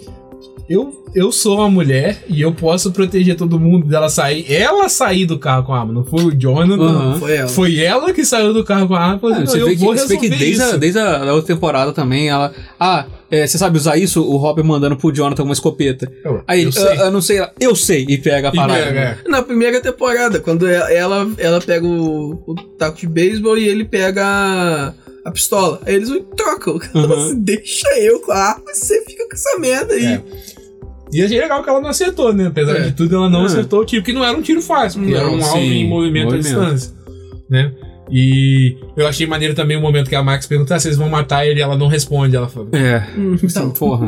Speaker 2: Eu, eu sou uma mulher e eu posso proteger todo mundo dela sair. Ela sair do carro com a arma, não foi o Jonathan.
Speaker 1: Aham.
Speaker 3: Foi ela.
Speaker 2: Foi ela que saiu do carro com a arma. e falou,
Speaker 1: Ah,
Speaker 2: "Não,
Speaker 1: você,
Speaker 2: eu
Speaker 1: vê que,
Speaker 2: vou
Speaker 1: você vê que
Speaker 2: resolver
Speaker 1: desde, a,
Speaker 2: isso."
Speaker 1: desde a- a outra temporada também, ela. Ah, é, você sabe usar isso? O Hopper mandando pro Jonathan uma escopeta.
Speaker 2: Eu-
Speaker 1: Aí
Speaker 2: eu
Speaker 1: ele,
Speaker 2: sei.
Speaker 1: "Ah, eu não sei, ela, eu sei, e pega a
Speaker 2: E
Speaker 1: parada.
Speaker 2: pega, é.
Speaker 3: Na primeira temporada, quando ela, ela, ela pega o, o taco de beisebol e ele pega a, a pistola. Aí eles me trocam. Ela
Speaker 1: Uhum.
Speaker 3: assim, deixa eu com a arma, você fica com essa merda aí.
Speaker 2: É. E achei legal que ela não acertou, né? Apesar
Speaker 3: É.
Speaker 2: de tudo, ela não
Speaker 1: É.
Speaker 2: acertou o tiro, que não era um tiro fácil, porque
Speaker 3: Não,
Speaker 2: era um alvo
Speaker 1: sim,
Speaker 2: em movimento, à
Speaker 1: movimento.
Speaker 2: distância, né? E eu achei maneiro também o momento que a Max pergunta se eles vão matar ele e ela não responde. Ela fala,
Speaker 1: É.
Speaker 3: Hum, então,
Speaker 1: Porra.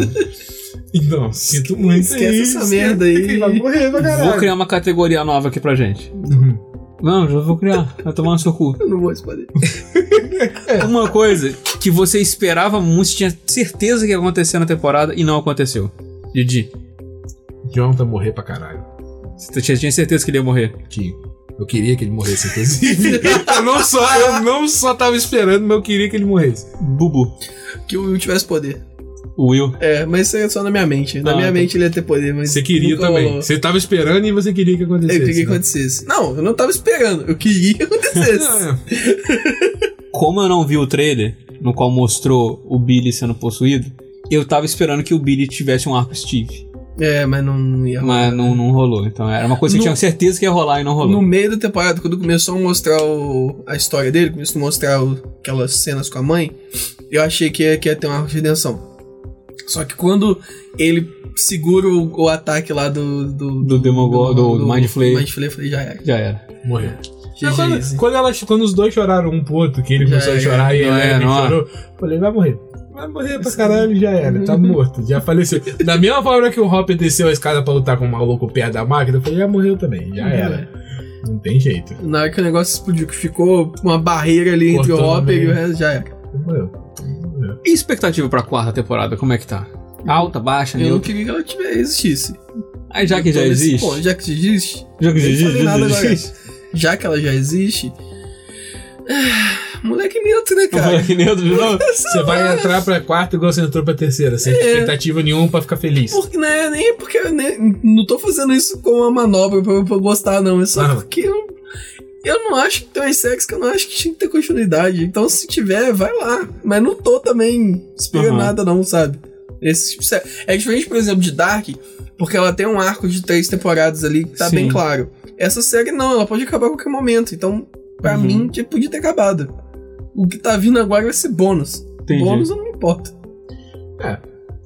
Speaker 2: então, sinto muito.
Speaker 3: Esquece
Speaker 2: aí,
Speaker 3: essa merda aí.
Speaker 2: que Vai morrer pra
Speaker 1: Vou
Speaker 2: caralho.
Speaker 1: criar uma categoria nova aqui pra gente.
Speaker 2: Uhum.
Speaker 1: Não, já vou criar. Vai tomar no seu cu.
Speaker 3: eu não vou responder.
Speaker 2: É.
Speaker 1: Uma coisa que você esperava muito, você tinha certeza que ia acontecer na temporada e não aconteceu. Didi,
Speaker 2: Jonathan morrer pra caralho.
Speaker 1: você tinha- tinha certeza que ele ia morrer.
Speaker 2: Tio, eu queria que ele morresse, inclusive. eu, não só, eu não só tava esperando, mas eu queria que ele morresse.
Speaker 1: Bubu.
Speaker 3: Que o Will tivesse poder.
Speaker 1: O Will.
Speaker 3: É, mas isso aí é só na minha mente. Na
Speaker 1: Ah,
Speaker 3: minha
Speaker 1: tá.
Speaker 3: mente ele ia ter poder, mas.
Speaker 2: Você queria
Speaker 3: nunca
Speaker 2: também.
Speaker 3: rolou.
Speaker 2: Você tava esperando e você queria que acontecesse.
Speaker 3: Eu queria que
Speaker 2: né?
Speaker 3: acontecesse. Não, eu não tava esperando. Eu queria que acontecesse.
Speaker 2: Não, é.
Speaker 1: Como eu não vi o trailer, no qual mostrou o Billy sendo possuído, eu tava esperando que o Billy tivesse um arco Steve.
Speaker 3: é, mas não ia rolar.
Speaker 1: Mas não, não rolou. Então era uma coisa que
Speaker 3: No-
Speaker 1: eu tinha certeza que ia rolar e não rolou.
Speaker 3: No meio da temporada, quando começou a mostrar o- a história dele, começou a mostrar o- aquelas cenas com a mãe, eu achei que ia, que ia ter uma redenção. Só que quando ele segura o, o ataque lá do. Do,
Speaker 1: Do Demogorgon, do Mind Flayer.
Speaker 3: Mind Flayer, eu falei, já era.
Speaker 1: Já era.
Speaker 2: É, Morreu. Não,
Speaker 3: GG,
Speaker 2: quando,
Speaker 3: assim.
Speaker 2: quando, ela- quando os dois choraram um pro outro, que ele
Speaker 3: Já
Speaker 2: começou a
Speaker 3: era,
Speaker 2: chorar e
Speaker 1: não
Speaker 2: ela
Speaker 1: é,
Speaker 2: também
Speaker 1: não é.
Speaker 2: chorou, falei, vai morrer. Vai morrer pra caralho, já era, tá morto, já faleceu. Da mesma forma que o Hopper desceu a escada pra lutar com o maluco perto da máquina, eu falei, já morreu também,
Speaker 3: Uhum.
Speaker 2: já era. Não tem jeito.
Speaker 3: Na hora que o negócio explodiu, que ficou uma barreira ali entre o
Speaker 2: Cortou no
Speaker 3: Hopper e
Speaker 2: meio.
Speaker 3: o resto, já era.
Speaker 2: Morreu.
Speaker 1: E expectativa pra quarta temporada, como é que tá? Alta, baixa,
Speaker 3: Eu não
Speaker 1: neutra?
Speaker 3: queria que ela tivesse, existisse.
Speaker 1: Aí já que
Speaker 3: Eu tô
Speaker 1: já
Speaker 3: nesse
Speaker 1: existe.
Speaker 3: ponto, já que já existe,
Speaker 1: Já que já
Speaker 3: Eu não
Speaker 1: existe.
Speaker 3: falei
Speaker 1: já
Speaker 3: nada
Speaker 1: que já
Speaker 3: agora.
Speaker 1: existe.
Speaker 3: já que ela já existe. ah, Moleque neutro, né,
Speaker 1: Não
Speaker 3: cara?
Speaker 1: falei que neutro de novo?
Speaker 2: Você vai entrar pra quarta igual você entrou pra terceira, sem
Speaker 3: É.
Speaker 2: expectativa nenhuma pra ficar feliz.
Speaker 3: Porque, né, nem é porque eu né, não tô fazendo isso como uma manobra pra, pra eu gostar, não. É só
Speaker 2: Ah.
Speaker 3: porque eu, eu não acho que tem umas séries que eu não acho que tinha que ter continuidade. Então, se tiver, vai lá. Mas não tô também esperando
Speaker 1: Aham.
Speaker 3: nada, não, sabe? Esse tipo de série. É diferente, por exemplo, de Dark, porque ela tem um arco de três temporadas ali que tá
Speaker 1: Sim.
Speaker 3: bem claro. Essa série não, ela pode acabar a qualquer momento. Então, pra
Speaker 1: Uhum.
Speaker 3: mim, já podia ter acabado. O que tá vindo agora vai ser bônus.
Speaker 1: Entendi.
Speaker 3: Bônus eu não me importo.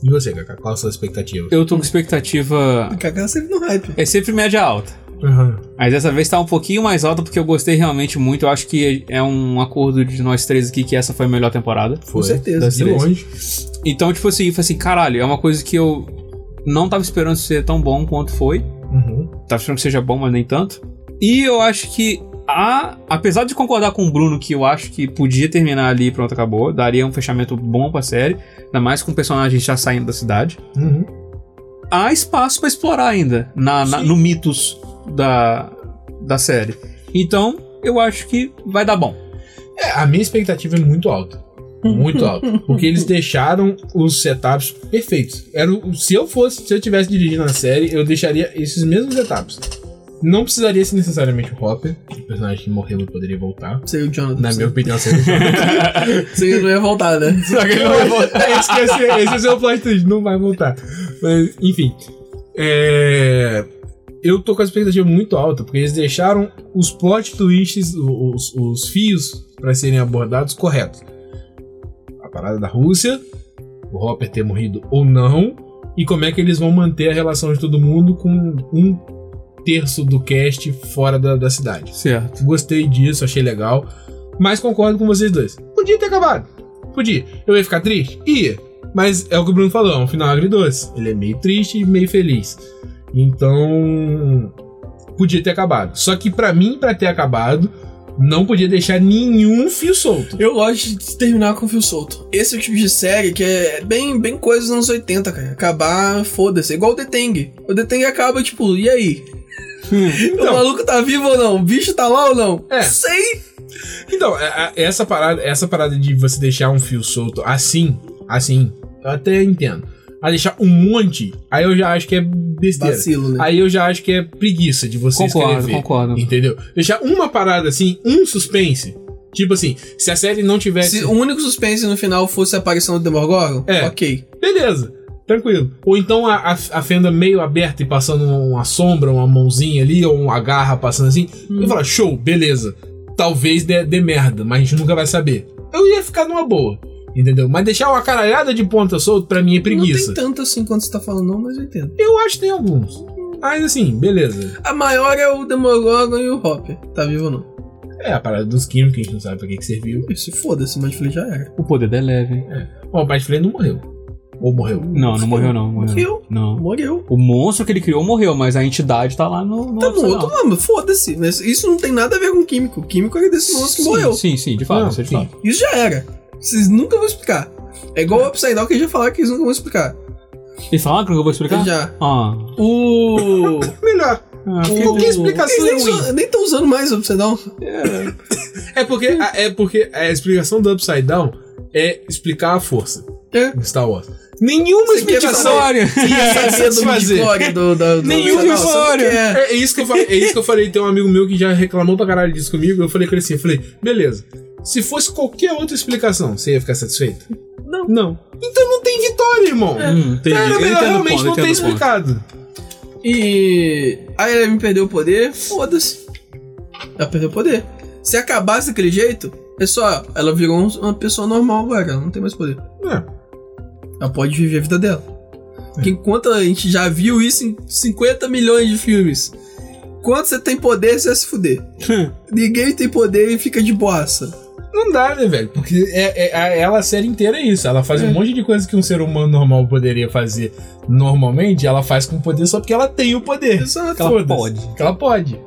Speaker 2: E você, Kaká, qual a sua expectativa?
Speaker 1: Eu tô com expectativa.
Speaker 3: Porque ela sempre no hype.
Speaker 1: É sempre média alta.
Speaker 2: Aham.
Speaker 1: Mas dessa vez tá um pouquinho mais alta porque eu gostei realmente muito. Eu acho que é um acordo de nós três aqui que essa foi a melhor temporada.
Speaker 2: Foi.
Speaker 3: Com certeza.
Speaker 1: Das
Speaker 2: De
Speaker 1: três.
Speaker 2: longe.
Speaker 1: Então, tipo assim, eu falei assim, caralho, é uma coisa que eu não tava esperando ser tão bom quanto foi.
Speaker 2: Uhum.
Speaker 1: Tava achando que seja bom, mas nem tanto. E eu acho que a. Apesar de concordar com o Bruno que eu acho que podia terminar ali e pronto, acabou. Daria um fechamento bom pra série. Ainda mais com o personagem já saindo da cidade.
Speaker 2: Uhum.
Speaker 1: Há espaço pra explorar ainda. Na, na-
Speaker 2: Sim.
Speaker 1: no mitos da, da série. Então, eu acho que vai dar bom.
Speaker 2: É, a minha expectativa é muito alta. Muito alto. Porque eles deixaram os setups perfeitos. Era o, se eu fosse, se eu tivesse dirigindo a série, eu deixaria esses mesmos setups. Não precisaria ser necessariamente o Hopper, o personagem que morreu e poderia voltar.
Speaker 3: Seria o Jonathan.
Speaker 2: Na minha opinião, seria o Jonathan.
Speaker 3: Você não ia voltar, né?
Speaker 2: Só que ele não vai voltar. Esquece, esse é o seu plot twist, não vai voltar. Mas, enfim. É, Eu tô com a expectativa muito alta, porque eles deixaram os plot twists, os, os fios, pra serem abordados corretos. A parada da Rússia, o Hopper ter morrido ou não, e como é que eles vão manter a relação de todo mundo com um terço do cast fora da, da cidade.
Speaker 1: Certo.
Speaker 2: Gostei disso, achei legal. Mas concordo com vocês dois. Podia ter acabado. Podia. Eu ia ficar triste? Ia. Mas é o que o Bruno falou, é um final agridoce. Ele é meio triste e meio feliz. Então. Podia ter acabado. Só que pra mim, pra ter acabado, não podia deixar nenhum fio solto.
Speaker 3: Eu gosto de terminar com o fio solto. Esse é o tipo de série que é bem, bem coisa dos anos 80, cara. Acabar, foda-se. É Igual o Deteng. O Deteng acaba, tipo, e aí?
Speaker 1: Então.
Speaker 3: o maluco tá vivo ou não? O bicho tá lá ou não?
Speaker 2: É.
Speaker 3: Sei!
Speaker 2: Então, a- a- essa parada, essa parada de você deixar um fio solto assim, assim, eu até entendo. a deixar um monte, aí eu já acho que é besteira.
Speaker 3: Vacilo, né?
Speaker 2: Aí eu já acho que é preguiça de vocês
Speaker 1: Concordo,
Speaker 2: querem ver.
Speaker 1: concordo.
Speaker 2: Entendeu? Deixar uma parada assim, um suspense. Tipo assim, se a série não tivesse.
Speaker 3: Se um o único suspense no final fosse a aparição do Demogorgon,
Speaker 2: É.
Speaker 3: ok.
Speaker 2: Beleza, tranquilo. Ou então a, a, a fenda meio aberta e passando um, uma sombra, uma mãozinha ali, ou uma garra passando assim.
Speaker 3: Hum.
Speaker 2: Eu falo, show, beleza. Talvez dê, dê merda, mas a gente nunca vai saber. Eu ia ficar numa boa, entendeu? Mas deixar uma caralhada de ponta solta pra mim é preguiça.
Speaker 3: Não tem tanto assim quanto você tá falando, não, mas eu entendo.
Speaker 2: Eu acho que tem alguns. Mas assim, beleza.
Speaker 3: A maior é o Demogorgon e o Hopper. Tá vivo ou não?
Speaker 2: É a parada dos químicos, que a gente não sabe pra que, que serviu.
Speaker 3: Isso, foda-se, mas falei, já era.
Speaker 1: O poder é da Eleven.
Speaker 2: Bom, o Pai de Freire não morreu. Ou morreu.
Speaker 1: Não, não morreu não. Morreu.
Speaker 3: Morreu.
Speaker 1: Não.
Speaker 3: Morreu.
Speaker 1: O monstro que ele criou morreu, mas a entidade tá lá no. no
Speaker 3: Tá
Speaker 1: outro
Speaker 3: morto,
Speaker 1: lado.
Speaker 3: mano, foda-se. Mas isso não tem nada a ver com químico. O químico é desse monstro que
Speaker 1: Sim,
Speaker 3: morreu.
Speaker 1: Sim, sim, de fato,
Speaker 2: Não,
Speaker 1: isso é de
Speaker 2: sim.
Speaker 1: fato.
Speaker 3: Isso já era. Vocês nunca vão explicar. É igual o Upside Down que eles já falaram que eles nunca vão explicar.
Speaker 1: Eles falaram que eu vou explicar?
Speaker 3: Já.
Speaker 1: Ah.
Speaker 3: O.
Speaker 2: Melhor.
Speaker 1: Ah,
Speaker 2: Qualquer explicação é
Speaker 3: Eles
Speaker 2: ruim.
Speaker 3: nem estão usando mais o Upside Down.
Speaker 2: É porque, a- é porque a explicação do Upside Down é explicar a força
Speaker 3: É.
Speaker 2: em Star Wars. Nenhuma
Speaker 3: Você quer
Speaker 2: explicação
Speaker 1: Olha.
Speaker 2: ia satisfazer.
Speaker 3: do, do, do
Speaker 2: Nenhum
Speaker 3: Upside Down, você não
Speaker 1: Vitória.
Speaker 3: quer.
Speaker 2: É isso, que eu falei, é isso que eu falei. Tem um amigo meu que já reclamou pra caralho disso comigo. Eu falei com ele assim: eu falei, beleza. Se fosse qualquer outra explicação, você ia ficar satisfeito?
Speaker 3: Não.
Speaker 2: Não. Então não tem vitória, irmão.
Speaker 1: Hum, entendi.
Speaker 2: Cara,
Speaker 1: Eu
Speaker 2: melhor
Speaker 1: entendo o
Speaker 2: realmente
Speaker 1: ponto, eu
Speaker 2: não tem
Speaker 1: entendo o ponto.
Speaker 2: explicado.
Speaker 3: E aí ele me perdeu o poder, foda-se. Ela perdeu o poder. Se acabasse daquele jeito, é só, ela virou um- uma pessoa normal agora, ela não tem mais poder.
Speaker 2: É.
Speaker 3: Ela pode viver a vida dela. Porque enquanto a gente já viu isso em 50 milhões de filmes, quando você tem poder, você vai se fuder. Ninguém tem poder e fica de boaça.
Speaker 2: Não dá, né, velho? Porque é, é- a- ela a série inteira é isso. Ela faz
Speaker 3: É.
Speaker 2: um monte de coisa que um ser humano normal poderia fazer normalmente. Ela faz com poder só porque ela tem o poder.
Speaker 3: Exato.
Speaker 2: Ela
Speaker 1: Foda-se.
Speaker 2: pode. Que ela pode.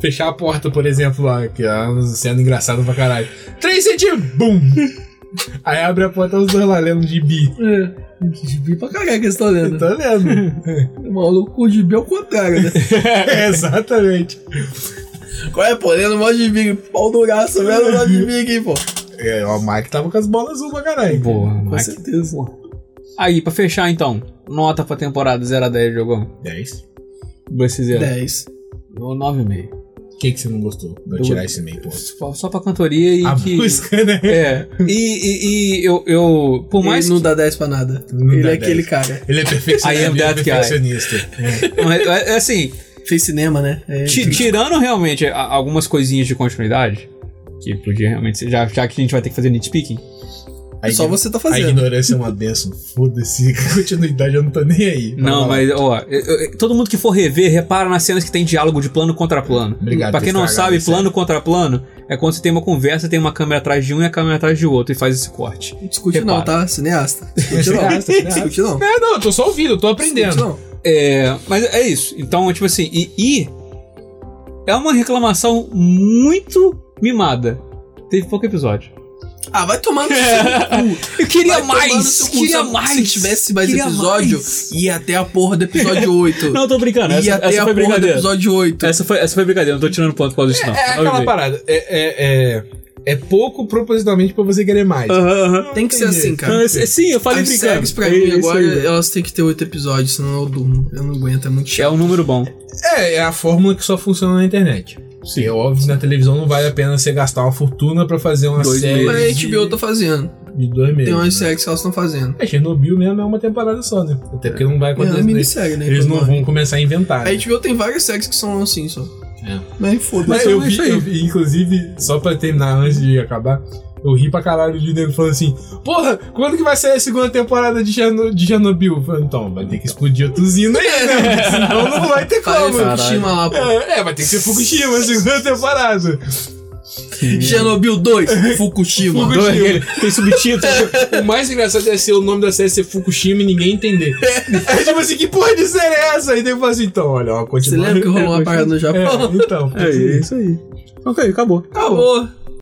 Speaker 2: Fechar a porta, por exemplo, lá, que é uma cena engraçada pra caralho. 3 centímetros, bum! Aí abre a porta os dois lá lendo um gibi.
Speaker 3: É. Gibi pra caralho que você tá lendo.
Speaker 2: Tá lendo.
Speaker 3: O maluco, o gibi é o contrário, né?
Speaker 2: É, Exatamente.
Speaker 3: Qual é, pô? Lendo mó gibi, pau duraço, um vendo mó gibi aqui, pô.
Speaker 2: É, o Mike tava com as bolas azuis pra caralho.
Speaker 1: Boa,
Speaker 3: Com
Speaker 1: Mike.
Speaker 3: certeza.
Speaker 1: Aí, pra fechar então, nota pra temporada 0 a 10, jogão.
Speaker 2: 10.
Speaker 1: Você
Speaker 2: É.
Speaker 1: 0.
Speaker 3: 10.
Speaker 1: Ou 9,5.
Speaker 2: O que, que você não gostou? Vou
Speaker 1: Eu-
Speaker 2: tirar esse meio ponto.
Speaker 1: Só, só pra cantoria e
Speaker 2: A
Speaker 1: que.
Speaker 2: música, né?
Speaker 1: É. E, e, e eu, eu. Por mais
Speaker 3: Ele não dá 10 pra nada.
Speaker 2: Não
Speaker 3: ele
Speaker 2: dá
Speaker 3: é aquele
Speaker 2: 10.
Speaker 3: cara.
Speaker 2: Ele é perfeccionista.
Speaker 1: I am
Speaker 2: ele é
Speaker 1: that guy.
Speaker 2: perfeccionista. É.
Speaker 1: que. mas, é, Assim,
Speaker 3: Fez cinema, né? É,
Speaker 1: ti- tirando realmente a- algumas coisinhas de continuidade, que podia realmente ser. Já, já que a gente vai ter que fazer nitpicking.
Speaker 2: Tá A
Speaker 3: só
Speaker 2: igno-
Speaker 3: você tá
Speaker 2: A
Speaker 3: fazendo.
Speaker 2: ignorância é uma benção. Foda-se. Continuidade eu não tô nem aí.
Speaker 1: Não,
Speaker 2: Vai lá.
Speaker 1: mas, ó, eu- eu- todo mundo que for rever, repara nas cenas que tem diálogo de plano contra plano.
Speaker 2: Obrigado
Speaker 1: Pra
Speaker 2: por
Speaker 1: quem não
Speaker 2: estragar
Speaker 1: sabe,
Speaker 2: isso aí.
Speaker 1: plano contra plano é quando você tem uma conversa, tem uma câmera atrás de um e a câmera atrás de outro e faz esse corte.
Speaker 3: Não discute não,
Speaker 1: repara.
Speaker 3: tá? Cineasta. Discute não.
Speaker 2: Cineasta, cineasta.
Speaker 3: Discute não.
Speaker 2: É, não, eu tô só ouvindo, eu tô
Speaker 3: Discute
Speaker 2: aprendendo.
Speaker 3: não.
Speaker 1: É, mas é isso. Então, tipo assim, e, e é uma reclamação muito mimada. Teve pouco episódio.
Speaker 3: Ah, vai tomar no seu cu.
Speaker 1: Eu queria
Speaker 3: Vai tomar no seu cu. Se- Se tivesse mais
Speaker 1: queria
Speaker 3: episódio,
Speaker 1: mais.
Speaker 3: ia até a porra do episódio 8.
Speaker 1: Não, eu tô brincando. Essa,
Speaker 3: ia até
Speaker 1: essa
Speaker 3: a
Speaker 1: foi
Speaker 3: porra do
Speaker 1: brincadeira.
Speaker 3: episódio 8.
Speaker 1: Essa foi, essa foi brincadeira, não tô tirando ponto por causa disso, não.
Speaker 2: É aquela
Speaker 1: Obviamente.
Speaker 2: parada. É, é, é, é pouco propositalmente pra você querer mais.
Speaker 1: Aham, aham.
Speaker 3: Tem que ser
Speaker 2: Entendi.
Speaker 3: assim,
Speaker 1: Ah,
Speaker 3: cara.
Speaker 1: s- Sim, eu falei
Speaker 3: As
Speaker 1: brincando.
Speaker 3: séries pra
Speaker 1: É
Speaker 3: mim
Speaker 1: isso
Speaker 3: agora,
Speaker 1: aí.
Speaker 3: elas têm que ter 8 episódios, senão eu durmo. Eu não aguento, é muito chato.
Speaker 1: É um número bom.
Speaker 2: É, é a fórmula que só funciona na internet. Sim. É óbvio, na televisão não vale a pena você gastar uma fortuna pra fazer uma
Speaker 1: Dois
Speaker 2: série.
Speaker 1: meses.
Speaker 3: Mas a
Speaker 2: de-
Speaker 3: HBO tá fazendo.
Speaker 2: de dois meses.
Speaker 1: É
Speaker 3: Tem umas
Speaker 2: né?
Speaker 3: séries que elas estão fazendo.
Speaker 2: É, Chernobyl mesmo é uma temporada só, né? Até porque não vai
Speaker 3: É uma
Speaker 2: acontecer. eles
Speaker 3: minissérie, né?
Speaker 2: eles não
Speaker 3: inclusive.
Speaker 2: vão começar a inventar.
Speaker 3: A
Speaker 2: né?
Speaker 3: HBO tem várias séries que são assim só.
Speaker 2: É.
Speaker 3: Mas foda-se.
Speaker 2: Mas eu,
Speaker 3: Então é
Speaker 2: vi,
Speaker 3: isso aí.
Speaker 2: eu vi, inclusive, só pra terminar antes de acabar, eu ri pra caralho de nego falando assim: Porra, quando que vai sair a segunda temporada de, Cherno- de Chernobyl? Eu falei, então, vai ter que explodir a usina aí, né? Senão não vai ter
Speaker 3: Falei
Speaker 2: como.
Speaker 3: Fukushima lá, pô.
Speaker 2: É, é, vai ter que ser Fukushima a segunda temporada.
Speaker 3: Chernobyl 2, Fukushima.
Speaker 2: Fukushima.
Speaker 1: Tem subtítulo.
Speaker 2: O mais engraçado é ser o nome da série ser Fukushima e ninguém entender. É tipo assim, que porra de série é essa? E depois assim, então, olha, ó,
Speaker 3: Você É,
Speaker 2: continua.
Speaker 3: lembra que rolou uma parada no
Speaker 2: É,
Speaker 3: Japão?
Speaker 2: então.
Speaker 1: É isso aí. Ok, acabou.
Speaker 3: Acabou.